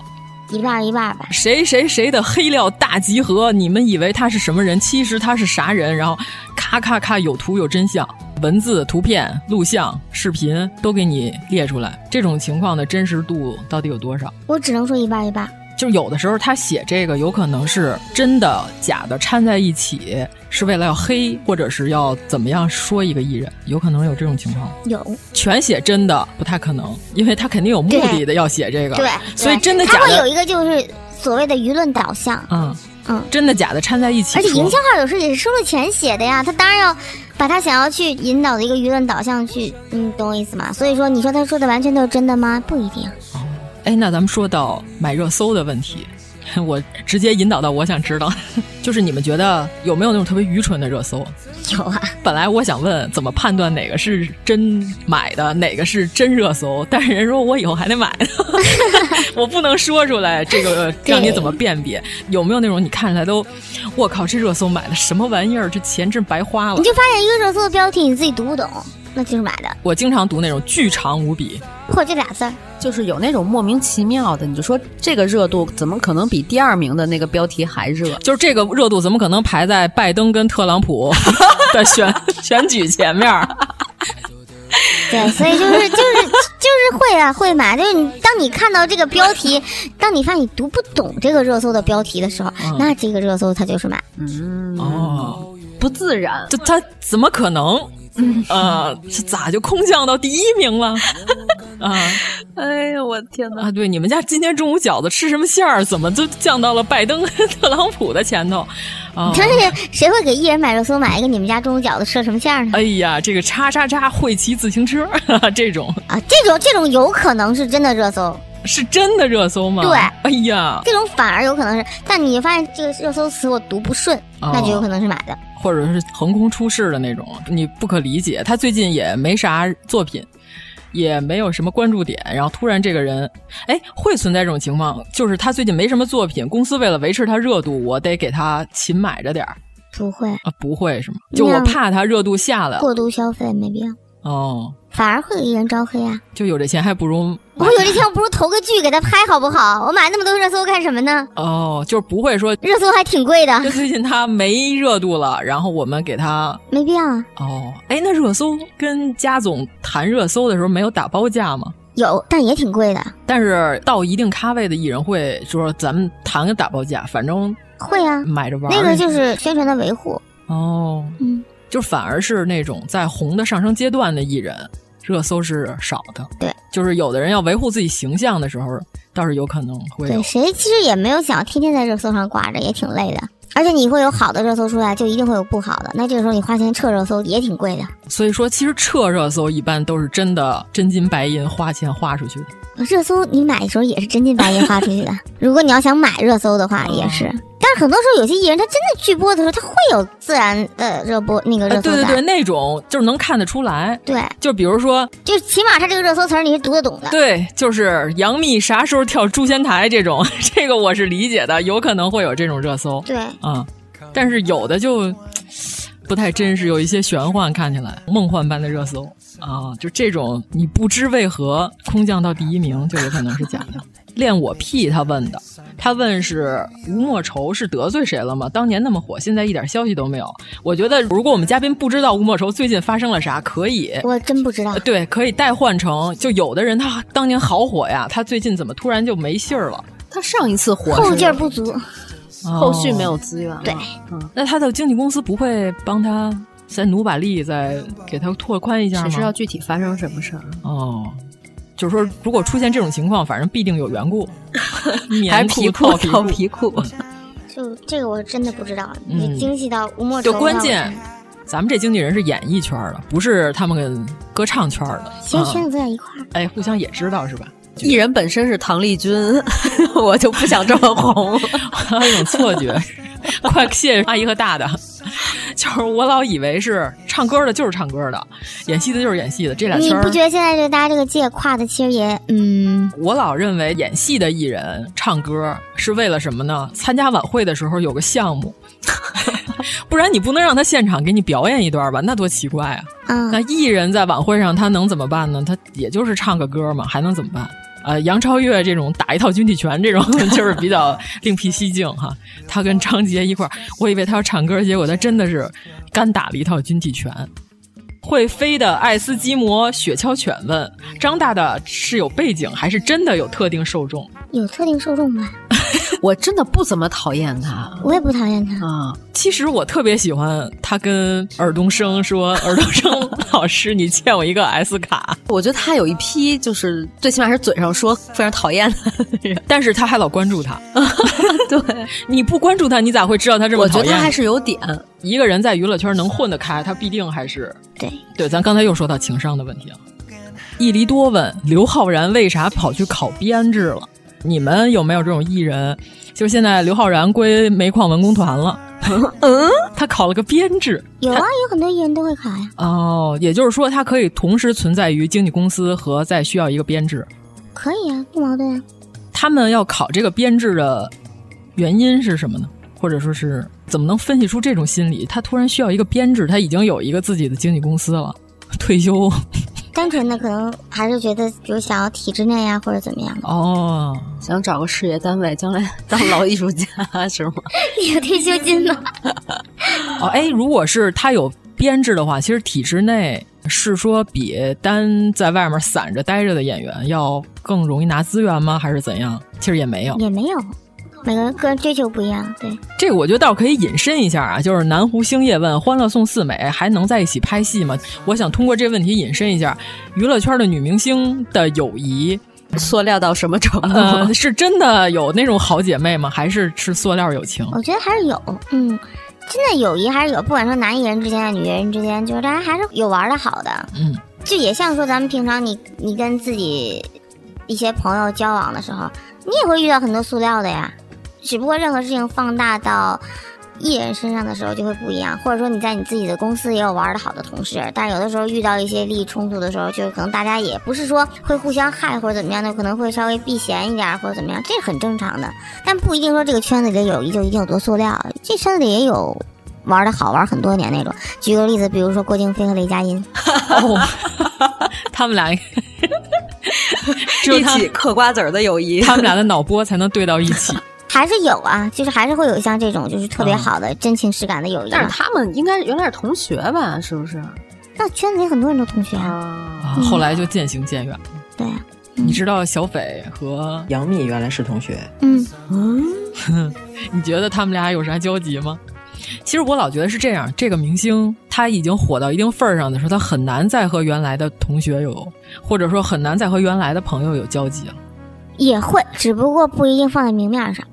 J: 一半儿一半儿吧。
I: 谁谁谁的黑料大集合，你们以为他是什么人，其实他是啥人，然后咔咔咔有图有真相，文字、图片、录像、视频都给你列出来，这种情况的真实度到底有多少？
J: 我只能说一半儿一半儿。
I: 就是有的时候他写这个有可能是真的假的掺在一起，是为了要黑，或者是要怎么样说一个艺人，有可能有这种情况。
J: 有
I: 全写真的不太可能，因为他肯定有目的的要写这个，
J: 对，
I: 所以
J: 对
I: 真的
J: 它
I: 假
J: 会有一
I: 的，
J: 个就是所谓的舆论导向，
I: 嗯
J: 嗯，
I: 真的假的掺在一起
J: 而
I: 说，
J: 且营销号有时候也是收了钱写的呀，他当然要把他想要去引导的一个舆论导向去，嗯，懂我意思吗？所以说，你说他说的完全都是真的吗？不一定。
I: 哎，那咱们说到买热搜的问题， [LAUGHS] 我直接引导到我想知道， [LAUGHS] 就是你们觉得有没有那种特别愚蠢的热搜？
J: 有啊，
I: 本来我想问怎么判断哪个是真买的，哪个是真热搜，但是人说我以后还得买 [LAUGHS] 呢，我不能说出来，这个
J: 对
I: 让你怎么辨别？有没有那种你看起来都，我靠，这热搜买的什么玩意儿？这钱真白花了
J: 你。就发现一个热搜的标题你自己读不懂，那就是买的，
I: 我经常读那种巨长无比，
J: 或者这俩字儿。
H: 就是有那种莫名其妙的，你就说这个热度怎么可能比第二名的那个标题还热？
I: 就是这个热度怎么可能排在拜登跟特朗普的选选举前面儿？
J: 对，所以就是 [LAUGHS] 就是就是会啊会买，就是你当你看到这个标题，当你发现你读不懂这个热搜的标题的时候，那这个热搜它就是买。
I: 哦，
H: 不自然。
I: 这他怎么可能？呃，这咋就空降到第一名了？啊
H: 哎呀，我天哪！
I: 啊！对，你们家今天中午饺子吃什么馅儿？怎么就降到了拜登、特朗普的前头？啊！
J: 真是谁会给艺人买热搜买一个你们家中午饺子吃的什么馅儿呢？
I: 哎呀，这个叉叉叉会骑自行车， [LAUGHS] 这种
J: 啊，这种这种有可能是真的热搜，
I: 是真的热搜吗？
J: 对
I: 哎呀，
J: 这种反而有可能是，但你发现这个热搜词我读不顺，
I: 哦
J: 那就有可能是买的。
I: 或者是横空出世的那种，你不可理解。他最近也没啥作品，也没有什么关注点，然后突然这个人，哎，会存在这种情况，就是他最近没什么作品，公司为了维持他热度，我得给他勤买着点儿。
J: 不会
I: 啊，不会是吗？就我怕它热度下来了
J: 过度消费没必要，
I: 哦，
J: 反而会给人招黑啊。
I: 就有这钱还不如
J: 我有这钱，我不如投个剧给他拍好不好？我买那么多热搜干什么呢？
I: 哦，就是不会说
J: 热搜还挺贵的，
I: 就最近它没热度了，然后我们给它
J: 没必要啊。
I: 哦，哎，那热搜跟家总谈热搜的时候没有打包价吗？
J: 有，但也挺贵的。
I: 但是到一定咖位的艺人会说咱们谈个打包价，反正
J: 会啊，
I: 买嗯着玩儿。
J: 那个就是宣传的维护。
I: 哦，
J: 嗯，
I: 就反而是那种在红的上升阶段的艺人，热搜是少的。
J: 对，
I: 就是有的人要维护自己形象的时候，倒是有可能会有
J: 对，谁其实也没有想天天在热搜上挂着，也挺累的。而且你会有好的热搜出来，就一定会有不好的。那这个时候你花钱撤热搜也挺贵的。
I: 所以说，其实撤热搜一般都是真的真金白银花钱花出去的。
J: 热搜你买的时候也是真金白银花出
I: [LAUGHS]
J: 去的。如果你要想买热搜的话，也是。
I: 嗯
J: 但是很多时候有些艺人他真的拒播的时候，他会有自然的热播那个热
I: 哎，
J: 搜
I: 对
J: 的。
I: 对对，那种就是能看得出来。
J: 对
I: 就比如说，
J: 就是起码他这个热搜词儿你是读得懂的。
I: 对，就是杨幂啥时候跳诛仙台这种， [LAUGHS] 这个我是理解的，有可能会有这种热搜。
J: 对
I: 啊、但是有的就不太真实，有一些玄幻，看起来梦幻般的热搜啊，就这种你不知为何空降到第一名，就有可能是假的。恋我屁，他问的，他问是吴莫愁是得罪谁了吗？当年那么火，现在一点消息都没有。我觉得如果我们嘉宾不知道吴莫愁最近发生了啥，可以
J: 我真不知道。
I: 对，可以代换成，就有的人他当年好火呀，他最近怎么突然就没信儿了？啊
H: 他上一次火
J: 后劲儿
H: 是
J: 不足。
H: 后续没有资源了。
J: 对，
H: 嗯，
I: 那他的经纪公司不会帮他再努把力，再给他拓宽一下吗？
H: 谁知道具体发生什么事儿？
I: 哦，就是说，如果出现这种情况，反正必定有缘故。
H: 还
I: 棉
H: 皮
I: 套
H: 裤
I: 皮
H: 套皮裤，
J: 就这个我真的不知道，
I: 嗯
J: 也精细到吴莫愁
I: 就
J: 的话。
I: 关键，咱们这经纪人是演艺圈儿的，不是他们歌唱圈儿的。
J: 其实圈
I: 嗯
J: 子在一块儿，
I: 哎，互相也知道是吧？
H: 艺人本身是唐丽君， [LAUGHS] 我就不想这么红。
I: 我有一种错觉。快谢谢阿姨和大大，就是我老以为是唱歌的，就是唱歌的，演戏的，就是演戏的，这俩
J: 你
I: 圈
J: 嗯不
I: 儿
J: 觉。得现在这个大家这个界跨的其实也嗯，
I: 我老认为演戏的艺人唱歌是为了什么呢？参加晚会的时候有个项目， [LAUGHS] 不然你不能让他现场给你表演一段吧？那多奇怪啊！
J: 嗯
I: 那艺人在晚会上他能怎么办呢？他也就是唱个歌嘛，还能怎么办？呃，杨超越这种打一套军体拳这种 [LAUGHS] 就是比较另辟蹊径哈。他跟张杰一块儿，我以为他要唱歌，结果他真的是干打了一套军体拳。会飞的爱斯基摩雪橇犬问：张大大是有背景，还是真的有特定受众？
J: 有特定受众吧？
H: [LAUGHS] 我真的不怎么讨厌他
I: 嗯
J: 我也不讨厌他。
H: 啊，
I: 其实我特别喜欢他跟尔冬升说：“尔冬升老师，你欠我一个 S 卡。
H: 我觉得他有一批就是最起码是嘴上说非常讨厌他的人”，
I: 但是他还老关注他。
H: [LAUGHS] 对，
I: 你不关注他，你咋会知道他这么
H: 我觉
I: 讨
H: 得
I: 厌？
H: 他还是有点。
I: 一个人在娱乐圈能混得开，他必定还是
J: 对，
I: 对。咱刚才又说到情商的问题了。一离多问刘昊然为啥跑去考编制了？你们有没有这种艺人？就是现在刘昊然归煤矿文工团了，
H: [LAUGHS]
I: [LAUGHS]
H: 嗯，
I: 他考了个编制
J: 有啊，有很多艺人都会考呀。
I: 哦，也就是说他可以同时存在于经纪公司和在需要一个编制。
J: 可以啊，不矛盾啊。
I: 他们要考这个编制的原因是什么呢？或者说是怎么能分析出这种心理？他突然需要一个编制，他已经有一个自己的经纪公司了， [LAUGHS] 退休
J: 单纯的可能还是觉得，比如想要体制内啊，或者怎么
I: [LAUGHS]
J: 样的。
I: 哦，
H: 想找个事业单位，将来 [LAUGHS] 当老艺术家是吗？
J: 有退休金吗？
I: 哦，哎，如果是他有编制的话，其实体制内是说比单在外面散着待着的演员要更容易拿资源吗？还是怎样？其实也没有，
J: [LAUGHS] 也没有，每个人个人追求不一样。对，
I: 这个我觉得倒可以引申一下啊，就是南湖星夜问《欢乐颂》四美还能在一起拍戏吗？我想通过这个问题引申一下，娱乐圈的女明星的友谊，
H: 塑料到什么程度？ [LAUGHS]
I: 呃，是真的有那种好姐妹吗？还是吃塑料友情？
J: 我觉得还是有，嗯，真的友谊还是有，不管说男艺人之间啊、女艺人之间，就是大家还是有玩的好的。
I: 嗯，
J: 就也像说咱们平常你你跟自己一些朋友交往的时候，你也会遇到很多塑料的呀。只不过任何事情放大到艺人身上的时候就会不一样，或者说你在你自己的公司也有玩的好的同事，但有的时候遇到一些利益冲突的时候，就是可能大家也不是说会互相害或者怎么样的，可能会稍微避嫌一点或者怎么样，这很正常的。但不一定说这个圈子里的友谊就一定有多塑料，这圈子里也有玩的好，玩很多年那种。举个例子，比如说郭京飞和雷佳音，
H: 哦， [LAUGHS] 他们俩
I: [LAUGHS] 有
H: 一
I: 他
H: 起嗑瓜子儿的友谊，
I: 他们俩的脑波才能对到一起。
J: 还是有啊，就是还是会有像这种就是特别好的、真情实感的友谊嘛。
H: 但是他们应该原来是同学吧？是不是？
J: 那圈子里很多人都同学啊，
I: 啊后来就渐行渐远了。
J: 对啊，
I: 你知道小斐和
K: 杨幂原来是同学，
J: 嗯
I: 嗯，你觉得他们俩有啥交集吗？其实我老觉得是这样，这个明星他已经火到一定份儿上的时候，他很难再和原来的同学有，或者说很难再和原来的朋友有交集了。
J: 也会，只不过不一定放在明面上。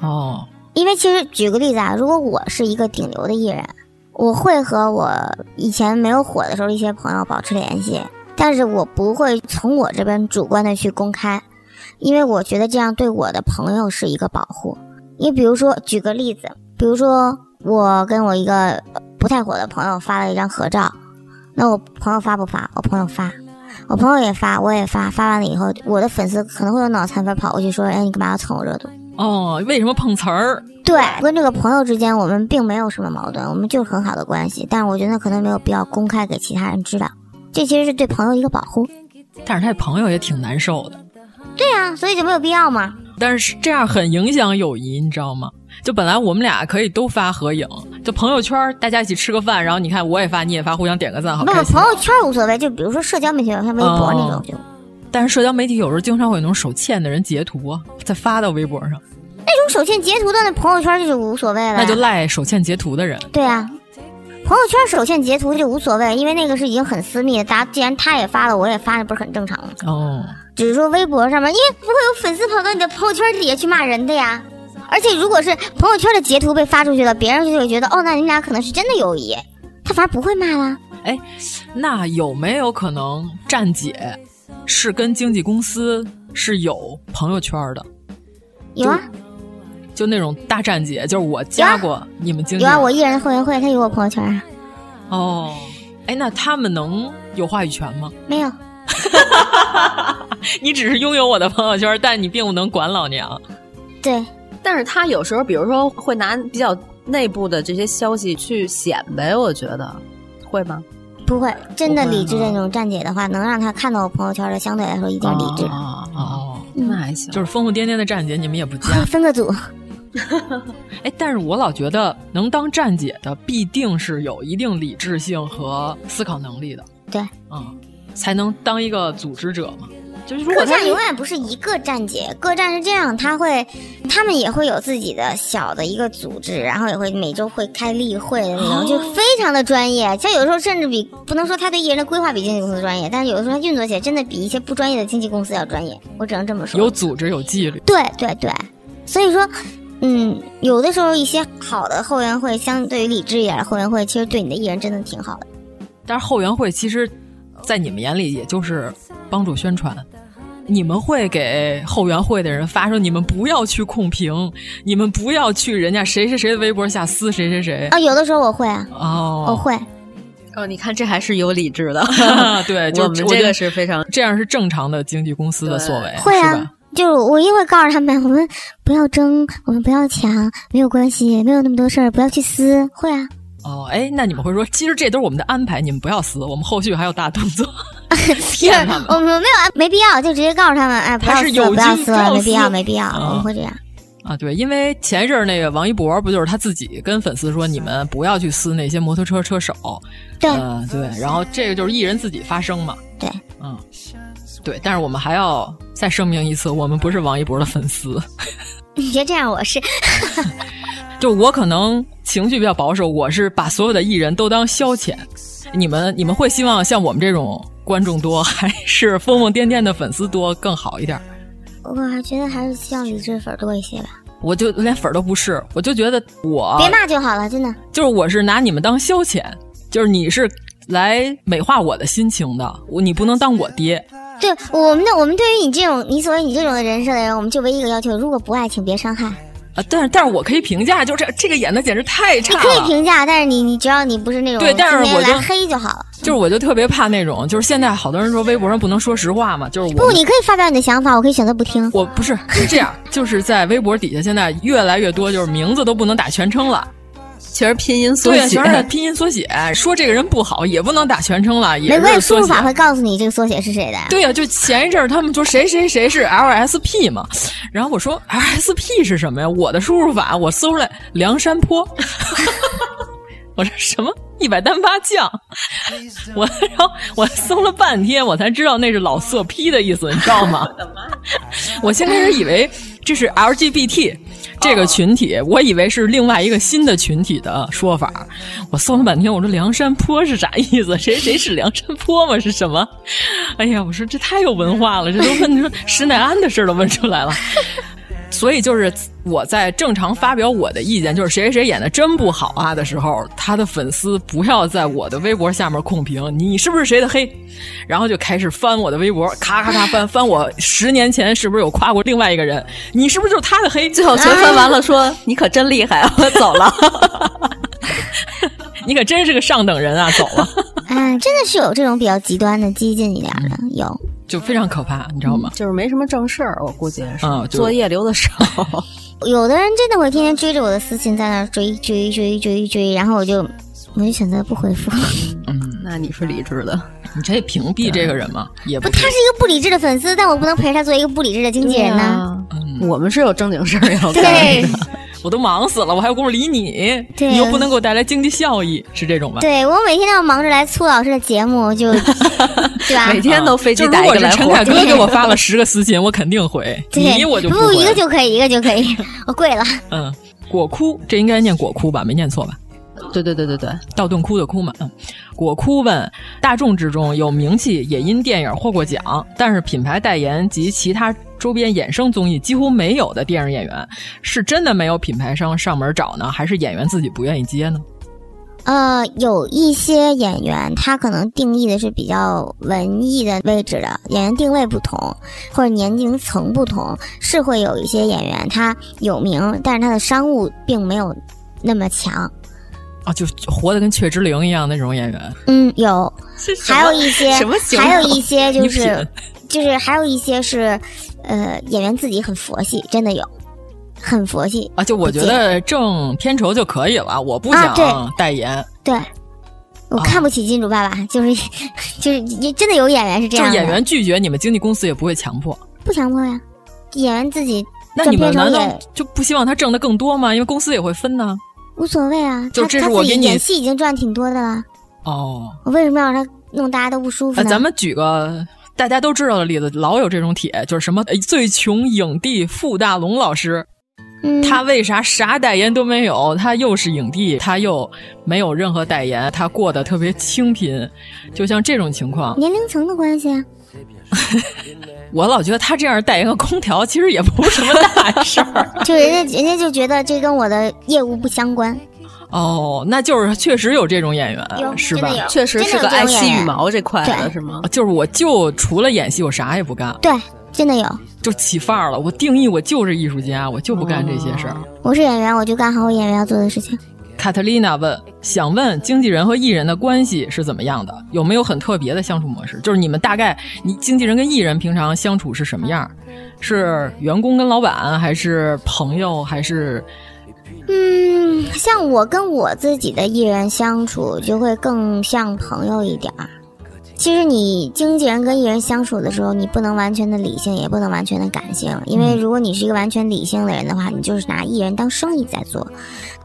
I: 哦，
J: 因为其实举个例子啊，如果我是一个顶流的艺人，我会和我以前没有火的时候一些朋友保持联系，但是我不会从我这边主观的去公开，因为我觉得这样对我的朋友是一个保护。因为比如说，举个例子，比如说我跟我一个呃不太火的朋友发了一张合照，那我朋友发不发？我朋友发，我朋友也发，我也发，发完了以后，我的粉丝可能会有脑残粉跑过去说：“哎，你干嘛要蹭我热度？”
I: 哦，为什么碰瓷儿？
J: 对，跟这个朋友之间，我们并没有什么矛盾，我们就是很好的关系。但是我觉得可能没有必要公开给其他人知道，这其实是对朋友一个保护。
I: 但是他朋友也挺难受的，
J: 对啊，所以就没有必要嘛。
I: 但是这样很影响友谊，你知道吗？就本来我们俩可以都发合影，就朋友圈大家一起吃个饭，然后你看我也发，你也发，互相点个赞，好
J: 不
I: 开
J: 不，
I: 心哦
J: 朋。友圈无所谓，就比如说社交媒体，像微博那种，就、
I: 但是社交媒体有时候经常会有那种手欠的人截图啊，再发到微博上，
J: 那种手欠截图的那朋友圈这就无所谓了。
I: 那就赖手欠截图的人。
J: 对啊，朋友圈手欠截图就无所谓，因为那个是已经很私密的。大家既然他也发了，我也发，那不是很正常吗？
I: 哦，
J: 只是说微博上面，因为不会有粉丝跑到你的朋友圈底下去骂人的呀。而且如果是朋友圈的截图被发出去了，别人就会觉得哦，那你们俩可能是真的友谊，他反而不会骂啦。
I: 哎，那有没有可能站姐是跟经纪公司是有朋友圈的？
J: 有啊
I: 就那种大站姐，就是我加过你们经纪
J: 有
I: 人。
J: 啊，我艺人的后援会他有我朋友圈啊，
I: 哦，哎，那他们能有话语权吗？
J: 没有。
I: 你只是拥有我的朋友圈，但你并不能管老娘。
J: 对，
H: 但是他有时候，比如说会拿比较内部的这些消息去显摆，我觉得会吗？
J: 不会真的
H: 不会
J: 理智的那种站姐的话，能让他看到我朋友圈的，相对来说一定理智。
I: 哦哦，
H: 那还行。
I: 就是疯疯癫癫的站姐，你们也不
J: [LAUGHS]
I: 加。
J: 分个组，
I: 哎，但是我老觉得能当站姐的，必定是有一定理智性和思考能力的，
J: 对，
I: 嗯，才能当一个组织者嘛。就是如
J: 各
I: 果他
J: 站永远不是一个站姐，各站是这样，他会，他们也会有自己的小的一个组织，然后也会每周会开例会的那种，
H: 哦
J: 就非常的专业。像有时候甚至比不能说他对艺人的规划比经纪公司专业，但是有的时候他运作起来真的比一些不专业的经纪公司要专业，我只能这么说。
I: 有组织有纪律，
J: 对对对，所以说，嗯，有的时候一些好的后援会，相对于理智一点的后援会，其实对你的艺人真的挺好的。
I: 但是后援会其实，在你们眼里也就是帮助宣传。你们会给后援会的人发说，你们不要去控评，你们不要去人家谁谁谁的微博下撕谁谁谁
J: 啊，。有的时候我会啊，
I: 哦，，
J: 我会。
H: 哦，你看这还是有理智 [LAUGHS] 的
I: 对，就
H: 我们这个是非常
I: 这样是正常的经纪公司的所为，
J: 会
I: 哎是
J: 啊
I: 吧？，
J: 就是我一定会告诉他们，我们不要争，我们不要抢，没有关系，没有那么多事儿，不要去撕。会啊，
I: 哦，哎，那你们会说，其实这都是我们的安排，你们不要撕，我们后续还有大动
H: [LAUGHS]
I: 作。
J: 就是我们没有啊没必要，就直接告诉他们，哎，不要
I: 还是
J: 撕
I: 有
J: 了，不要
I: 经
J: 撕了，
I: 不要
J: 没必要，
I: 撕
J: 没必要，
I: 啊
J: 我们会这样。
I: 啊，对，因为前一阵儿那个王一博不就是他自己跟粉丝说，你们不要去撕那些摩托车车手，
J: 对、
I: 呃、对，然后这个就是艺人自己发声嘛，
J: 对，
I: 嗯，对，但是我们还要再声明一次，我们不是王一博的粉丝，
J: 你别这样，我是
I: 就我可能情绪比较保守，我是把所有的艺人都当消遣，你们你们会希望像我们这种观众多， [LAUGHS] 还是疯疯癫癫的粉丝多更好一点儿？
J: 我还觉得还是希望理智粉儿多一些吧，
I: 我就连粉儿都不是，我就觉得我
J: 别骂就好了，真的。
I: 就是我是拿你们当消遣，就是你是来美化我的心情的，我你不能当我爹。
J: 对我们的，我们对于你这种，你所谓你这种的人设的人，我们就唯一一个要求：如果不爱，请别伤害。
I: 啊，但是但是我可以评价，就是这这个演的简直太
J: 你
I: 差
J: 可以
I: 了。
J: 评价，但是你你只要你不是那种
I: 对但是
J: 今天
I: 我就
J: 来黑就好了。
I: 就是我就特别怕那种，就是现在好多人说微博上不能说实话嘛，就是我
J: 不，你可以发表你的想法，我可以选择不听。
I: 我不是是这样，就是在微博底下现在越来越多就是名字都不能打全称了，
H: 全是拼音缩
I: 对，
H: 写
I: 全。是拼音缩写。说这个人不好，也不能打全称了，也
J: 玫瑰
I: 是
J: 输
I: 缩
J: 入
I: 写。
J: 法会告诉你这个缩写是谁的。啊
I: 对呀、就前一阵儿他们说谁谁谁是 LSP 嘛，然后我说 LSP 是什么呀？我的输入法我搜出来梁山坡， [LAUGHS] 我说什么一百单八将，我 [LAUGHS] 然后我搜了半天，我才知道那是老色批的意思，你知道吗？ [LAUGHS] 我先开始以为这是 LGBT 这个群体，我以为是另外一个新的群体的说法。我搜了半天，我说梁山坡是啥意思？谁谁是梁山坡吗？是什么？哎呀，我说这太有文化了，这都问出施耐庵的事儿都问出来了。 [LAUGHS] 所以就是我在正常发表我的意见，就是谁谁谁演的真不好啊的时候，他的粉丝不要在我的微博下面控评你是不是谁的黑，然后就开始翻我的微博，咔咔咔翻翻我十年前是不是有夸过另外一个人，你是不是就是他的
H: [LAUGHS]
I: 黑？
H: 最后全翻完了说， [LAUGHS] 你可真厉害，啊我走了。
I: 你可真是个上等人啊，走了。 [LAUGHS]
J: 嗯，真的是有这种比较极端的、激进一点的，
I: 嗯
J: 有。
I: 就非常可怕，你知道吗？
H: [LAUGHS] 就是没什么正事儿，我估计 [LAUGHS] 是、
I: 嗯就
H: 作业留的 [LAUGHS] 少。
J: 有的人真的会天天追着我的私信在那儿追追追追追，然后我就我就选择不回复。 [LAUGHS]
H: [LAUGHS] 那你是理智的，
I: 你可以屏蔽这个人吗？也啊不
J: 不，他是一个不理智的粉丝，但我不能陪着他做一个不理智的经纪
I: 啊
J: 人呢。
H: 啊我们是有正经事儿要干
J: 对
H: 的。
I: 我都忙死了，我还有功夫理你？
J: 对
I: 你又不能给我带来经济效益，是这种吧？
J: 对我每天都要忙着来促老师的节
I: [LAUGHS]
J: 目，就对吧？
H: 每天都飞
I: 就
H: 机
I: 如
H: 打一
I: 果
H: 个
I: 是
H: 来
I: 陈
H: 回。 [LAUGHS]
I: 凯歌给我发了 [LAUGHS] 十个私信，我肯定回。
J: 对，
I: 你我就
J: 不
I: 回。
J: 一个就可以，一个就可以。我跪了，
I: 嗯，果哭，这应该念果哭吧？没念错吧？
H: 对对对对对，
I: 道顿窟的窟嘛，嗯，果窟问大众之中有名气，也因电影获过奖，但是品牌代言及其他周边衍生综艺几乎没有的电影演员，是真的没有品牌商上门找呢，还是演员自己不愿意接呢？
J: 呃，有一些演员他可能定义的是比较文艺的位置的，演员定位不同，或者年龄层不同，是会有一些演员他有名，但是他的商务并没有那么强。
I: 啊，就就活得跟雀之灵一样那种演员，
J: 嗯，有，还有一
I: [LAUGHS]
J: 些，
H: 什么形容
J: 还有一些就
I: 你
J: 是
I: 品，
J: 就是还有一些是，呃，演员自己很佛系，真的有，很佛系
I: 啊，就我觉
J: 不接
I: 得挣片酬就可以了，我不
J: 啊
I: 想
J: 对
I: 代言，
J: 对，
I: 哦
J: 我看不起金主爸爸，就是 [LAUGHS] 就是也真的有演员是这
I: 就
J: 样
I: 是
J: 的，
I: 演员拒绝，你们经纪公司也不会强迫。
J: 不强迫呀，演员自己
I: 那
J: 赚
I: 你们
J: 片酬
I: 难道
J: 也
I: 就不希望他挣得更多吗？因为公司也会分呢。
J: 无所谓啊，
I: 就
J: 他
I: 这是
J: 他
I: 我
J: 自己
I: 给你
J: 演戏已经赚挺多的了，
I: 哦，
J: 我为什么要让他弄大家都不啊舒服
I: 呃，
J: 呢？
I: 咱们举个大家都知道的例子，老有这种帖，就是什么呃最穷影帝傅大龙老师，
J: 嗯
I: 他为啥啥代言都没有？他又是影帝，他又没有任何代言，他过得特别清贫，就像这种情况，
J: 年龄层的关系啊，
I: 我老觉得他这样代言个空调，其实也不是什么大
J: [LAUGHS]
I: 事儿。
J: 就
I: [LAUGHS]
J: 人家人家就觉得这跟我的业务不相关，
I: 哦，那就是确实有这种演员，
J: 有
I: 呃是
J: 真
I: 吧
J: 的？有，
H: 确实
J: 真的
H: 是个
J: 有这
H: 爱
J: 种
H: 惜
J: 演
H: 羽
J: 员
H: 毛这块的
J: 对
H: 是吗？
I: 就是我就除了演戏，我啥也不干，
J: 对，真的有。
I: 就起范儿了。我定义我就是艺术家，我就不干这些事儿。
J: 我是演员，我就干好我演员要做的事情。
I: 卡特琳娜问：“想问经纪人和艺人的关系是怎么样的？有没有很特别的相处模式？就是你们大概，你经纪人跟艺人平常相处是什么样？是员工跟老板，还是朋友，还是
J: 嗯，像我跟我自己的艺人相处，就会更像朋友一点儿。其实你经纪人跟艺人相处的时候，你不能完全的理性，也不能完全的感性，因为如果你是一个完全理性的人的话，你就是拿艺人当生意在做，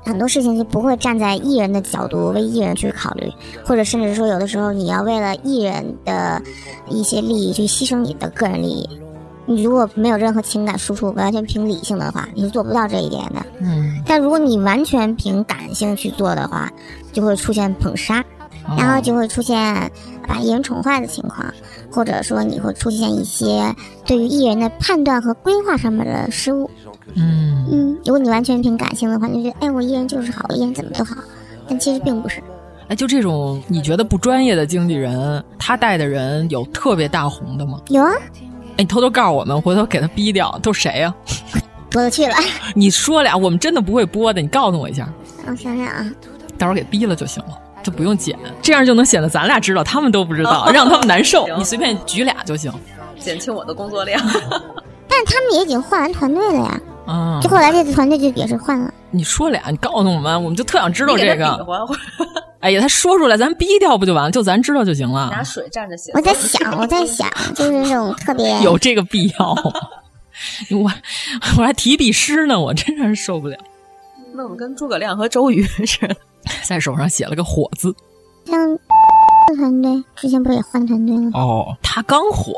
J: 很多事情就不会站在艺人的角度为艺人去考虑，或者甚至说有的时候你要为了艺人的一些利益去牺牲你的个人利益。你如果没有任何情感输出，完全凭理性的话，你是做不到这一点的。
I: 嗯
J: 但如果你完全凭感性去做的话，就会出现捧杀，
I: 哦
J: 然后就会出现把艺人宠坏的情况，或者说你会出现一些对于艺人的判断和规划上面的失误。
I: 嗯
J: 嗯，如果你完全凭感性的话，你就觉得哎，我艺人就是好，我艺人怎么都好，但其实并不是。
I: 哎，就这种你觉得不专业的经纪人，他带的人有特别大红的吗？
J: 有啊，
I: 哎，你偷偷告诉我们，回头给他逼掉，都谁呀、
J: 多了去了。
I: 你说俩，我们真的不会播的，你告诉我一下，
J: [LAUGHS] 我想想啊，
I: 到时候给逼了就行了。”就不用剪，这样就能显得咱俩知道，他们都不
H: [LAUGHS]
I: 知道，让他们难受。你随便举俩就行。
H: [LAUGHS] 减轻我的工作量。
J: 但是他们也已经换完团队了呀。
I: 啊，
J: 就后来这个团队就也是换了。
I: 你说俩，你告诉我们，我们就特想知道
H: 你给
I: 这
H: 他比
I: 个。
H: 划会儿
I: 哎呀，他说出来，咱逼掉不就完了？就咱知道就行了。
H: 拿水蘸着写。
J: 我在想，我在想，就是这种特别
I: 有这个必要吗？ [LAUGHS] 我我还提笔诗呢，我真是受不了，
H: [LAUGHS] 弄得跟诸葛亮和周瑜似的。
I: 在手上写了个火字。
J: [LAUGHS] 像团队之前不是也换团队了吗？
I: 哦，他刚火，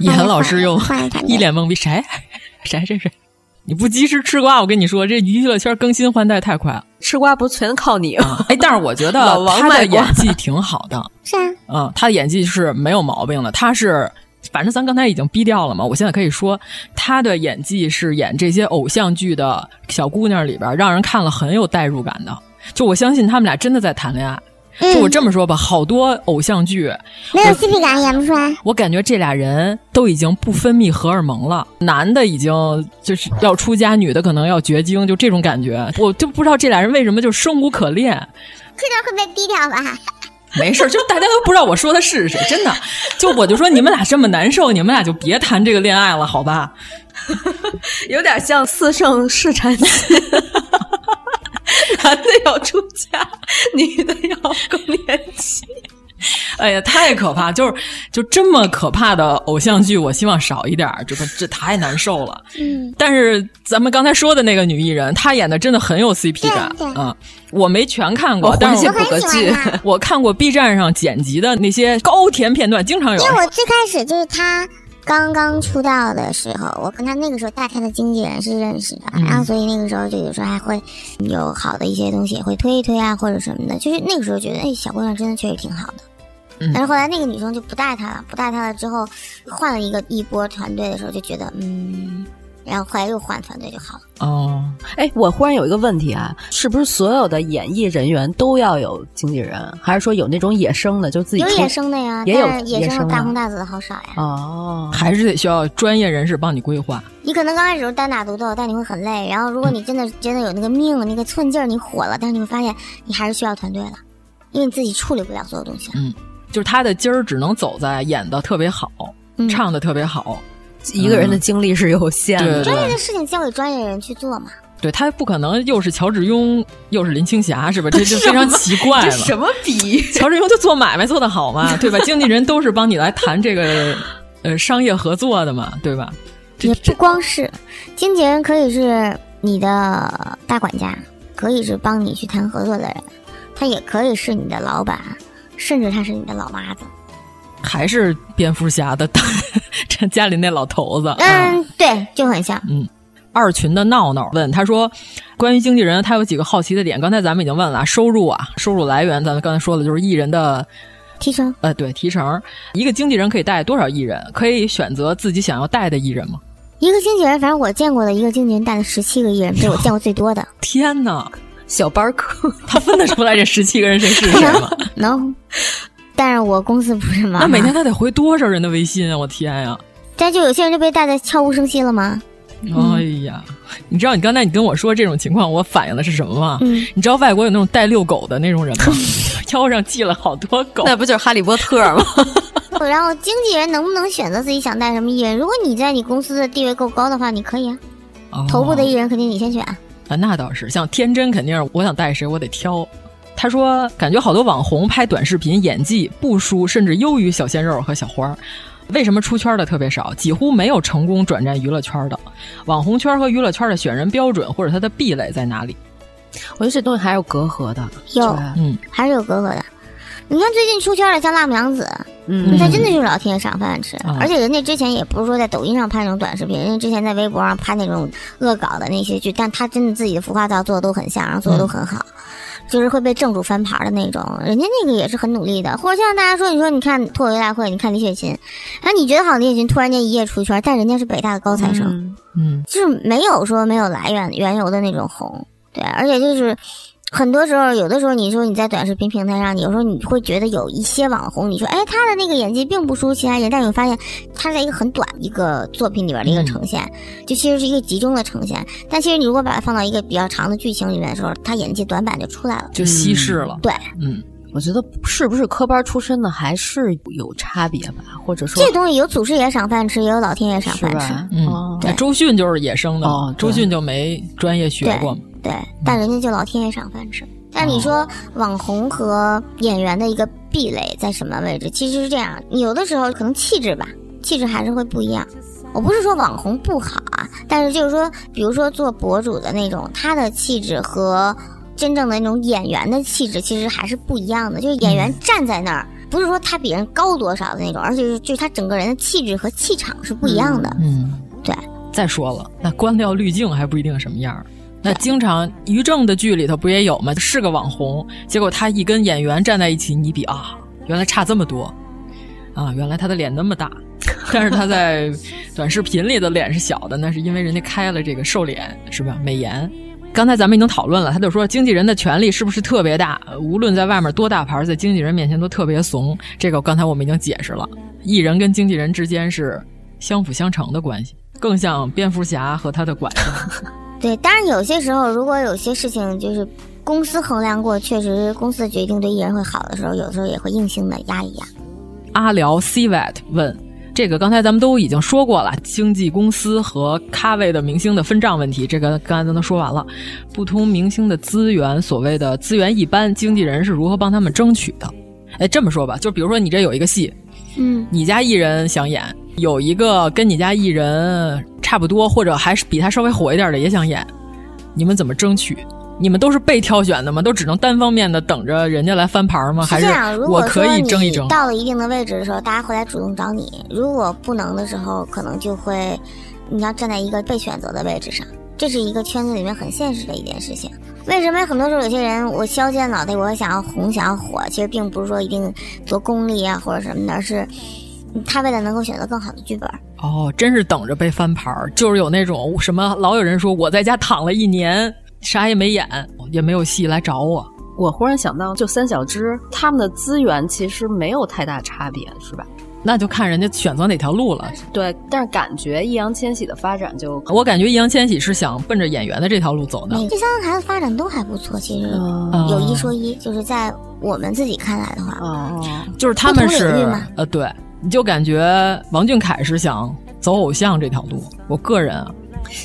I: 叶涵老师又
J: 换了团
I: [LAUGHS]
J: 队
I: 一脸懵逼，谁谁谁谁？你不及时吃瓜，我跟你说，这娱乐圈更新换代太快了。
H: 吃瓜不全靠你吗？
I: [LAUGHS] 哎，但是我觉得
H: 老王
I: 他的
H: 卖瓜
I: 演技挺好的，
J: 是啊，
I: 嗯，他的演技是没有毛病的。他是，反正咱刚才已经逼掉了嘛，我现在可以说，他的演技是演这些偶像剧的小姑娘里边，让人看了很有代入感的。就我相信他们俩真的在谈恋爱。就我这么说吧，好多偶像剧，
J: 嗯没有 CP 感演不出啊来。
I: 我感觉这俩人都已经不分泌荷尔蒙了，男的已经就是要出家，女的可能要绝经，就这种感觉。我就不知道这俩人为什么就生无可恋。
J: 这段会不会低调吧？
I: 没事儿，就大家都不知道我说的是谁，真的。就我就说你们俩这么难受，你们俩就别谈这个恋爱了，好吧？
H: [LAUGHS] 有点像四圣试产期， [LAUGHS] 男的要出家，女的要更年期。
I: 哎呀，太可怕！就是就这么可怕的偶像剧，我希望少一点儿，这个这太难受了。
J: 嗯，
I: 但是咱们刚才说的那个女艺人，她演的真的很有 CP 感
J: 对对
I: 啊、我没全看
H: 我
I: 过，但
H: 回去
I: 是我
H: 补个
J: 我
H: 剧
J: 很喜欢，她
I: [LAUGHS] 我看过 B 站上剪辑的那些高甜片段，经常有
J: 因。为我最开始就是他刚刚出道的时候，我跟他那个时候带他的经纪人是认识的，
H: 嗯
J: 然后所以那个时候就有时候还会有好的一些东西也会推一推啊或者什么的，就是那个时候觉得哎小姑娘真的确实挺好的。
I: 嗯
J: 但是后来那个女生就不带他了，不带他了之后，换了一个一波团队的时候就觉得嗯，然后后来又换团队就好了。
I: 哦，
H: [LAUGHS] 哎，我忽然有一个问题啊，是不是所有的演艺人员都要有经纪人，还是说有那种野生的，就自己
J: 有
H: 出
J: 野生的呀，
H: 也有
J: 但是野
H: 野
J: 生
H: 生
J: 的大
H: 的
J: 红大紫的好少呀。
H: 哦，
I: 还是得需要专业人士帮你规划。
J: 你可能刚开始是单打独斗，但你会很累。然后，如果你真的真的有那个命、那个寸劲儿，你火了，但是你会发现你还是需要团队的，因为你自己处理不了所有东西。
I: 就是他的筋儿只能走在演的特别好，
J: 嗯
I: 唱的特别好，
H: 一个人的精力是有限
I: 对
H: 的。
J: 专业
I: 对
J: 的事情交给专业人去做嘛。
I: 对，他不可能又是乔治庸又是林青霞，是吧？这
J: [LAUGHS]
I: 就非常奇怪
H: 这
I: 了。
H: 什么比喻？
I: 乔治庸就做买卖做得好
J: [LAUGHS]
I: 嘛，对吧？经纪人都是帮你来谈这个呃商业合作的嘛，对吧？这
J: 也不
I: 这
J: 光是经纪人，可以是你的大管家，可以是帮你去谈合作的人，他也可以是你的老板，甚至他是你的老妈子。
I: 还是蝙蝠侠的 [LAUGHS] 这家里那老头子。啊
J: 嗯，对，就很像。
I: 二群的闹闹问他说：“关于经纪人，他有几个好奇的点。刚才咱们已经问了，收入啊，收入来源，咱们刚才说了，就是艺人的
J: 提成
I: 呃，对，提成。一个经纪人可以带多少艺人？可以选择自己想要带的艺人吗？
J: 一个经纪人，反正我见过的一个经纪人带了十七个艺人，这是我见过最多的。
I: 天哪，
H: [LAUGHS] 小班课，
I: 他分得出来这十七个人谁
J: [LAUGHS]
I: 是谁吗？
J: no，但是我公司不是吗？
I: 那每天他得回多少人的微信啊？我天呀、
J: 但就有些人就被带的悄无声息了吗？
I: 哎呀，你知道你刚才你跟我说这种情况，我反映的是什么吗？
J: 嗯
I: 你知道外国有那种带遛狗的那种 [LAUGHS] 人吗？腰上系了好多狗，
H: 那不就是哈利波特吗？
J: 然后经纪人能不能选择自己想带什么艺人？如果你在你公司的地位够高的话，你可以啊。
I: 哦
J: 头部的艺人肯定你先选啊。
I: 啊，那倒是，像天真肯定是我想带谁，我得挑。他说，感觉好多网红拍短视频演技不输，甚至优于小鲜肉和小花儿。为什么出圈的特别少？几乎没有成功转战娱乐圈的。网红圈和娱乐圈的选人标准或者它的壁垒在哪里？
H: [LAUGHS] 我觉得这东西还有隔阂的。
J: 有
H: 是吧
I: 嗯，
J: 还是有隔阂的。你看最近出圈的像辣目洋子，
H: 嗯，
J: 她真的就是老天爷赏饭吃，
I: 啊
J: 而且人家之前也不是说在抖音上拍那种短视频，人家之前在微博上拍那种恶搞的那些剧，但她真的自己的服化道做的都很像，然后做的都很
H: 嗯
J: 好。就是会被正主翻牌的那种，人家那个也是很努力的。或者像大家说，你说你看脱口秀大会，你看李雪琴，然后你觉得好，李雪琴突然间一夜出圈，但人家是北大的高材生，
H: 嗯
I: 嗯，
J: 就是没有说没有来源缘由的那种红，对，而且就是很多时候，有的时候你说你在短视频平台上，有时候你会觉得有一些网红，你说哎他的那个演技并不输其他人，但你会发现他在一个很短一个作品里边的一个呈现，就其实是一个集中的呈现，但其实你如果把它放到一个比较长的剧情里面的时候，他演技短板就出来了，
I: 就稀释了。
J: 对，
I: 嗯，
H: 我觉得是不是科班出身的还是有差别吧，或者说
J: 这东西有祖师爷赏饭吃，也有老天爷赏饭吃。
I: 嗯，
J: 哦
I: 哎
J: 对
I: 周迅就是野生的，
H: 哦
I: 周迅就没专业学
J: 对
I: 过嘛。
J: 对，但人家就老天爷赏饭吃。但你说网红和演员的一个壁垒在什么位置？其实是这样，有的时候可能气质吧，气质还是会不一样。我不是说网红不好啊，但是就是说，比如说做博主的那种，他的气质和真正的那种演员的气质其实还是不一样的。就是演员站在那儿，不是说他比人高多少的那种，而且是就是他整个人的气质和气场是不一样的。
I: 嗯，
J: 对。
I: 再说了，那官僚滤镜还不一定什么样儿。那经常于正的剧里头不也有吗？是个网红，结果他一跟演员站在一起，你比啊，原来差这么多，啊，原来他的脸那么大， [LAUGHS] 但是他在短视频里的脸是小的，那是因为人家开了这个瘦脸，是吧？美颜。刚才咱们已经讨论了，他就说经纪人的权利是不是特别大？呃无论在外面多大牌，在经纪人面前都特别怂。这个刚才我们已经解释了，艺人跟经纪人之间是相辅相成的关系，更像蝙蝠侠和他的拐杖。
J: 对，当然有些时候，如果有些事情就是公司衡量过，确实公司的决定对艺人会好的时候，有的时候也会硬性的压一压。
I: 阿辽 CVET 问。这个刚才咱们都已经说过了，经纪公司和咖位的明星的分账问题，这个刚才咱都说完了。不同明星的资源，所谓的资源一般，经纪人是如何帮他们争取的？哎，这么说吧，就比如说你这有一个戏，
J: 嗯，
I: 你家艺人想演，有一个跟你家艺人差不多或者还是比他稍微火一点的也想演，你们怎么争取？你们都是被挑选的吗？都只能单方面的等着人家来翻牌吗？还
J: 是
I: 是
J: 这样，如
I: 我
J: 果
I: 可
J: 说
I: 以
J: 你
I: 争一争？
J: 到了一定的位置的时候，大家会来主动找你；如果不能的时候，可能就会你要站在一个被选择的位置上。这是一个圈子里面很现实的一件事情。为什么很多时候有些人我削尖脑袋，我想要红，想要火，其实并不是说一定做功利啊或者什么的，而是他为了能够选择更好的剧本。
I: 哦，真是等着被翻牌儿，就是有那种什么老有人说我在家躺了一年，啥也没演，也没有戏来找我。
H: 我忽然想到，就三小只他们的资源其实没有太大差别，是吧？
I: 那就看人家选择哪条路了。
H: 对，但是感觉易烊千玺的发展就
I: 我感觉易烊千玺是想奔着演员的这条路走的。
J: 这三个孩子发展都还不错，其实
I: 嗯
J: 有一说一，就是在我们自己看来的话，
H: 嗯哦
I: 就是他们
J: 不同领
I: 是
J: 域嘛
I: 呃，对，你就感觉王俊凯是想走偶像这条路。我个人啊，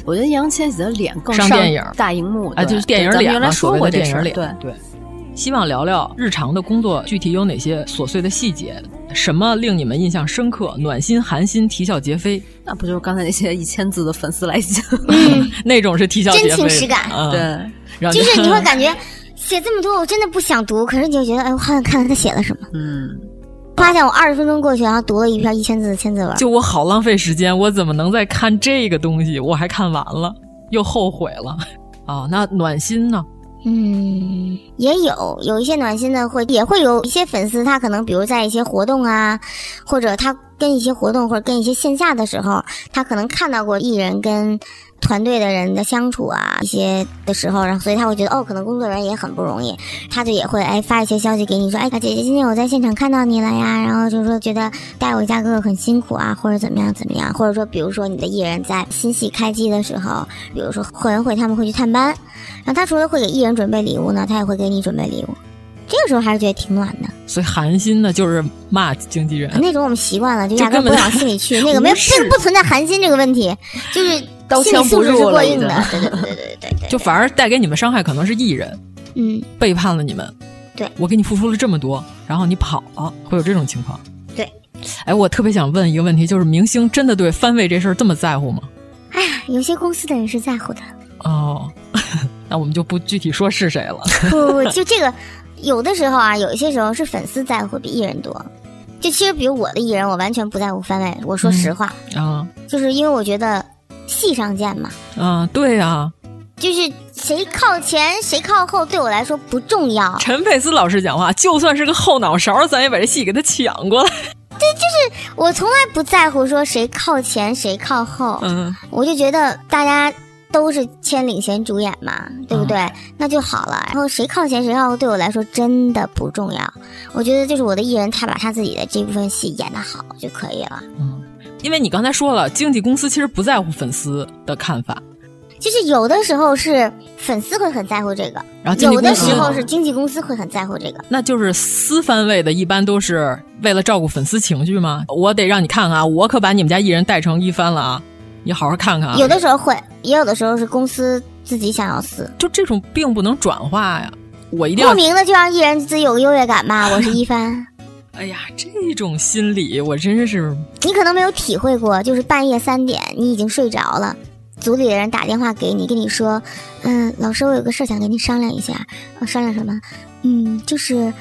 H: 我觉得易烊千玺的脸更
I: 上电影
H: 大荧幕，
I: 哎，
H: 对
I: 就是电影
H: 对咱们
I: 脸
H: 原
I: 嘛，
H: 来
I: 所
H: 说
I: 谓
H: 过
I: 的
H: 这
I: 电
H: 事
I: 影
H: 儿，
I: 脸，
H: 对，
I: 对。希望聊聊日常的工作，具体有哪些琐碎的细节，什么令你们印象深刻、暖心、寒心、啼笑皆非？ [LAUGHS]
H: 那不就是刚才那些一千字的粉丝来信？
I: 那种是啼笑皆非的，
J: 真情实感
I: 嗯、
H: 对，
I: 让 [LAUGHS]
J: 就是你会感觉写这么多，我真的不想读，可是你就觉得，哎，我好想看看他写了什么。
H: 嗯，
J: 发现我二十分钟过去，然后读了一篇一千字的千字文。
I: 就我好浪费时间，我怎么能再看这个东西？我还看完了，又后悔了。啊、那暖心呢？
J: 嗯，也有有一些暖心的会，也会有一些粉丝，他可能比如在一些活动啊，或者他跟一些活动或者跟一些线下的时候，他可能看到过艺人跟团队的人的相处啊一些的时候，然后所以他会觉得哦，可能工作人员也很不容易，他就也会哎发一些消息给你说，哎姐姐，今天我在现场看到你了呀，然后就说觉得带我家哥哥很辛苦啊，或者怎么样怎么样，或者说比如说你的艺人在新戏开机的时候，比如说后援会他们会去探班，然后他除了会给艺人准备礼物呢，他也会给你准备礼物。这个时候还是觉得挺暖的，
I: 所以寒心呢，就是骂经纪
H: 哎
I: 人。
J: 那种我们习惯了，就
I: 就
J: 压根儿
I: 根
J: 不
I: 本
J: 往心里去。
I: 无
J: 那个没有，
I: 视
J: 这个不存在寒心这个
H: [LAUGHS]
J: 问题，就是
H: 刀
J: 心理
H: 枪
J: 素
H: 不
J: 质是
H: 入
J: 过
H: 了
J: 硬
H: 已经
J: 的。 [LAUGHS] 对对对对对对对，
I: 就反而带给你们伤害，可能是艺人
J: 嗯，
I: 背叛了你们。
J: 对
I: 我给你付出了这么多，然后你跑了，会有这种情况。
J: 对，
I: 哎，我特别想问一个问题，就是明星真的对番位这事儿这么在乎吗？
J: 哎呀，有些公司的人是在乎的。 [LAUGHS]
I: 哦， [LAUGHS] 那我们就不具体说是谁了。
J: 不不，不，就这个，有的时候啊，有一些时候是粉丝在乎比艺人多。就其实，比如我的艺人，我完全不在乎番位。我
H: 嗯
J: 说实话，
I: [LAUGHS] 啊
J: 就是因为我觉得戏上见嘛，
I: 啊，对呀、
J: 就是谁靠前谁靠后，对我来说不重要。
I: 陈佩斯老师讲话，就算是个后脑勺，咱也把这戏给他抢过来。
J: 对，就是我从来不在乎说谁靠前谁靠后，
I: 嗯，
J: 我就觉得大家都是签领衔主演嘛，对不对？
I: 嗯
J: 那就好了。然后谁靠前谁靠后，对我来说真的不重要。我觉得就是我的艺人，他把他自己的这部分戏演得好就可以了。
I: 因为你刚才说了，经纪公司其实不在乎粉丝的看法，
J: 就是有的时候是粉丝会很在乎这个，
I: 然后经纪
J: 有的
I: 公司
J: 时候是经纪公司会很在乎这个。
I: 那就是私番位的，一般都是为了照顾粉丝情绪吗？我得让你看看啊，我可把你们家艺人带成一番了啊，你好好看看啊。
J: 有的时候会，也有的时候是公司自己想要撕，
I: 就这种并不能转化呀，我一定要
J: 莫名的就让艺人自己有个优越感吧。我是一番，
I: 哎呀，这种心理我真是
J: 你可能没有体会过，就是半夜三点你已经睡着了，组里的人打电话给你，跟你说，嗯，老师，我有个事儿想跟你商量一下，呃商量什么？嗯，就是，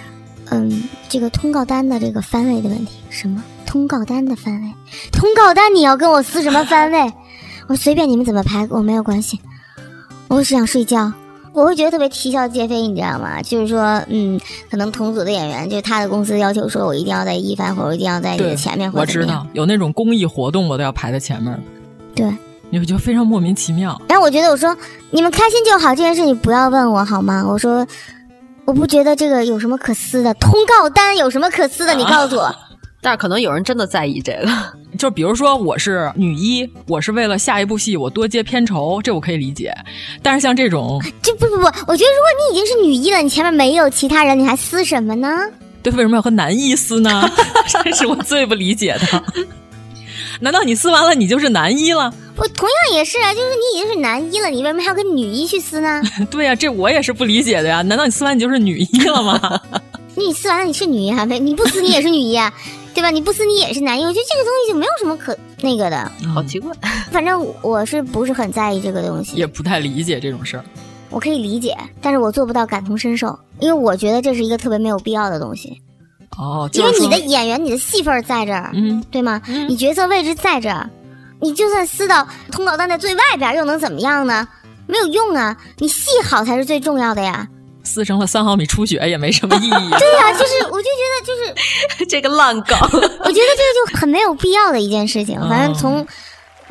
J: 嗯，这个通告单的这个番位的问题，什么？通告单的番位，通告单你要跟我撕什么番位？ [LAUGHS] 我随便你们怎么排，我没有关系。我只想睡觉。我会觉得特别啼笑皆非，你知道吗？就是说，嗯，可能同组的演员，就是他的公司要求说，我一定要在一番，或者我一定要在你
I: 对
J: 的哎前面，或
I: 我
J: 者怎
I: 知
J: 么样。
I: 道有那种公益活动，我都要排在前面儿，
J: 对，
I: 你会觉得非常莫名其妙。
J: 然后我觉得我说你们开心就好，这件事你不要问我好吗？我说我不觉得这个有什么可撕的，通告单有什么可撕的？你告诉我，
H: 但是可能有人真的在意这个，
I: 就比如说我是女一，我是为了下一部戏我多接片酬，这我可以理解。但是像这种，
J: 这不不不，我觉得如果你已经是女一了，你前面没有其他人，你还撕什么呢？
I: 对，为什么要和男一撕呢？ [LAUGHS] 这是我最不理解的。 [LAUGHS] 难道你撕完了你就是男一了？ [LAUGHS]
J: 我同样也是啊，就是你已经是男一了，你为什么还要跟女一去撕呢？ [LAUGHS]
I: 对呀、这我也是不理解的呀。难道你撕完你就是女一了
J: [LAUGHS]
I: 吗？
J: 你撕完了你是女一还没，你不撕你也是女一啊，对吧？你不撕你也是男一，我觉得这个东西就没有什么可那个的。
I: 嗯
H: 好奇怪。 [LAUGHS]
J: 反正我是不是很在意这个东西？
I: 也不太理解这种事儿。
J: 我可以理解，但是我做不到感同身受，因为我觉得这是一个特别没有必要的东西。
I: 哦，
J: 因
I: 就
J: 为
I: 是
J: 你
I: 说
J: 的演员、你的戏份儿在这儿，
I: 嗯，
J: 对吗？你角色位置在这儿，你就算撕到通告单的最外边儿，又能怎么样呢？没有用啊！你戏好才是最重要的呀。
I: 撕成了三毫米出血也没什么意义、啊
J: 对呀、就是我就觉得就是
H: 这个烂梗，我
J: 觉 [LAUGHS] 得这个就很没有必要的一件事情。反正
I: 哦
J: 从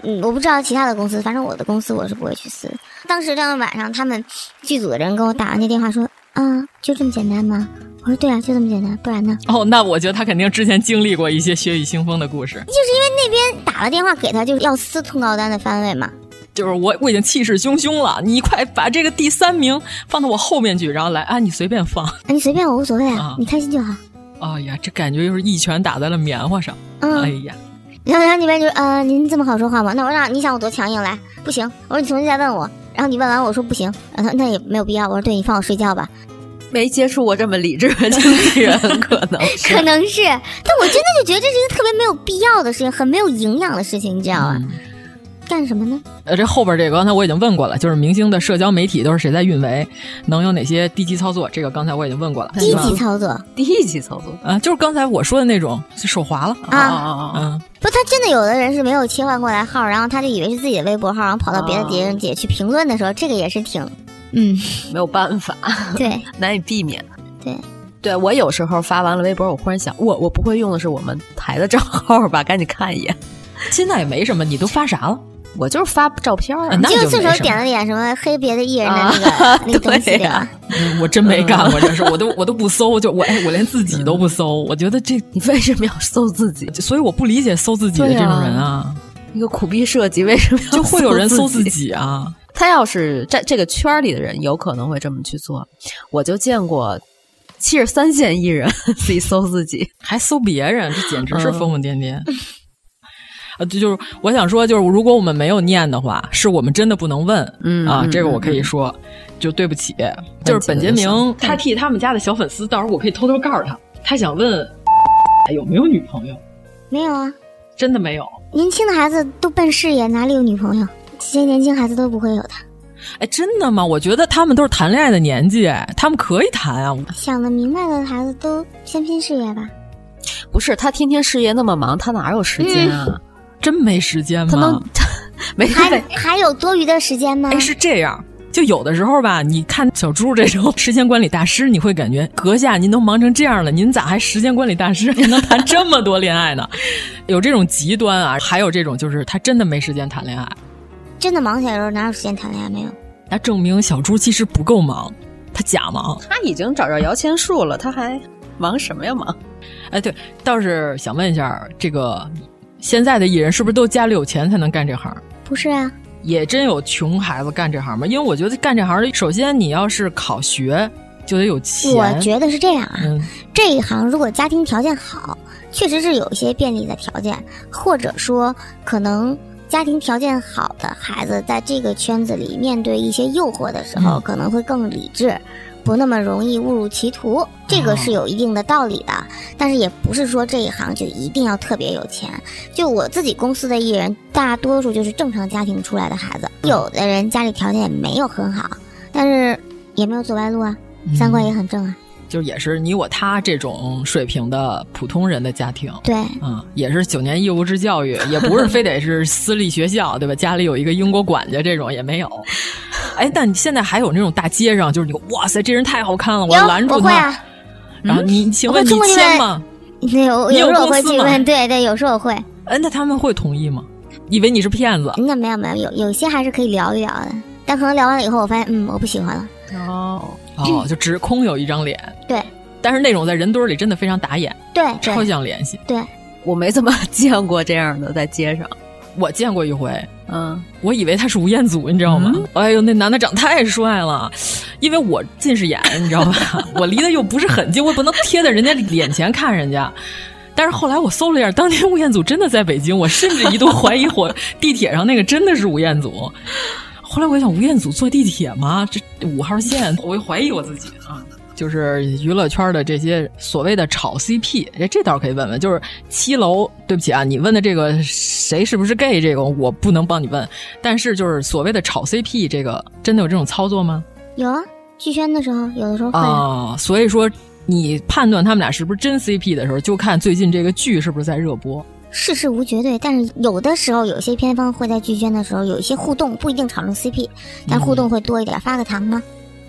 J: 嗯，我不知道其他的公司，反正我的公司我是不会去撕。当时当天晚上，他们剧组的人跟我打完这电话说：“啊、就这么简单吗？”我说：“对啊，就这么简单，不然呢？”
I: 哦，那我觉得他肯定之前经历过一些血雨腥风的故事。
J: 就是因为那边打了电话给他，就是要撕通告单的番位嘛。
I: 就是我我已经气势汹汹了，你快把这个第三名放到我后面去，然后来啊，你随便放。 [LAUGHS]
J: 啊，你随便我无所谓啊，
I: 啊
J: 你开心就好。
I: 哎呀，这感觉又是一拳打在了棉花上。
J: 嗯
I: 哎呀，
J: 然后然后那边就呃，您这么好说话吗？那我让你想我多强硬来，不行。我说你重新再问我，然后你问完我说不行，然后他那也没有必要。我说对你放我睡觉吧，
H: 没接触过这么理智的经纪 [LAUGHS] 人，可能是
J: 可能是，但我真的就觉得这是一个特别没有必要的事情，很没有营养的事情，你知道
I: 嗯
J: 吧？干什么呢？
I: 呃，这后边这个刚才我已经问过了，就是明星的社交媒体都是谁在运维，能有哪些低级操作？这个刚才我已经问过了。
J: 低级
I: 作
J: 操作，
H: 低级操作
I: 啊，就是刚才我说的那种，就手滑了
J: 啊
I: 嗯，
J: 不，他真的有的人是没有切换过来号，然后他就以为是自己的微博号，然后跑到别的别人底下去评论的时候，这个也是挺，嗯，
H: 没有办法，
J: 对，
H: 难以避免。
J: 对，
H: 对我有时候发完了微博，我忽然想，我我不会用的是我们台的账号吧？赶紧看一眼。
I: 现在也没什么，你都发啥了？
H: 我就是发照片儿啊，
J: 就顺手点了点什么黑别的艺人的那个、那个东西，
H: 对
J: 对吧
H: 呀？
I: 嗯我真没干过这 [LAUGHS] 事，我都我都不搜，就我哎，我连自己都不搜，我觉得这
H: 你为什么要搜自己？
I: 所以我不理解搜自己的这种人啊，
H: 一个苦逼设计，为什么要
I: 就会有人搜
H: 自
I: 自？己啊。
H: 他要是在这个圈儿里的人，有可能会这么去做。我就见过七十三线艺人 [LAUGHS] 自己搜自己，
I: 还搜别人，这简直是
H: 嗯
I: 疯疯癫癫。 [LAUGHS] 啊，这就是我想说，就是如果我们没有念的话，是我们真的不能问。
H: 嗯
I: 啊，
H: 嗯
I: 这个我可以
H: 嗯
I: 说，就对不起，就是本杰
H: 问起了就
I: 明
H: 行
I: 他替他们家的小粉丝，到时候我可以偷偷告诉他，他想问 [LAUGHS] 有没有女朋友，
J: 没有啊，
I: 真的没有。
J: 年轻的孩子都奔事业，哪里有女朋友？这些年轻孩子都不会有的。
I: 哎，真的吗？我觉得他们都是谈恋爱的年纪，哎他们可以谈啊。
J: 想得明白的孩子都先拼事业吧。
H: 不是他天天事业那么忙，他哪有时间啊？
I: 真没时间吗？
H: 他能 [LAUGHS] 没 [LAUGHS]
J: 还还有多余的时间吗？
I: 哎，是这样。就有的时候吧，你看小猪这种时间管理大师，你会感觉阁下您都忙成这样了，您咋还时间管理大师，还 [LAUGHS] 能谈这么多恋爱呢？有这种极端啊，还有这种就是他真的没时间谈恋爱，
J: 真的忙起来的时候哪有时间谈恋爱？没有。
I: 那证明小猪其实不够忙，他假忙。
H: 他已经找着摇钱树了，他还忙什么呀忙？
I: 哎，对，倒是想问一下，这个现在的艺人是不是都家里有钱才能干这行？
J: 不是啊，
I: 也真有穷孩子干这行吗？因为我觉得干这行，首先你要是考学就得有钱。
J: 我觉得是这样啊，
I: 嗯
J: 这一行如果家庭条件好，确实是有一些便利的条件，或者说可能家庭条件好的孩子在这个圈子里面对一些诱惑的时候，
K: 嗯
J: 可能会更理智。不那么容易误入歧途，这个是有一定的道理的，但是也不是说这一行就一定要特别有钱。就我自己公司的艺人，大多数就是正常家庭出来的孩子，有的人家里条件也没有很好，但是也没有走歪路啊，
I: 嗯
J: 三观也很正啊。
I: 就也是你我他这种水平的普通人的家庭，
J: 对，
I: 嗯，也是九年义务制教育，也不是非得是私立学校，对吧？家里有一个英国管家这种也没有。哎，但你现在还有那种大街上，就是你哇塞，这人太好看了，我
J: 有
I: 要拦住
J: 我会
I: 他。
J: 啊
I: 然后你，请
J: 我
I: 问你
J: 会冲过去
I: 签
J: 问
I: 吗？
J: 对，有
I: 你有
J: 有时候我
I: 公
J: 会
I: 司
J: 去
I: 吗
J: 问，对对，有时候我会。
I: 哎，那他们会同意吗？以为你是骗子。
J: 那没有没有，有有些还是可以聊一聊的，但可能聊完了以后，我发现嗯，我不喜欢了。
I: 哦哦，就只空有一张脸，
J: 对
I: 但是那种在人堆里真的非常打眼，
J: 对，
I: 超想联系。
J: 对，
H: [LAUGHS] 我没怎么见过这样的在街上。
I: 我见过一回，
H: 嗯，
I: 我以为他是吴彦祖，你知道吗？哎呦，那男的长太帅了，因为我近视眼，你知道吧？ [LAUGHS] 我离得又不是很近，我也不能贴在人家脸前看人家。但是后来我搜了一下，当年吴彦祖真的在北京，我甚至一度怀疑火地铁上那个真的是吴彦祖。后来我想，吴彦祖坐地铁吗？这五号线，我又怀疑我自己啊。就是娱乐圈的这些所谓的炒 CP，这这倒是可以问问。就是七楼，对不起啊，你问的这个谁是不是 gay 这个我不能帮你问，但是就是所谓的炒 CP 这个，真的有这种操作吗？
J: 有啊，聚圈的时候，有的时候会、
I: 啊、所以说你判断他们俩是不是真 CP 的时候，就看最近这个剧是不是在热播。
J: 世事无绝对，但是有的时候有些片方会在聚圈的时候有一些互动，不一定讨论 CP，但
I: 嗯
J: 互动会多一点，发个糖呢，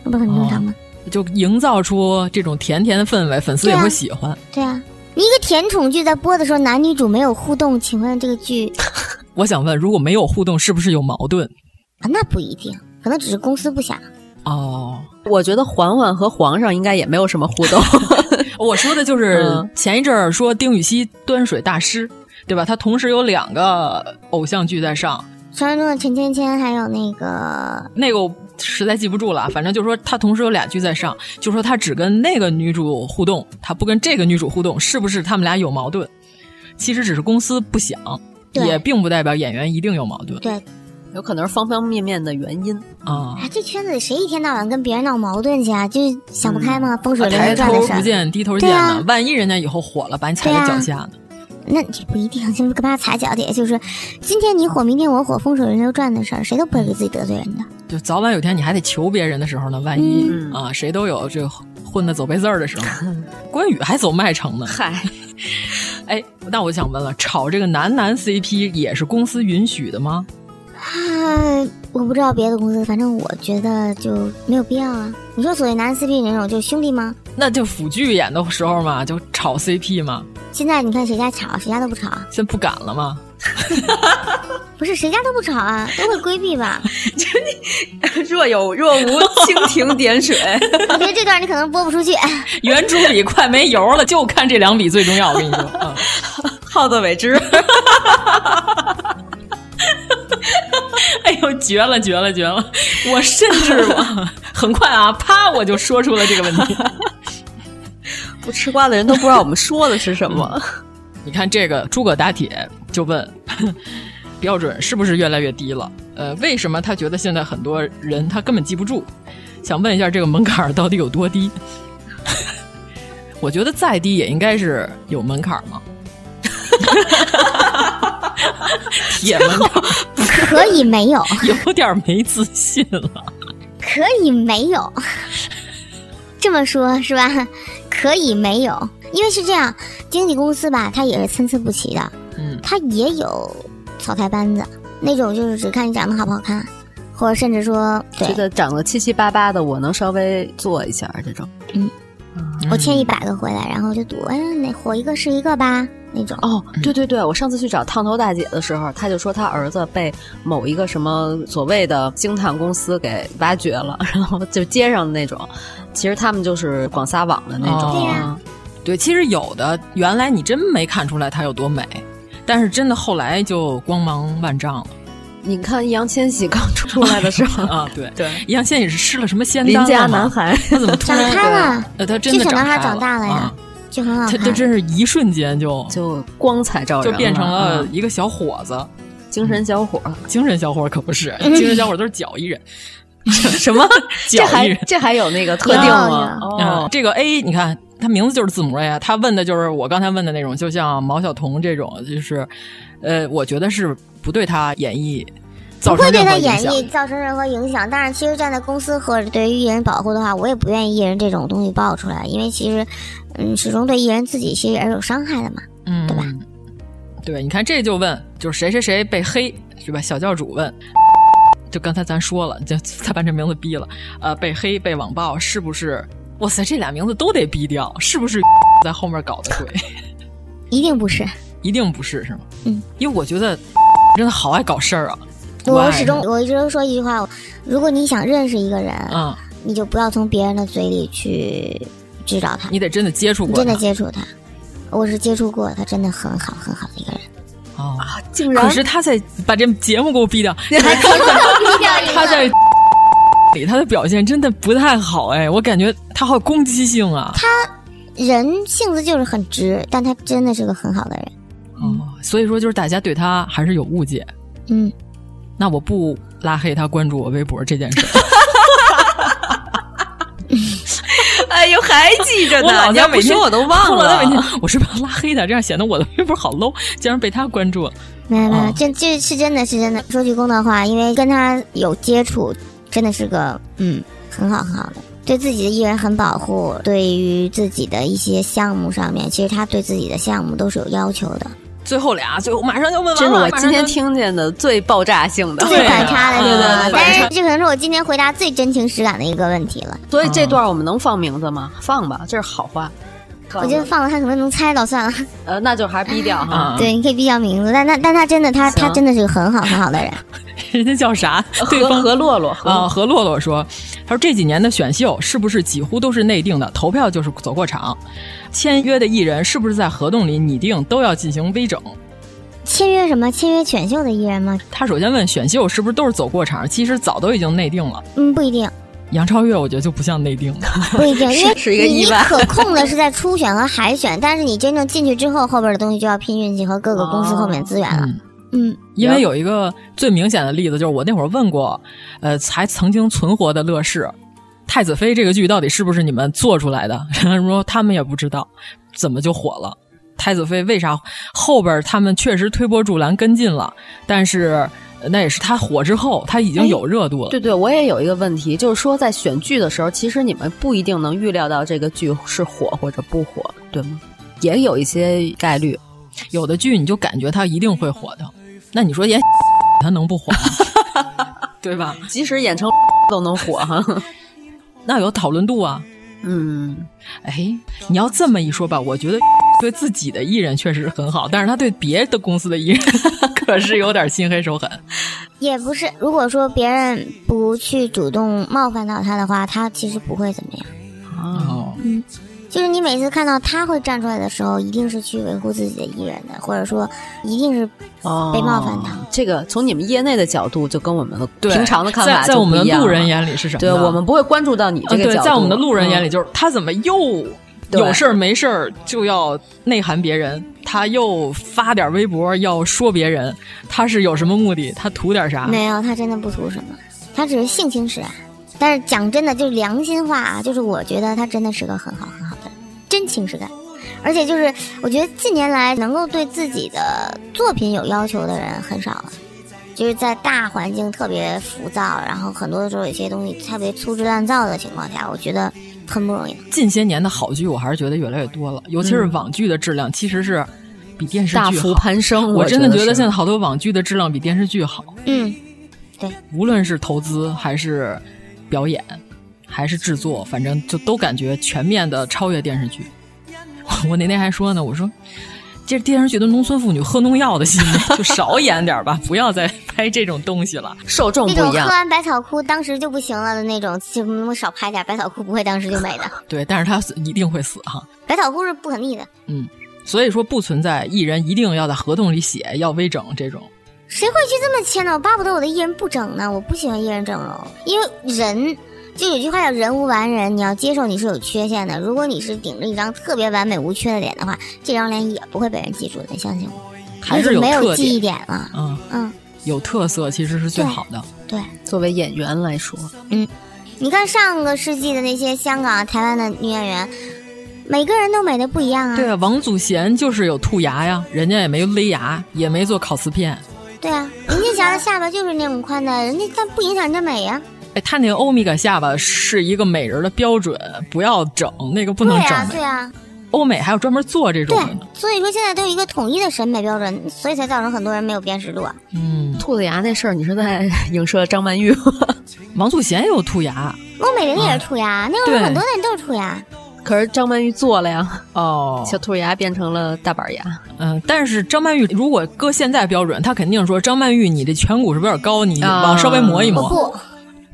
J: 那不是很正
I: 哦
J: 常吗？
I: 就营造出这种甜甜的氛围，粉丝也
J: 对啊
I: 会喜欢。
J: 对啊，你一个甜宠剧在播的时候，男女主没有互动，请问这个剧
I: 我想问，如果没有互动，是不是有矛盾？
J: 啊，那不一定，可能只是公司不想。
I: 哦，
H: 我觉得嬛嬛和皇上应该也没有什么互动。 [LAUGHS]
I: 我说的就是
H: 嗯
I: 前一阵儿说丁禹兮端水大师，对吧？他同时有两个偶像剧在上，
J: 传说中的陈芊芊还有那个
I: 那个我实在记不住了，反正就说他同时有俩剧在上，就说他只跟那个女主互动，他不跟这个女主互动，是不是他们俩有矛盾？其实只是公司不想，
J: 对
I: 也并不代表演员一定有矛盾。
J: 对
H: 有可能是方方面面的原因
I: 啊。
J: 啊，这圈子里谁一天到晚跟别人闹矛盾去啊？就是想不开吗？风水轮
I: 啊抬
J: 流转
I: 头
J: 的事
I: 不
J: 儿，
I: 见低头见
J: 对
I: 呢，
J: 啊
I: 万一人家以后火了，把你踩在脚下呢？
J: 那这不一定，就是跟他踩脚底下，就是今天你火，明天我火，风水轮流转的事儿，谁都不会给自己得罪人的。
I: 就早晚有一天你还得求别人的时候呢，万一、
J: 嗯
I: 啊，谁都有这混的走背字儿的
J: [LAUGHS]
I: 时候。关羽还走麦城呢，
H: 嗨， [LAUGHS]
I: 哎，那我想问了，炒这个男男 CP 也是公司允许的吗？
J: 啊，我不知道别的公司，反正我觉得就没有必要啊。你说所谓男 CP 那种，就是兄弟吗？
I: 那就腐剧演的时候嘛，就炒 CP 嘛，
J: 现在你看谁家吵，谁家都不吵啊，
I: 现在不敢了吗？
J: 不是谁家都不吵啊，都会规避吧？
H: 若有若无，蜻蜓点水。 [LAUGHS]
J: 我觉得这段你可能播不出去。 [LAUGHS]
I: 圆珠笔快没油了，就看这两笔最重要。我跟你 [LAUGHS] 说，嗯，
H: 耗子尾汁。
I: 哎呦，绝了，绝了，绝了！我甚 [LAUGHS] 至我很快啊，啪，我就说出了这个问题。
H: [LAUGHS] 不吃瓜的人都不知道我们说的是什么。
I: 你看这个诸葛大铁就问， [LAUGHS] 标准是不是越来越低了？呃，为什么他觉得现在很多人他根本记不住？想问一下这个门槛儿到底有多低？ [LAUGHS] 我觉得再低也应该是有门槛儿嘛。 [LAUGHS] 铁门槛儿
J: 可以没有，
I: 有点儿没自信了。
J: 可以没有， [LAUGHS] 这么说是吧？可以没有，因为是这样，经纪公司吧，它也是参差不齐的，
I: 嗯，
J: 它也有草台班子，那种就是只看你长得好不好看，或者甚至说，对
H: 觉得长得七七八八的，我能稍微做一下这种。
J: 嗯，我欠一百个回来，然后就赌，哎，哪火一个是一个吧，那种。
H: 哦，对对对，我上次去找烫头大姐的时候，她就说她儿子被某一个什么所谓的星探公司给挖掘了，然后就街上的那种，其实他们就是广撒网的那种。
I: 对呀对，其实有的原来你真没看出来她有多美，但是真的后来就光芒万丈了。
H: 你看易烊千玺刚出来的时
I: [LAUGHS]
H: 候
I: 啊，对
H: 对，
I: 易烊千玺是吃了什么仙丹
H: 邻家
I: 了吗
H: 男孩
I: 他怎么突然
J: 长开了
I: 呃，他真的
J: 这小
I: 长开
J: 男孩
I: 了，
J: 长大了呀嗯
I: 啊
J: 就很好
I: 他
J: 看。
I: 他真是一瞬间就
H: 就光彩照人
I: 就
H: 了，
I: 变成了
H: 嗯
I: 一个小伙子，
H: 精神小伙儿。
I: 精神小伙儿可不
J: [LAUGHS]
I: 是，
H: 嗯
I: 精神小伙儿都是脚艺人。
H: 什么？这
I: 脚
H: 还
I: 艺
J: [LAUGHS]
I: 人
H: 这还有那个特定吗？
I: 啊
H: 哦，，
I: 这个 A，你看他名字就是字母 A，啊，他问的就是我刚才问的那种，就像毛晓彤这种，就是，呃，我觉得是不对他演绎造
J: 不
I: 成
J: 会对
I: 任何
J: 他
I: 影
J: 演
I: 响。
J: 绎造成任何影响。但是其实站在公司或者对于艺人保护的话，我也不愿意艺人这种东西爆出来，因为其实，嗯，始终对艺人自己其实也是有伤害的嘛。
I: 嗯，对吧？对，你看这就问，就是谁谁谁被黑是吧？小教主问，就刚才咱说了，就他把这名字逼了，呃，被黑被网暴是不是？哇塞，这俩名字都得逼掉，是不是 [LAUGHS] 在后面搞的鬼？ [LAUGHS]
J: 一定不是，
I: 一定不是是吗？
J: 嗯，
I: 因为我觉得真的好爱搞事儿啊。
J: 我
I: 爱
J: 始终我一直都说一句话：如果你想认识一个人，
I: 嗯，
J: 你就不要从别人的嘴里去知道他，
I: 你得真的接触
J: 你
I: 过，
J: 真的接触他。我是接触过，他真的很好很好的一个人。
I: 哦，
J: 啊
H: 竟
I: [LAUGHS] 可是他在把这节目给我逼掉，你看他在
J: 低调一个
I: 他在 [LAUGHS] 里他的表现真的不太好哎，我感觉他好有攻击性啊。
J: 人性子就是很直，但他真的是个很好的人。
I: 哦所以说，就是大家对他还是有误解。
J: 嗯，
I: 那我不拉黑他关注我微博这件 [LAUGHS] 事儿，
H: 哎呦，还记着
I: 我
H: 呢！
I: 老
H: 你要
I: 家
H: 不
I: 每天
H: 说我都忘
I: 我老家每
H: 了。
I: 天我是不是要拉黑他，这样显得我的微博好 low，竟然被他关注了。
J: 没有没有，这这是真的是真的。说句公道话，因为跟他有接触，真的是个嗯很好很好的，对自己的艺人很保护，对于自己的一些项目上面，其实他对自己的项目都是有要求的。
I: 最后俩，最后马上就问
H: 这
I: [LAUGHS]
H: 是
I: 完了。
H: 我
I: 马上
H: 今天
I: 就
H: 听见的最爆炸性的，
J: 最反差的
H: 对
J: 这
H: 对
J: 个，
H: 对，反
J: 但是
H: 差。
J: 这可能是我今天回答最真情实感的一个问题了。
H: 所以这段我们能放名字吗？放吧，这是好话。
J: 我觉得放了他可能能猜到，算了。
H: 呃，那就还是逼掉
I: 啊
H: 哈。
J: 对，你可以比较名字，但但但他真的，他他真的啊是个啊很好很好的人。
I: 人家叫 [LAUGHS] 啥？对方何洛洛啊，何洛洛说，他说这几年的选秀是不是几乎都是内定的，投票就是走过场，签约的艺人是不是在合同里拟定都要进行微整？
J: 签约什么？签约选秀的艺人吗？
I: 他首先问选秀是不是都是走过场，其实早都已经内定了。
J: 嗯，不一定，
I: 杨超越我觉得就不像内定的，
J: 不
H: [LAUGHS]
J: 一定，因为
H: 是一个
J: 你
H: 意外
J: 可控的是在初选和海选，但是你真正进去之后，后边的东西就要拼运气和各个公司后面资源了。
H: 哦
J: 嗯，
I: 因为有一个最明显的例子，就是我那会儿问过，呃，才曾经存活的乐视，《太子妃》这个剧到底是不是你们做出来的？ [LAUGHS] 然后说他们也不知道，怎么就火了？《太子妃》为啥后边他们确实推波助澜跟进了，但是呃那也是他火之后，他
J: 哎
I: 已经有热度了。
H: 对对，我也有一个问题，就是说在选剧的时候，其实你们不一定能预料到这个剧是火或者不火，对吗？也有一些概率。
I: 有的剧你就感觉它一定会火的，那你说 [LAUGHS] 演它能不火吗？对吧？
H: 即使演成 [LAUGHS] 都能火
I: [LAUGHS]
H: 哈。
I: 那有讨论度啊。
H: 嗯，
I: 哎，你要这么一说吧，我
H: [LAUGHS]
I: 觉得对自己的艺人确实很好，但是他对别的公司的艺人 [LAUGHS] 可是有点心黑手狠。
J: 也不是。如果说别人不去主动冒犯到他的话，他其实不会怎么样。
H: 啊
I: 哦，
J: 嗯，就是你每次看到他会站出来的时候，一定是去维护自己的艺人的，或者说一定是
H: 哦
J: 被冒犯的。
H: 嗯这个从你们业内的角度，就跟我们的
I: 对
H: 平常的看法
I: 在在
H: 就
I: 我们
H: 不一
I: 的
H: 样
I: 路人
H: 了
I: 眼里是什么
H: 对
I: 呢？
H: 我们不会关注到你
I: 啊
H: 这个
I: 对，
H: 角度。
I: 在我们的路人眼里，
H: 嗯
I: 就是他怎么又
H: 对
I: 有事儿没事儿就要内涵别人，他又发点微博要说别人，他是有什么目的？他图点啥？
J: 没有，他真的不图什么，他只是性情使然。但是讲真的，就是良心话啊，就是我觉得他真的是个很好很好的人，真情实感。而且就是，我觉得近年来能够对自己的作品有要求的人很少了，就是在大环境特别浮躁，然后很多的时候有些东西特别粗制滥造的情况下，我觉得很不容易。
I: 近些年的好剧，我还是觉得越来越多了，尤其是
H: 嗯
I: 网剧的质量，其实是比电视剧
H: 大幅
I: 好
H: 攀升
I: 我
H: 嗯我
I: 真
H: 觉
I: 的
H: 得
I: 觉得
H: 是
I: 现在好多网剧的质量比电视剧好，
J: 嗯，对，
I: 无论是投资还是表演，还是制作，反正就都感觉全面的超越电视剧。 [LAUGHS] 我那天还说呢，我说这电视剧都农村妇女喝农药的戏，就少演点吧，不要再拍这种东西了。
H: 受众
J: 那种喝完百草枯当时就不行了的那种，就能不能少拍点？百草枯不会当时就没的， [LAUGHS]
I: 对，但是他一定会死哈。
J: 百草枯是不可逆的。
I: 嗯，所以说不存在艺人一定要在合同里写要微整这种，
J: 谁会去这么签呢？我巴不得我的艺人不整呢，我不喜欢艺人整容，因为人就有句话叫“人无完人”，你要接受你是有缺陷的。如果你是顶着一张特别完美无缺的脸的话，这张脸也不会被人记住的，你相信我。
I: 还是有
J: 没有
I: 特
J: 记忆点
I: 点
J: 了？
I: 嗯
J: 嗯，
I: 有特色其实是最好的。
J: 对，
H: 作为演员来说，
J: 嗯，你看上个世纪的那些香港、啊台湾的女演员，每个人都美的不一样啊。
I: 对啊，王祖贤就是有兔牙呀，人家也没勒牙，也没做烤瓷片。
J: 对啊，林青霞的下巴就是那么宽的，人家但不影响人家美呀、啊
I: 哎，他那个欧米伽下巴是一个美人的标准，不要整那个不
J: 对
I: 能整
J: 呀、
I: 的。
J: 对呀、
I: 欧美还有专门做这种
J: 对
I: 的呢。，
J: 所以说现在都有一个统一的审美标准，所以才造成很多人没有辨识度啊。
I: 嗯，
H: 兔子牙那事儿，你是在 [LAUGHS] 影射张曼玉吗？ [LAUGHS]
I: 王祖贤也有兔牙，
J: 孟美玲也是兔
I: 啊
J: 牙，那会
H: 对
J: 儿很多人都是兔牙。
H: 可是张曼玉做了呀，
I: 哦，
H: 小兔牙变成了大板牙。
I: 嗯，但是张曼玉如果搁现在标准，她肯定说张曼玉你这颧骨是不是有点高，你
H: 啊
I: 往稍微磨一
J: 我
I: 磨。
J: 哦不，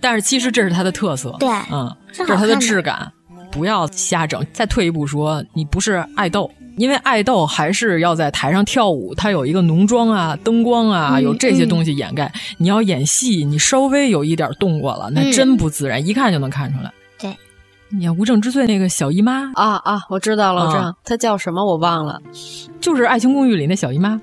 I: 但是其实这是她的特色，
J: 对
I: 嗯，
J: 是
I: 这
J: 好看的
I: 是她的质感，不要瞎整。再退一步说，你不是爱豆，因为爱豆还是要在台上跳舞，它有一个浓妆啊、灯光啊，
H: 嗯
I: 有这些东西掩盖。你要演戏，你稍微有一点动过了，那
H: 嗯
I: 真不自然，一看就能看出来。
J: 对，
I: 你看《无证之罪》那个小姨妈，
H: 啊啊，我知道了，我知道
I: 啊，
H: 她叫什么我忘了。
I: 就是《爱情公寓》里那小姨妈，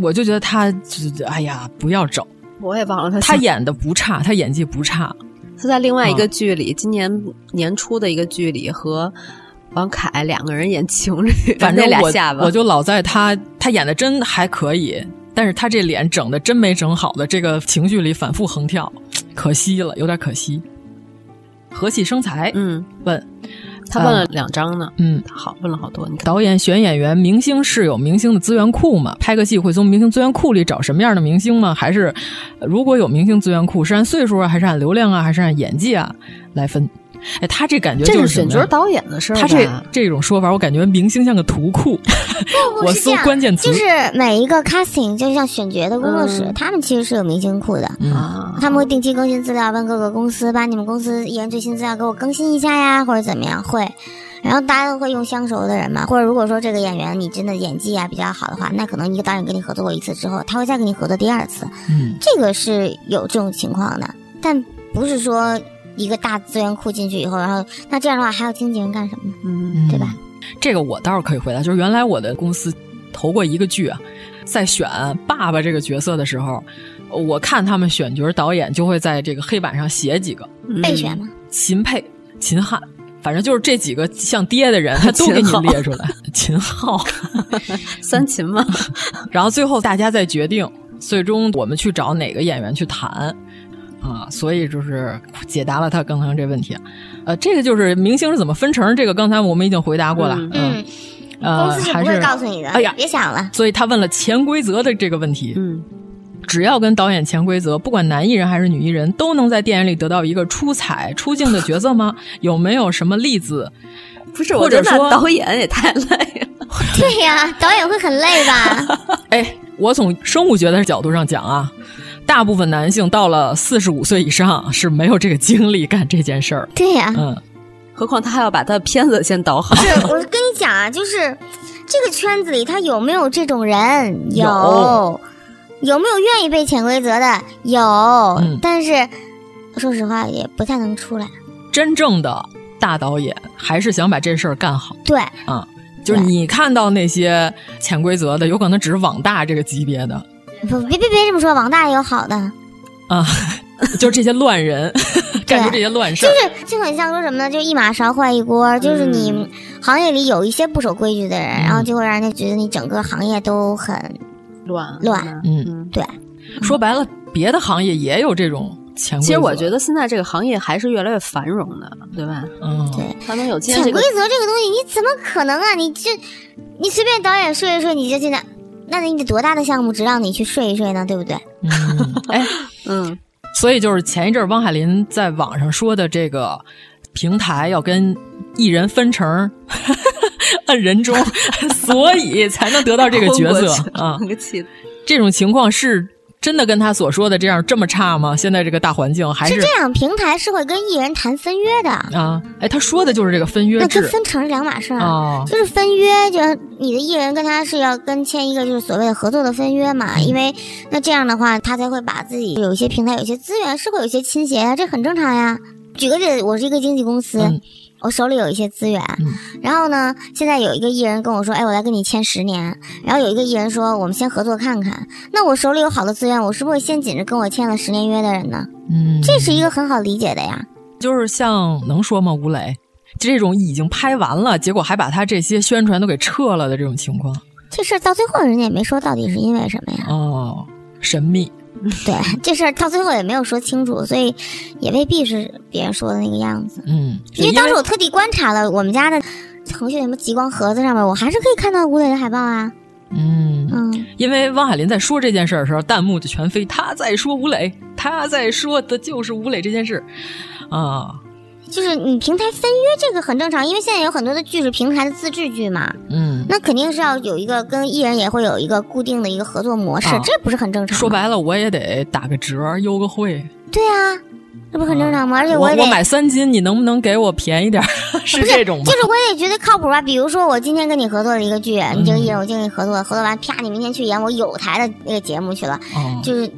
I: 我就觉得她，就哎呀，不要整。
H: 我也啊忘了她。
I: 她演的不差，她演技不差。
H: 她在另外一个剧里，今年年初的一个剧里和王凯两个人演情 [LAUGHS] 侣，
I: 反正
H: 那俩
I: 我
H: 下巴，
I: 我就老在她，她演的真还可以，但是她这脸整的真没整好的，这个情绪里反复横跳，可惜了，有点可惜。和气生财，
H: 嗯，
I: 问
H: 她问了两张呢，
I: 嗯，
H: 好，问了好多，你看。
I: 导演选演员，明星是有明星的资源库吗？拍个戏会从明星资源库里找什么样的明星吗？还是呃如果有明星资源库，是按岁数啊，还是按流量啊，还是按演技啊来分？哎，他这感觉
H: 这
I: 就是什
H: 选
I: 么
H: 角
I: 呀
H: 导演的事儿吧，哦
I: 他这这种说法，我感觉明星像个图库。
J: 不
I: 我
J: 是这
I: 搜
J: 样
I: 关键词，
J: 就是每一个 casting 就像选角的工作
I: 嗯
J: 室，他们其实是有明星库的，
H: 啊，
I: 哦
J: 他们会定期更新资料，问各个公司把你们公司艺人最新资料给我更新一下呀，或者怎么样会。然后大家都会用相熟的人嘛，或者如果说这个演员你真的演技啊比较好的话，那可能一个导演跟你合作过一次之后，他会再跟你合作第二次，
I: 嗯，
J: 这个是有这种情况的，但不是说一个大资源库进去以后，然后那这样的话还要经纪人干什么呢？
H: 嗯
J: 对吧？
I: 这个我倒是可以回答，就是原来我的公司投过一个剧啊，在选爸爸这个角色的时候，我看他们选角导演就会在这个黑板上写几个，
H: 嗯
J: 备选吗？
I: 秦沛、秦汉，反正就是这几个像爹的人，他都给你列出来。 [LAUGHS] 秦
J: [LAUGHS]
I: 昊，
H: 三秦嘛，
I: 然后最后大家再决定，最终我们去找哪个演员去谈。啊，所以就是解答了他刚才这问题，呃，这个就是明星是怎么分成，这个刚才我们已经回答过了，嗯，，呃，
J: 公司是
I: 还
J: 不会告诉你的。
I: 哎呀，
J: 别想了。
I: 所以他问了潜规则的这个问题，
H: 嗯，
I: 只要跟导演潜规则，不管男艺人还是女艺人，都能在电影里得到一个出彩出镜的角色吗？ [LAUGHS] 有没有什么例子？
H: 不 [LAUGHS] 是，
I: 或
H: 我
I: 者
H: 觉得
I: 说
H: 导演也太累了。
J: [LAUGHS] 对呀，导演会很累吧？
I: 哎，我从生物学的角度上讲啊，大部分男性到了四十五岁以上是没有这个精力干这件事儿。
J: [LAUGHS] 对 [LAUGHS] 呀，
I: 嗯，
H: 何况他还要把他的片子先导好。
J: 是 [LAUGHS] 我跟你讲啊，就是这个圈子里他有没有这种人？
I: 有
J: 有，有没有愿意被潜规则的？有，但是说实话也不太能出来。
I: 真正的大导演还是想把这事儿干好
J: 对，
I: 啊。就是你看到那些潜规则的，有可能只是网大这个级别的
J: 不，别别别这么说，王大也有好的。
I: 啊， [LAUGHS] 就是这些乱人干出这些乱事儿。
J: 就是就很像说什么呢？就一码勺坏一锅，就是你行业里有一些不守规矩的人，然后就会让人家觉得你整个行业都很
H: 乱
J: 乱。
I: 嗯，
J: 对，
I: 说白了，别的行业也有这种潜规则。
H: 其实我觉得现在这个行业还是越来越繁荣的，对吧？
I: 嗯，
J: 对
H: 他们有今天
J: 潜
H: 这个
J: 规则这个东西，你怎么可能啊？你这你随便导演睡一睡你就进来，那你得多大的项目只让你去睡一睡呢？对不对？
I: 嗯，哎，
H: 嗯，
I: 所以就是前一阵儿汪海林在网上说的这个平台要跟艺人分成，按人中，所以才能得到这个角
H: 昏过 [LAUGHS]
I: 色
H: 去了
I: 啊。
H: 那个气的
I: 这种情况是真的跟他所说的这样这么差吗？现在这个大环境还
J: 是
I: 是
J: 这样，平台是会跟艺人谈分约的
I: 啊？哎，他说的就是这个分约
J: 那
I: 制
J: 跟分啊成是两码事儿、
I: 哦
J: 就是分约，就是你的艺人跟他是要跟签一个就是所谓的合作的分约嘛，因为那这样的话，他才会把自己有一些平台、有一些资源是会有一些倾斜啊呀、这很正常呀。举个例子，我是一个经纪公司，
I: 嗯
J: 我手里有一些资源、然后呢，现在有一个艺人跟我说，哎，我来跟你签十年，然后有一个艺人说，我们先合作看看，那我手里有好的资源，我是不是会先紧着跟我签了十年约的人呢？
I: 嗯，
J: 这是一个很好理解的呀。
I: 就是像能说吗？吴磊这种已经拍完了，结果还把他这些宣传都给撤了的这种情况，
J: 这事儿到最后人家也没说到底是因为什么呀？
I: 哦，神秘。
J: 对，这事儿到最后也没有说清楚，所以也未必是别人说的那个样子。
I: 嗯，
J: 因为当时我特地观察了我们家的腾讯什么极光盒子上面，我还是可以看到吴磊的海报啊。
I: 嗯
J: 嗯，
I: 因为汪海林在说这件事儿的时候，弹幕就全飞，他在说吴磊，他在说的就是吴磊这件事啊。
J: 就是你平台分约这个很正常，因为现在有很多的剧是平台的自制剧嘛，
I: 嗯，
J: 那肯定是要有一个跟艺人也会有一个固定的一个合作模式，
I: 啊
J: 这不是很正常吗？
I: 说白了，我也得打个折，优个惠。
J: 对啊，这不很正常吗？而且
I: 我
J: 也得
I: 买三斤，你能不能给我便宜点儿？ [LAUGHS] 是这种吗？
J: 就是我也觉得靠谱吧。啊比如说，我今天跟你合作了一个剧，
I: 嗯
J: 你这个艺人我今天跟你合作，合作完啪，你明天去演我有台的那个节目去了，
I: 哦
J: 就是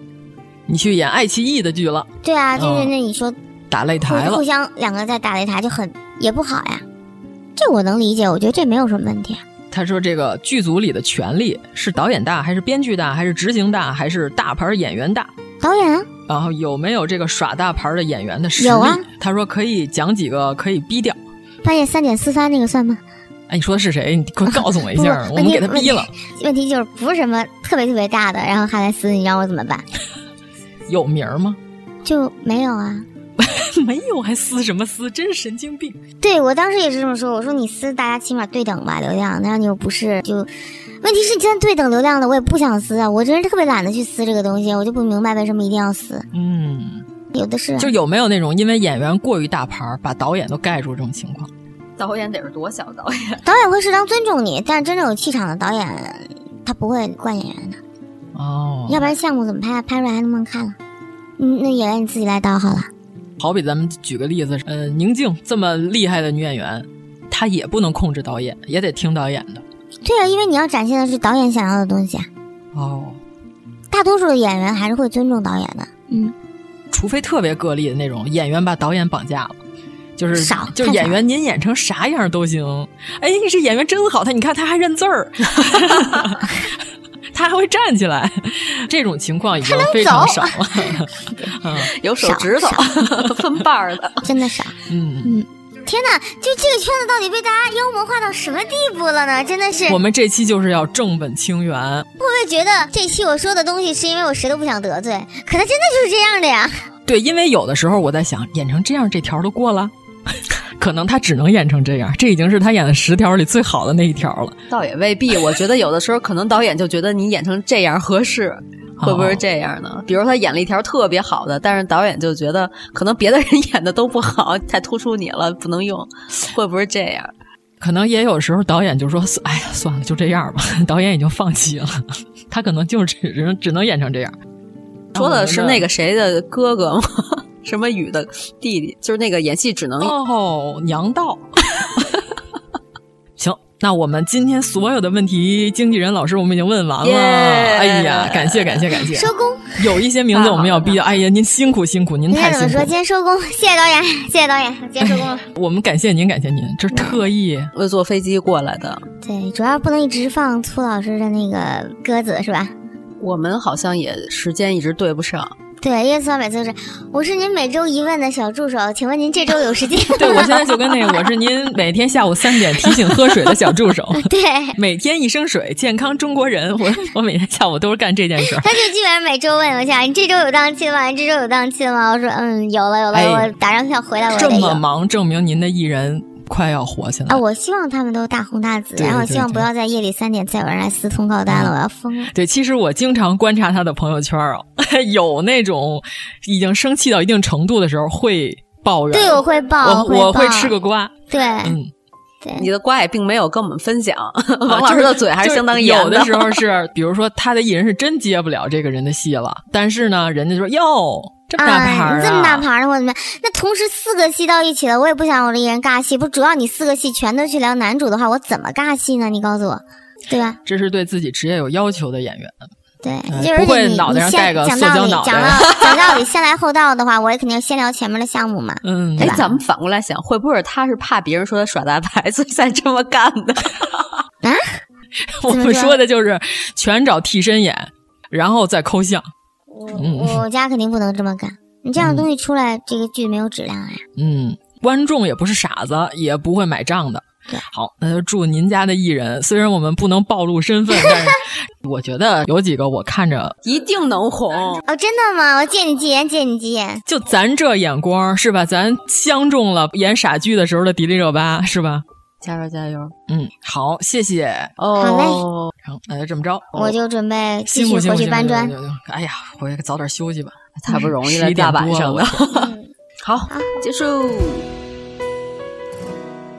I: 你去演爱奇艺的剧了，
J: 对啊，就是
I: 哦
J: 那你说
I: 打擂
J: 互
I: 台了
J: 互。相两个在打擂台就很也不好呀，这我能理解，我觉得这没有什么问题啊。
I: 他说这个剧组里的权力是导演大，还是编剧大，还是执行大，还是大牌演员大？
J: 导演啊，
I: 然后有没有这个耍大牌的演员的实力？
J: 有啊
I: 他说可以讲几个，可以逼掉。
J: 半夜三点四三那个算吗？
I: 哎，你说的是谁？你快告诉我一
J: 不是
I: [LAUGHS] 下，我们
J: 问题
I: 给他逼了。
J: 问题。问题就是不是什么特别特别大的，然后哈莱斯，你让我怎么办？
I: 有名儿吗？
J: 就没有啊。
I: [LAUGHS] 没有，还撕什么撕？真是神经病！
J: 对我当时也是这么说，我说你撕，大家起码对等吧流量，那你又不是就。问题是，你现在对等流量的，我也不想撕啊！我这人特别懒得去撕这个东西，我就不明白为什么一定要撕。
I: 嗯，
J: 有的是啊，
I: 就有没有那种因为演员过于大牌儿，把导演都盖住这种情况？
H: 导演得是多小导演？
J: 导演会适当尊重你，但是真正有气场的导演，他不会惯演员的，
I: 哦，
J: 要不然项目怎么拍啊？拍出来还能不能看了？嗯，那演员你自己来导好了。
I: 好比咱们举个例子，呃，宁静这么厉害的女演员，她也不能控制导演，也得听导演的。
J: 对啊，因为你要展现的是导演想要的东西啊。
I: 哦，
J: 大多数的演员还是会尊重导演的，嗯，
I: 除非特别个例的那种演员把导演绑架了。就是
J: 少
I: 就是
J: 太少
I: 演员，您演成啥样都行。哎，这演员真好，他你看他还认字
J: [LAUGHS]
I: 儿，他还会站起来，这种情况已经非常少了。
J: [LAUGHS]
I: 嗯，
H: 有手指头 [LAUGHS] 分瓣儿的，
J: 真的少。
I: 嗯，
J: 天哪，就这个圈子到底被大家妖魔化到什么地步了呢？真的是，
I: 我们这期就是要正本清源。
J: 会不会觉得这期我说的东西是因为我谁都不想得罪？可他真的就是这样的呀。
I: 对，因为有的时候我在想，演成这样这条都过了， [LAUGHS] 可能他只能演成这样，这已经是他演的十条里最好的那一条了。
H: 倒也未必。我觉得有的时候可能导演就觉得你演成这样合适，
I: 哦
H: 会不会是这样呢？比如他演了一条特别好的，但是导演就觉得可能别的人演的都不好，太突出你了，不能用，会不会是这样？
I: 可能也有时候导演就说：“哎呀，算了，就这样吧。” [LAUGHS] 导演已经放弃了， [LAUGHS] 他可能就只能只能演成这样。
H: 说的是那个谁的哥
L: [LAUGHS]
H: 哥吗？什么宇的弟弟，就是那个演戏只能
I: 哦，娘道。 [LAUGHS] 行，那我们今天所有的问题，经纪人老师我们已经问完了。
H: 耶
I: 哎呀，感谢感谢感谢！
J: 收工。
I: [LAUGHS] 有一些名字我们要
J: [LAUGHS]
I: 逼掉。哎呀，您辛苦辛苦，您
J: 应该
I: 太
J: 怎
I: 辛
J: 么
I: 苦了
J: 说？今。天收工，谢谢导演，谢谢导演，今天收
I: [LAUGHS]
J: 工了。
I: 我们感谢您，感谢您，这是特
J: [LAUGHS]
I: 意
H: 我坐飞机过来的。
J: 对，主要不能一直放粗老师的那个鸽子是吧？
H: 我们好像也时间一直对不上，
J: 对，因为粗老每次都是我是您每周一问的小助手，请问您这周有时间吗？ [LAUGHS]
I: 对我现在就跟那个我是您每天下午三点提醒喝水的小助手，
J: 对，
I: 每天一升水，健康中国人。我我每天下午都是干这件事儿。
J: 他就基本上每周问我一下，你这周有档期了吗？你这周有档期了吗？我说嗯，有了有了，
I: 哎
J: 我打张票回来我
I: 这
J: 得有。
I: 么忙，证明您的艺人快要火起来
J: 啊，
I: 了。
J: 我希望他们都大红大紫，
I: 对
J: 然后
I: 对
J: 希望不
I: 对嗯
J: 要在夜里三点再有人来撕通告单了，我要疯了。
I: 对，其实我经常观察他的朋友圈儿啊， [LAUGHS] 有那种已经生气到一定程度的时候会抱怨。
J: 对，我会爆，哎
I: 我
J: 会
I: 我
J: 爆
I: 吃个瓜。
J: 对，
I: 嗯，啊
L: 你的瓜也并没有跟我们分享。王老师的嘴还是相当严
I: 的。有的时候是，比如说他的艺人是真接不了这个人的戏了，但是呢，人家说哟。这么大牌儿、啊
J: 哎，这么大牌儿的我怎么？那同时四个戏到一起了，我也不想我这一人尬戏。不，主要你四个戏全都去聊男主的话，我怎么尬戏呢？你告诉我，对吧？
I: 这是对自己职业有要求的演员。
J: 对，就是
I: 哎不会脑袋上戴个
J: 讲
I: 塑
J: 道
I: 胶
J: 理，
I: 脑
J: 讲
I: 袋。 [LAUGHS]
J: 到 [LAUGHS] 讲道理，先来后到的话，我也肯定先聊前面的项目嘛。
I: 嗯，
J: 对吧？
L: 哎咱们反过来想，会不会他是怕别人说他耍大牌，所以才这么干的？
J: 啊？
I: [LAUGHS] 我们说的就是全找替身演，然后再抠像。嗯
J: 我我家肯定不能这么干，你这样东西出来，这个剧没有质量啊呀。
I: 嗯，观众也不是傻子，也不会买账的。好，那就祝您家的艺人，虽然我们不能暴露身份，
J: [LAUGHS]
I: 但是我觉得有几个我看着
L: 一定能红。
J: 哦，真的吗？我借你吉言，借你吉言。
I: 就咱这眼光是吧？咱相中了演傻剧的时候的迪丽热巴是吧？
L: 加油加油！
I: 嗯，好，谢谢。
J: 哦，好嘞。
I: 然后那就这么着，
J: 我就准备继
I: 哦辛
J: 续
I: 苦
J: 回去搬砖。
I: 哎呀，回去早点休
J: [LAUGHS]
I: 息吧，
L: 太不容易了，
I: 11
L: 大
I: 点
L: 晚
I: 多
L: 上的
I: 了。我
L: 好，结束。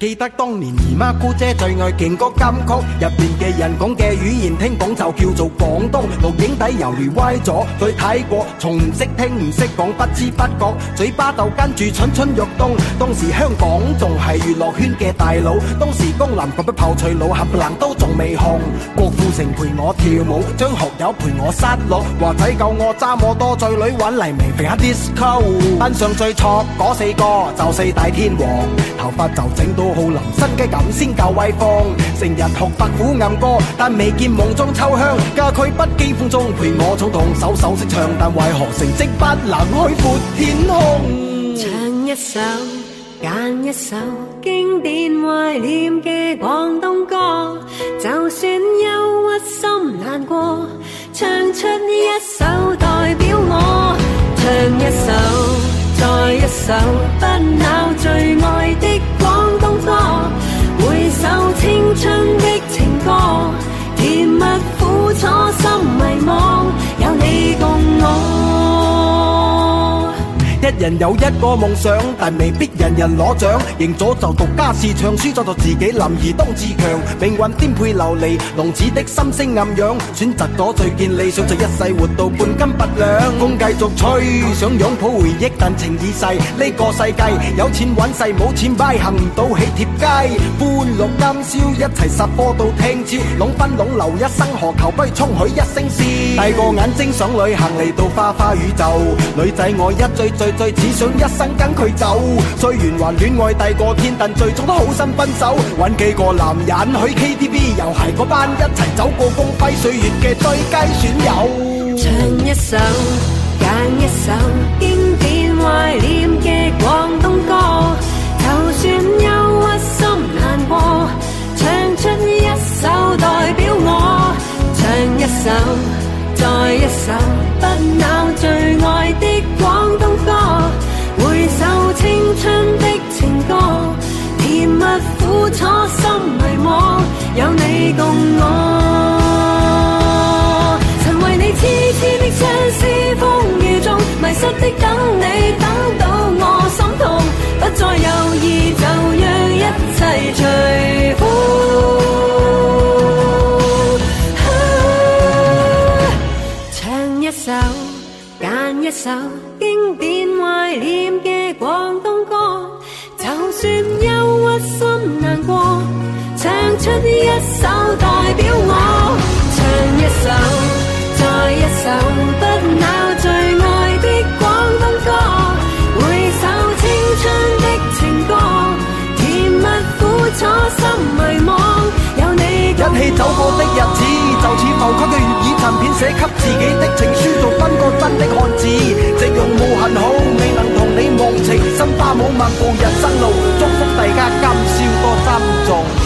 M: 記得當年姨媽姑姐最愛勁歌金曲，入邊嘅人講嘅語言聽講就叫做廣東。錄影底猶如歪咗，佢睇過，從唔識聽唔識講，不知不覺嘴巴就跟住蠢蠢欲動。當時香港仲係娛樂圈嘅大佬，當時江南嗰班炮脆佬冚唪唥都仲未紅。郭富城陪我跳舞，張學友陪我失落，華仔夠我揸我多醉女揾黎明評下 disco，班上最挫嗰四個就四大天王，頭髮就整到。好淋身嘅咁先夠威風，成日學白虎暗歌，但未見夢中秋香。家駒不羈風中陪我衝動手手識唱，但為何成績不能去闊天空？
H: 唱一首，揀一首經典懷念嘅廣東歌，就算憂鬱心難過，唱出一首代表我，唱一首。再一首不朽最愛的廣東歌，回首青春的情歌，甜蜜苦楚心迷惘，有你共我。
M: 一人有一個夢想，但未必人人攞獎。贏咗就獨家試唱，輸咗就自己林而當自強。命運顛沛流離，浪子的心聲暗湧。選擇咗最見理想，就一世活到半斤八兩。風繼續吹，想擁抱回憶，但情已逝。呢個世界有錢揾世，冇錢買行唔到喜帖街。歡樂今宵，一齊殺科到聽朝。攏分攏流一生，何求不如衝許一聲笑。閉個眼睛想旅行，嚟到花花宇宙。女仔我一追追。最只想一生跟佢走。雖然還戀愛第個天，但最終都好心分手。揾幾個男人去 KTV，又係嗰班一齊走過光輝歲月嘅最佳損友。
H: 唱一首，揀一首經典懷念嘅廣東歌，就算憂鬱心難過，唱出一首代表我，唱一首，再一首不朽最愛的廣東歌，回首青春的情歌，甜蜜苦楚心迷惘，有你共我。曾為你痴痴的相思，風雨中迷失的等你，等到我心痛，不再猶豫，就讓一切隨風。啊唱一首，揀一首經典懷念嘅廣東歌，就算憂鬱心難過，唱出一首代表我，唱一首，再一首不朽最愛的廣東歌，回首青春的情歌，甜蜜苦楚心迷惘，有你共
M: 一起走過的日子，就似浮誇嘅粵語殘片，寫給自己的情書，做分個真的漢子。夕陽無限好，未能同你忘情，心花舞漫步人生路，祝福大家今宵多珍重。